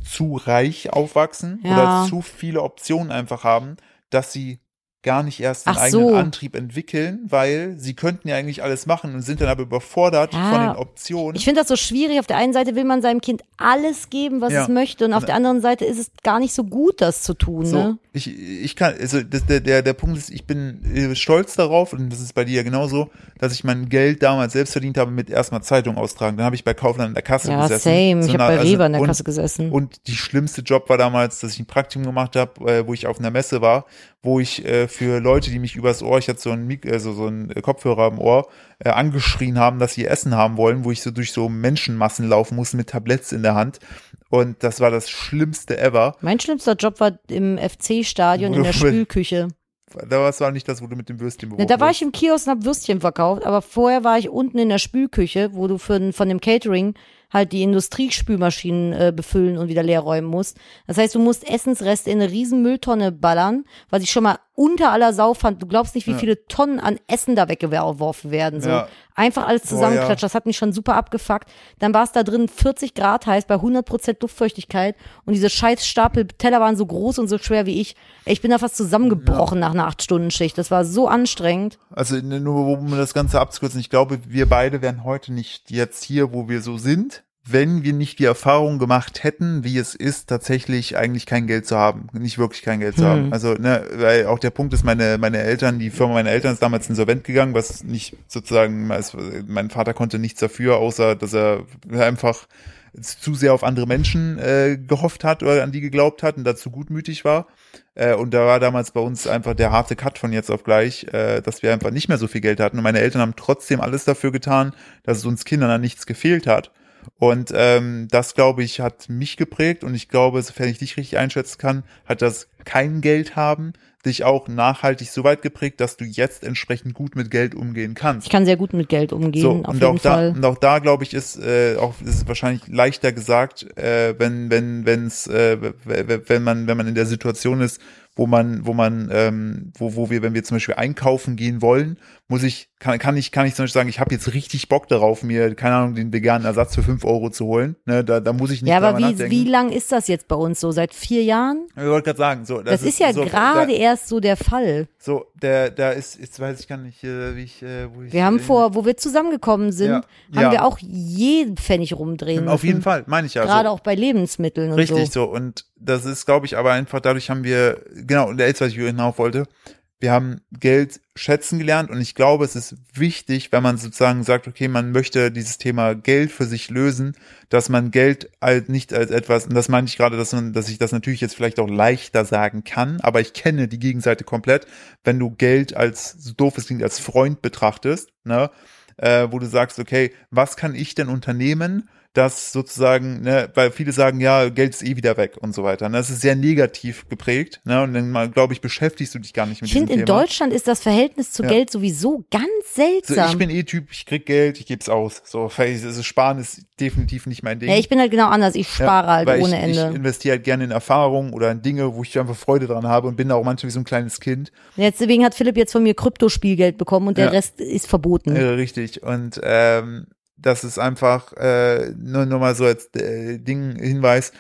S1: zu reich aufwachsen
S2: Ja.
S1: oder zu viele Optionen einfach haben, dass sie gar nicht erst den
S2: Ach
S1: eigenen
S2: so.
S1: Antrieb entwickeln, weil sie könnten ja eigentlich alles machen und sind dann aber überfordert
S2: Ja.
S1: von den Optionen.
S2: Ich finde das so schwierig. Auf der einen Seite will man seinem Kind alles geben, was
S1: Ja.
S2: es möchte, und auf der anderen Seite ist es gar nicht so gut, das zu tun.
S1: So,
S2: ne?
S1: ich, ich kann, also das, der, der, der Punkt ist, ich bin äh, stolz darauf, und das ist bei dir ja genauso, dass ich mein Geld damals selbst verdient habe mit erstmal Zeitung austragen. Dann habe ich bei Kaufland in der Kasse
S2: Ja,
S1: gesessen.
S2: same.
S1: So
S2: ich
S1: nah-
S2: habe bei
S1: also-
S2: Rewe an der
S1: und,
S2: Kasse gesessen.
S1: Und die schlimmste Job war damals, dass ich ein Praktikum gemacht habe, äh, wo ich auf einer Messe war, wo ich äh, für Leute, die mich übers Ohr, ich hatte so einen, Mik also so einen Kopfhörer im Ohr, äh, angeschrien haben, dass sie Essen haben wollen, wo ich so durch so Menschenmassen laufen musste mit Tabletts in der Hand. Und das war das Schlimmste ever.
S2: mein schlimmster Job war im FC-Stadion in der
S1: Wofür?
S2: Spülküche.
S1: Das war nicht das, wo du mit dem Würstchen
S2: Ne,
S1: beworben
S2: da war
S1: wurdest.
S2: ich im Kiosk und hab Würstchen verkauft, aber vorher war ich unten in der Spülküche, wo du für, ein- von dem Catering halt die Industriespülmaschinen äh, befüllen und wieder leer räumen musst. Das heißt, du musst Essensreste in eine riesen Mülltonne ballern, was ich schon mal unter aller Sau fand. Du glaubst nicht, wie viele Tonnen an Essen da weggeworfen werden. So.
S1: Ja.
S2: Einfach alles zusammenklatscht.
S1: ja.
S2: Das hat mich schon super abgefuckt. Dann war es da drin 40 Grad heiß bei 100% Luftfeuchtigkeit und diese scheiß Stapel Teller waren so groß und so schwer wie ich. Ey, Ich bin da fast zusammengebrochen nach einer 8-Stunden-Schicht. Das war so anstrengend.
S1: Also ne, nur um das Ganze abzukürzen, ich glaube, wir beide wären heute nicht jetzt hier, wo wir so sind, wenn wir nicht die Erfahrung gemacht hätten, wie es ist, tatsächlich eigentlich kein Geld zu haben, nicht wirklich kein
S2: Hm.
S1: Geld zu haben. Also ne, weil auch der Punkt ist, meine meine Eltern, die Firma meiner Eltern ist damals insolvent gegangen, was nicht sozusagen, es- mein Vater konnte nichts dafür, außer dass er einfach zu sehr auf andere Menschen äh, gehofft hat oder an die geglaubt hat und dazu gutmütig war. Äh, und da war damals bei uns einfach der harte Cut von jetzt auf gleich, äh, dass wir einfach nicht mehr so viel Geld hatten. Und meine Eltern haben trotzdem alles dafür getan, dass es uns Kindern an nichts gefehlt hat. Und ähm, das, glaube ich, hat mich geprägt. Und ich glaube, sofern ich dich richtig einschätzen kann, hat das kein Geld haben dich auch nachhaltig so weit geprägt, dass du jetzt entsprechend gut mit Geld umgehen kannst.
S2: Ich kann sehr gut mit Geld umgehen,
S1: So,
S2: auf
S1: und,
S2: jeden
S1: auch da,
S2: Fall.
S1: und auch da, glaube ich, ist äh, auch ist es wahrscheinlich leichter gesagt, äh, wenn wenn wenn's, äh, w- w- wenn man wenn man in der Situation ist, wo man wo man ähm, wo wo wir wenn wir zum Beispiel einkaufen gehen wollen, muss ich kann kann ich kann ich zum Beispiel sagen, ich habe jetzt richtig Bock darauf, mir keine Ahnung den veganen Ersatz für 5 Euro zu holen. Ne, da da muss ich nicht
S2: Ja, aber
S1: drüber
S2: wie,
S1: nachdenken.
S2: wie lang ist das jetzt bei uns so? Seit vier Jahren?
S1: ich wollte gerade sagen, so
S2: Das, ist, ja
S1: so,
S2: gerade
S1: da-
S2: erst so der Fall.
S1: so der da ist jetzt weiß ich gar nicht, äh, wie ich äh, wo ich
S2: Wir haben
S1: äh,
S2: vor, wo wir zusammengekommen sind,
S1: Ja.
S2: haben
S1: Ja.
S2: wir auch jeden Pfennig rumdrehen
S1: auf jeden
S2: müssen.
S1: Fall, meine ich ja. so.
S2: Gerade auch bei Lebensmitteln und
S1: Richtig
S2: so.
S1: so. Und das ist, glaube ich, aber einfach dadurch haben wir, genau, und jetzt, was ich hinauf wollte, wir haben Geld schätzen gelernt und ich glaube, es ist wichtig, wenn man sozusagen sagt, okay, man möchte dieses Thema Geld für sich lösen, dass man Geld halt nicht als etwas, und das meine ich gerade, dass man, dass ich das natürlich jetzt vielleicht auch leichter sagen kann, aber ich kenne die Gegenseite komplett, wenn du Geld als, so doof es klingt, als Freund betrachtest, ne, äh, wo du sagst, okay, was kann ich denn unternehmen, dass sozusagen, ne, weil viele sagen, ja, Geld ist eh wieder weg und so weiter. Ne? Das ist sehr negativ geprägt, ne? Und dann, glaube ich, beschäftigst du dich gar nicht mit
S2: Ich finde, in
S1: diesem Thema.
S2: Deutschland ist das Verhältnis zu
S1: Ja.
S2: Geld sowieso ganz
S1: So,
S2: seltsam.
S1: ich bin eh Typ, ich krieg Geld, ich geb's aus. So, fertig. also Sparen ist definitiv nicht mein Ding.
S2: ja, ich bin halt genau anders. Ich
S1: Ja,
S2: spare halt
S1: weil
S2: ohne
S1: ich, Ich
S2: Ende.
S1: investiere halt gerne in Erfahrungen oder in Dinge, wo ich einfach Freude dran habe und bin da auch manchmal wie so ein kleines Kind.
S2: Und jetzt, deswegen hat Philipp jetzt von mir Kryptospielgeld bekommen und
S1: Ja.
S2: der Rest ist verboten.
S1: Äh, richtig. Und ähm, das ist einfach äh, nur, nur mal so als äh, Ding Hinweis.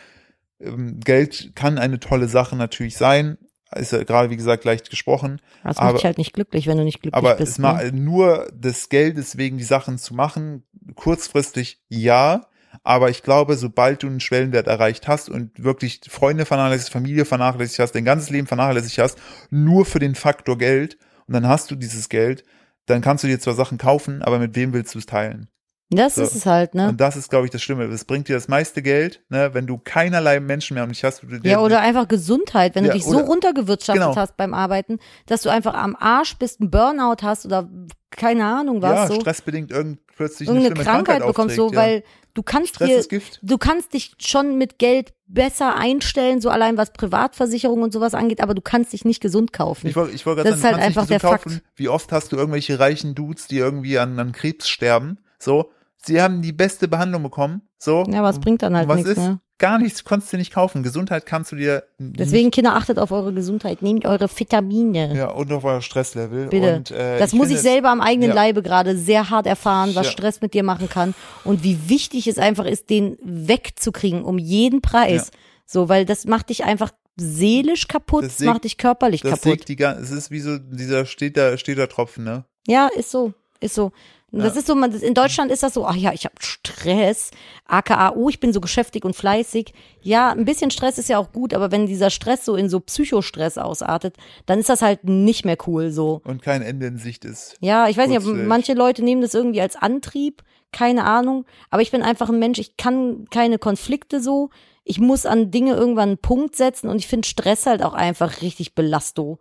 S1: Ähm, Geld kann eine tolle Sache natürlich sein. Ist ja gerade, wie gesagt, leicht gesprochen.
S2: Das macht
S1: aber-
S2: dich halt nicht glücklich, wenn du nicht glücklich
S1: Aber
S2: bist.
S1: es halt mal
S2: ne?
S1: nur des Geldes wegen die Sachen zu machen, kurzfristig ja. Aber ich glaube, sobald du einen Schwellenwert erreicht hast und wirklich Freunde vernachlässigt, Familie vernachlässigt hast, dein ganzes Leben vernachlässigt hast, nur für den Faktor Geld und dann hast du dieses Geld, dann kannst du dir zwar Sachen kaufen, aber mit wem willst du es teilen?
S2: Das
S1: so.
S2: ist es halt, ne?
S1: Und das ist, glaube ich, das Schlimme. Es bringt dir das meiste Geld, ne, wenn du keinerlei Menschen mehr um dich hast.
S2: Ja, oder einfach Gesundheit, wenn
S1: Ja,
S2: du dich so
S1: oder-
S2: runtergewirtschaftet
S1: genau.
S2: hast beim Arbeiten, dass du einfach am Arsch bist, einen Burnout hast oder keine Ahnung was
S1: ja,
S2: so.
S1: stressbedingt irgend plötzlich eine
S2: irgendeine
S1: schlimme Krankheit,
S2: Krankheit bekommst, so,
S1: aufträgt, ja.
S2: weil du kannst
S1: Stress
S2: dir,
S1: ist Gift.
S2: du kannst dich schon mit Geld besser einstellen, so allein was Privatversicherung und sowas angeht, aber du kannst dich nicht gesund kaufen.
S1: Ich wollte ich wollt gerade
S2: Das
S1: sagen,
S2: ist halt
S1: du kannst
S2: einfach
S1: dich gesund
S2: der
S1: kaufen. Wie oft hast du irgendwelche reichen Dudes, die irgendwie an, an Krebs sterben? So, sie haben die beste Behandlung bekommen. So,
S2: ja, aber es bringt dann halt
S1: was
S2: nichts,
S1: ist?
S2: ne?
S1: Gar nichts, konntest du nicht kaufen. Gesundheit kannst du dir
S2: Deswegen, Kinder, achtet auf eure Gesundheit, nehmt eure Vitamine.
S1: Ja, und auf euer Stresslevel.
S2: Bitte.
S1: Und, äh,
S2: das muss ich
S1: finde,
S2: selber am eigenen
S1: ja.
S2: Leibe gerade sehr hart erfahren, was
S1: Ja.
S2: Stress mit dir machen kann und wie wichtig es einfach ist, den wegzukriegen um jeden Preis. So, weil das macht dich einfach seelisch kaputt,
S1: Das
S2: das
S1: sägt-
S2: macht dich körperlich
S1: Das
S2: kaputt.
S1: sägt die ganze, es ist wie so dieser steter, steter Tropfen, ne?
S2: Ja, ist so, ist so. Und Das
S1: Ja.
S2: ist so, man, in Deutschland ist das so, ach ja, ich habe Stress, aka, oh, ich bin so geschäftig und fleißig. Ja, ein bisschen Stress ist ja auch gut, aber wenn dieser Stress so in so Psychostress ausartet, dann ist das halt nicht mehr cool so.
S1: Und kein Ende in Sicht ist.
S2: Ja, ich weiß nicht, ob
S1: Kurzweg.
S2: manche Leute nehmen das irgendwie als Antrieb, keine Ahnung. Aber ich bin einfach ein Mensch, ich kann keine Konflikte so. Ich muss an Dinge irgendwann einen Punkt setzen und ich finde Stress halt auch einfach richtig belasto.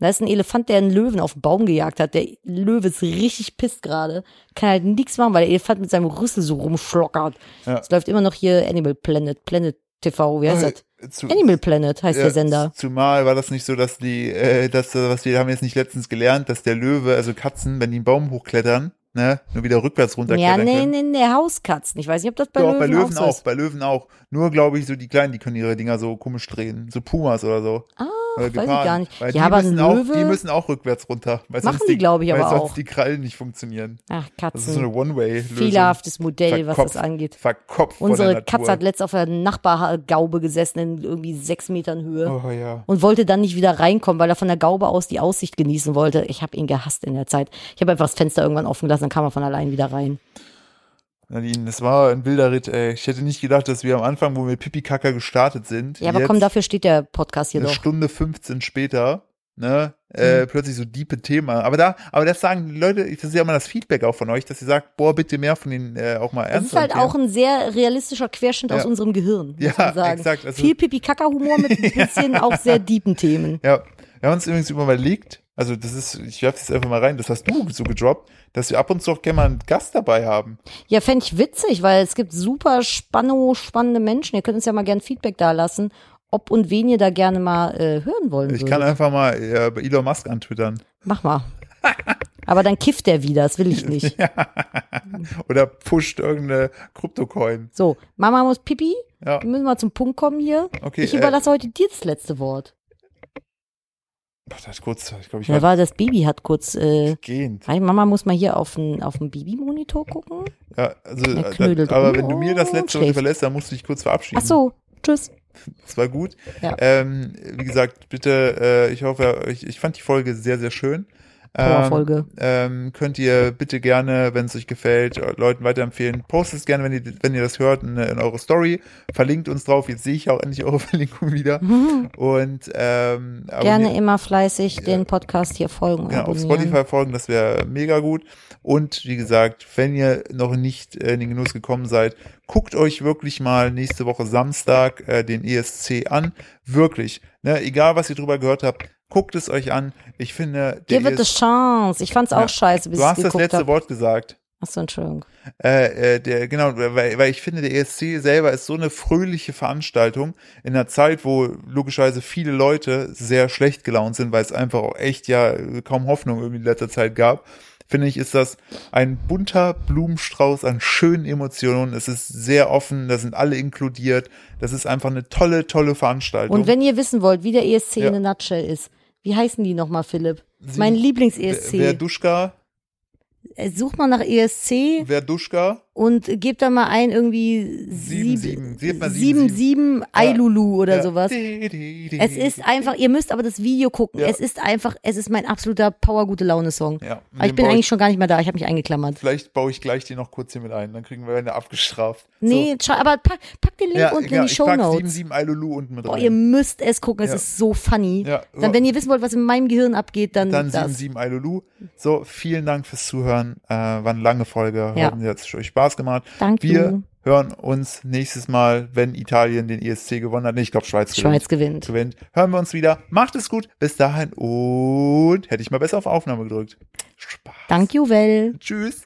S2: Da ist ein Elefant, der einen Löwen auf den Baum gejagt hat. Der Löwe ist richtig pisst gerade. Kann halt nichts machen, weil der Elefant mit seinem Rüssel so rumschlockert.
S1: Ja.
S2: Es läuft immer noch hier Animal Planet, Planet TV, wie heißt das?
S1: Äh, zu-
S2: Animal Planet heißt der Sender.
S1: Zumal war das nicht so, dass die, äh, dass, äh, was wir haben jetzt nicht letztens gelernt, dass der Löwe, also Katzen, wenn die einen Baum hochklettern, ne, nur wieder rückwärts
S2: Ja,
S1: runterklettern
S2: nee,
S1: können.
S2: nee, nee, Hauskatzen. Ich weiß nicht, ob das bei
S1: Doch,
S2: Löwen,
S1: bei Löwen
S2: auch so
S1: auch,
S2: ist.
S1: bei Löwen auch. Nur, glaube ich, so die Kleinen, die können ihre Dinger so komisch drehen. So Pumas oder so. Ah, oder
S2: weiß ich
S1: Geparden.
S2: gar nicht.
S1: Weil
S2: Ja,
S1: die,
S2: aber ein
S1: müssen auch,
S2: Löwe-
S1: die müssen auch rückwärts runter. Weil
S2: Machen
S1: sonst
S2: die, glaube ich,
S1: weil
S2: aber
S1: sonst
S2: auch.
S1: die Krallen nicht funktionieren.
S2: Ach,
S1: Das ist so
S2: Katzen.
S1: eine One-Way-Lösung.
S2: fehlerhaftes Modell, was
S1: Verkopft-
S2: das angeht.
S1: Verkopft von der
S2: Unsere
S1: Natur.
S2: Katze hat letzt auf der Nachbargaube gesessen in irgendwie sechs Metern Höhe
S1: Oh ja.
S2: und wollte dann nicht wieder reinkommen, weil er von der Gaube aus die Aussicht genießen wollte. Ich habe ihn gehasst in der Zeit. Ich habe einfach das Fenster irgendwann offen gelassen, dann kam er von allein wieder rein.
S1: Nadine, das war ein wilder Ritt, ey. Ich hätte nicht gedacht, dass wir am Anfang, wo wir Pipi-Kacker gestartet sind,
S2: Ja, aber
S1: jetzt
S2: komm, dafür steht der Podcast hier
S1: eine
S2: doch. Hm.
S1: Stunde 15 später, ne, äh, plötzlich so diepe Themen. Aber da, aber das sagen die Leute, das ist ja immer das Feedback auch von euch, dass ihr sagt, boah, bitte mehr von den äh, auch mal
S2: Das
S1: ernst.
S2: ist halt auch ein sehr realistischer Querschnitt aus
S1: Ja.
S2: unserem Gehirn, muss
S1: Ja,
S2: man sagen.
S1: exakt, also-
S2: Viel Pipi-Kaka-Humor mit ein bisschen auch sehr deepen Themen.
S1: Ja, wir haben uns übrigens überlegt, also das ist, ich werfe das einfach mal rein, das hast du so gedroppt, dass wir ab und zu auch gerne mal einen Gast dabei haben.
S2: Ja, fände ich witzig, weil es gibt super spanno, spannende Menschen. Ihr könnt uns ja mal gern Feedback da lassen, ob und wen ihr da gerne mal äh, hören wollen
S1: Ich
S2: würdet.
S1: kann einfach mal äh, bei Elon Musk antwittern.
S2: Mach mal. Aber dann kifft er wieder, das will ich nicht.
S1: Oder pusht irgendeine Kryptocoin.
S2: So, Mama muss Pipi.
S1: Ja.
S2: Wir müssen mal zum Punkt kommen hier.
S1: Okay,
S2: Genau. ich
S1: äh,
S2: überlasse heute dir das letzte Wort.
S1: Boah, das äh, kurz, ich glaube, ich
S2: Da
S1: war
S2: war das Baby hat kurz. Äh,
S1: gehend.
S2: hey, Mama muss mal hier auf den auf den Babymonitor gucken.
S1: Ja, also,
S2: Er knödelt
S1: äh, aber
S2: rum
S1: wenn du mir das letzte
S2: und
S1: Wort
S2: schläft.
S1: überlässt, dann musst du dich kurz verabschieden.
S2: Ach so, tschüss.
S1: Das war gut.
S2: Ja.
S1: Ähm, wie gesagt, bitte, äh, ich hoffe, ich, ich fand die Folge sehr, sehr schön.
S2: Powerfolge.
S1: Ähm, könnt ihr bitte gerne, wenn es euch gefällt, äh, Leuten weiterempfehlen. Postet es gerne, wenn ihr, wenn ihr das hört, in, in eure Story. Verlinkt uns drauf. Jetzt sehe ich auch endlich eure Verlinkung wieder. Und ähm,
S2: Gerne
S1: abonniert-
S2: immer fleißig den Podcast hier folgen. und
S1: ja, auf
S2: abonnieren.
S1: Spotify folgen, das wäre mega gut. Und wie gesagt, wenn ihr noch nicht äh, in den Genuss gekommen seid, guckt euch wirklich mal nächste Woche Samstag äh, den ESC an. Wirklich. Ne, egal, was ihr drüber gehört habt, guckt es euch an. Ich finde, der
S2: Give it a
S1: ESC
S2: chance. Ich fand's auch
S1: Ja.
S2: scheiße, bis
S1: du hast
S2: ich
S1: das
S2: geguckt
S1: letzte
S2: habe.
S1: Wort gesagt.
S2: Achso, Entschuldigung.
S1: Äh, äh, der, genau, weil, weil ich finde, der ESC selber ist so eine fröhliche Veranstaltung in einer Zeit, wo logischerweise viele Leute sehr schlecht gelaunt sind, weil es einfach auch echt ja äh, kaum Hoffnung irgendwie in letzter Zeit gab. Finde ich, ist das ein bunter Blumenstrauß an schönen Emotionen. Es ist sehr offen, da sind alle inkludiert. Das ist einfach eine tolle, tolle Veranstaltung.
S2: Und wenn ihr wissen wollt, wie der ESC
S1: Ja.
S2: in a nutshell ist, wie heißen die nochmal, Philipp?
S1: Sie-
S2: mein
S1: Wer
S2: Lieblings-ESC.
S1: Duschka,
S2: Äh, Sucht mal nach ESC
S1: wer Duschka,
S2: und gebt da mal ein irgendwie
S1: Sieben, sieben. Gebt mal sieben,
S2: 77 Ailulu oder sowas. Es
S1: Es
S2: ist einfach, ihr müsst aber das Video gucken.
S1: Ja.
S2: Es ist einfach, es ist mein absoluter Power-Gute-Laune-Song.
S1: Ja, mit
S2: aber Ah, ich
S1: dem
S2: bin
S1: baue ich-
S2: eigentlich schon gar nicht mehr da, ich habe mich eingeklammert.
S1: Vielleicht baue ich gleich die noch kurz hier mit ein, dann kriegen wir eine abgestraft.
S2: Nee, scha- aber pack, pack den Link
S1: ja,
S2: unten
S1: ja,
S2: in die Show
S1: Ich pack
S2: Notes.
S1: 77 Alulu unten mit
S2: Boah, ihr
S1: rein.
S2: müsst es gucken, es
S1: Ja.
S2: ist so funny.
S1: Ja, ja.
S2: Dann, wenn ihr wissen wollt, was in meinem Gehirn abgeht, dann,
S1: Dann
S2: das.
S1: 77 Alulu. So, vielen Dank fürs Zuhören. Äh, war eine lange Folge.
S2: Ja.
S1: Hoffen, sie hat es euch Spaß gemacht.
S2: Danke.
S1: Wir hören uns nächstes Mal, wenn Italien den ESC gewonnen hat. Nee, ich glaube, Schweiz,
S2: Schweiz gewinnt.
S1: gewinnt. Hören wir uns wieder. Macht es gut. Bis dahin und hätte ich mal besser auf Aufnahme gedrückt. Spaß.
S2: Thank you, Well.
S1: Tschüss.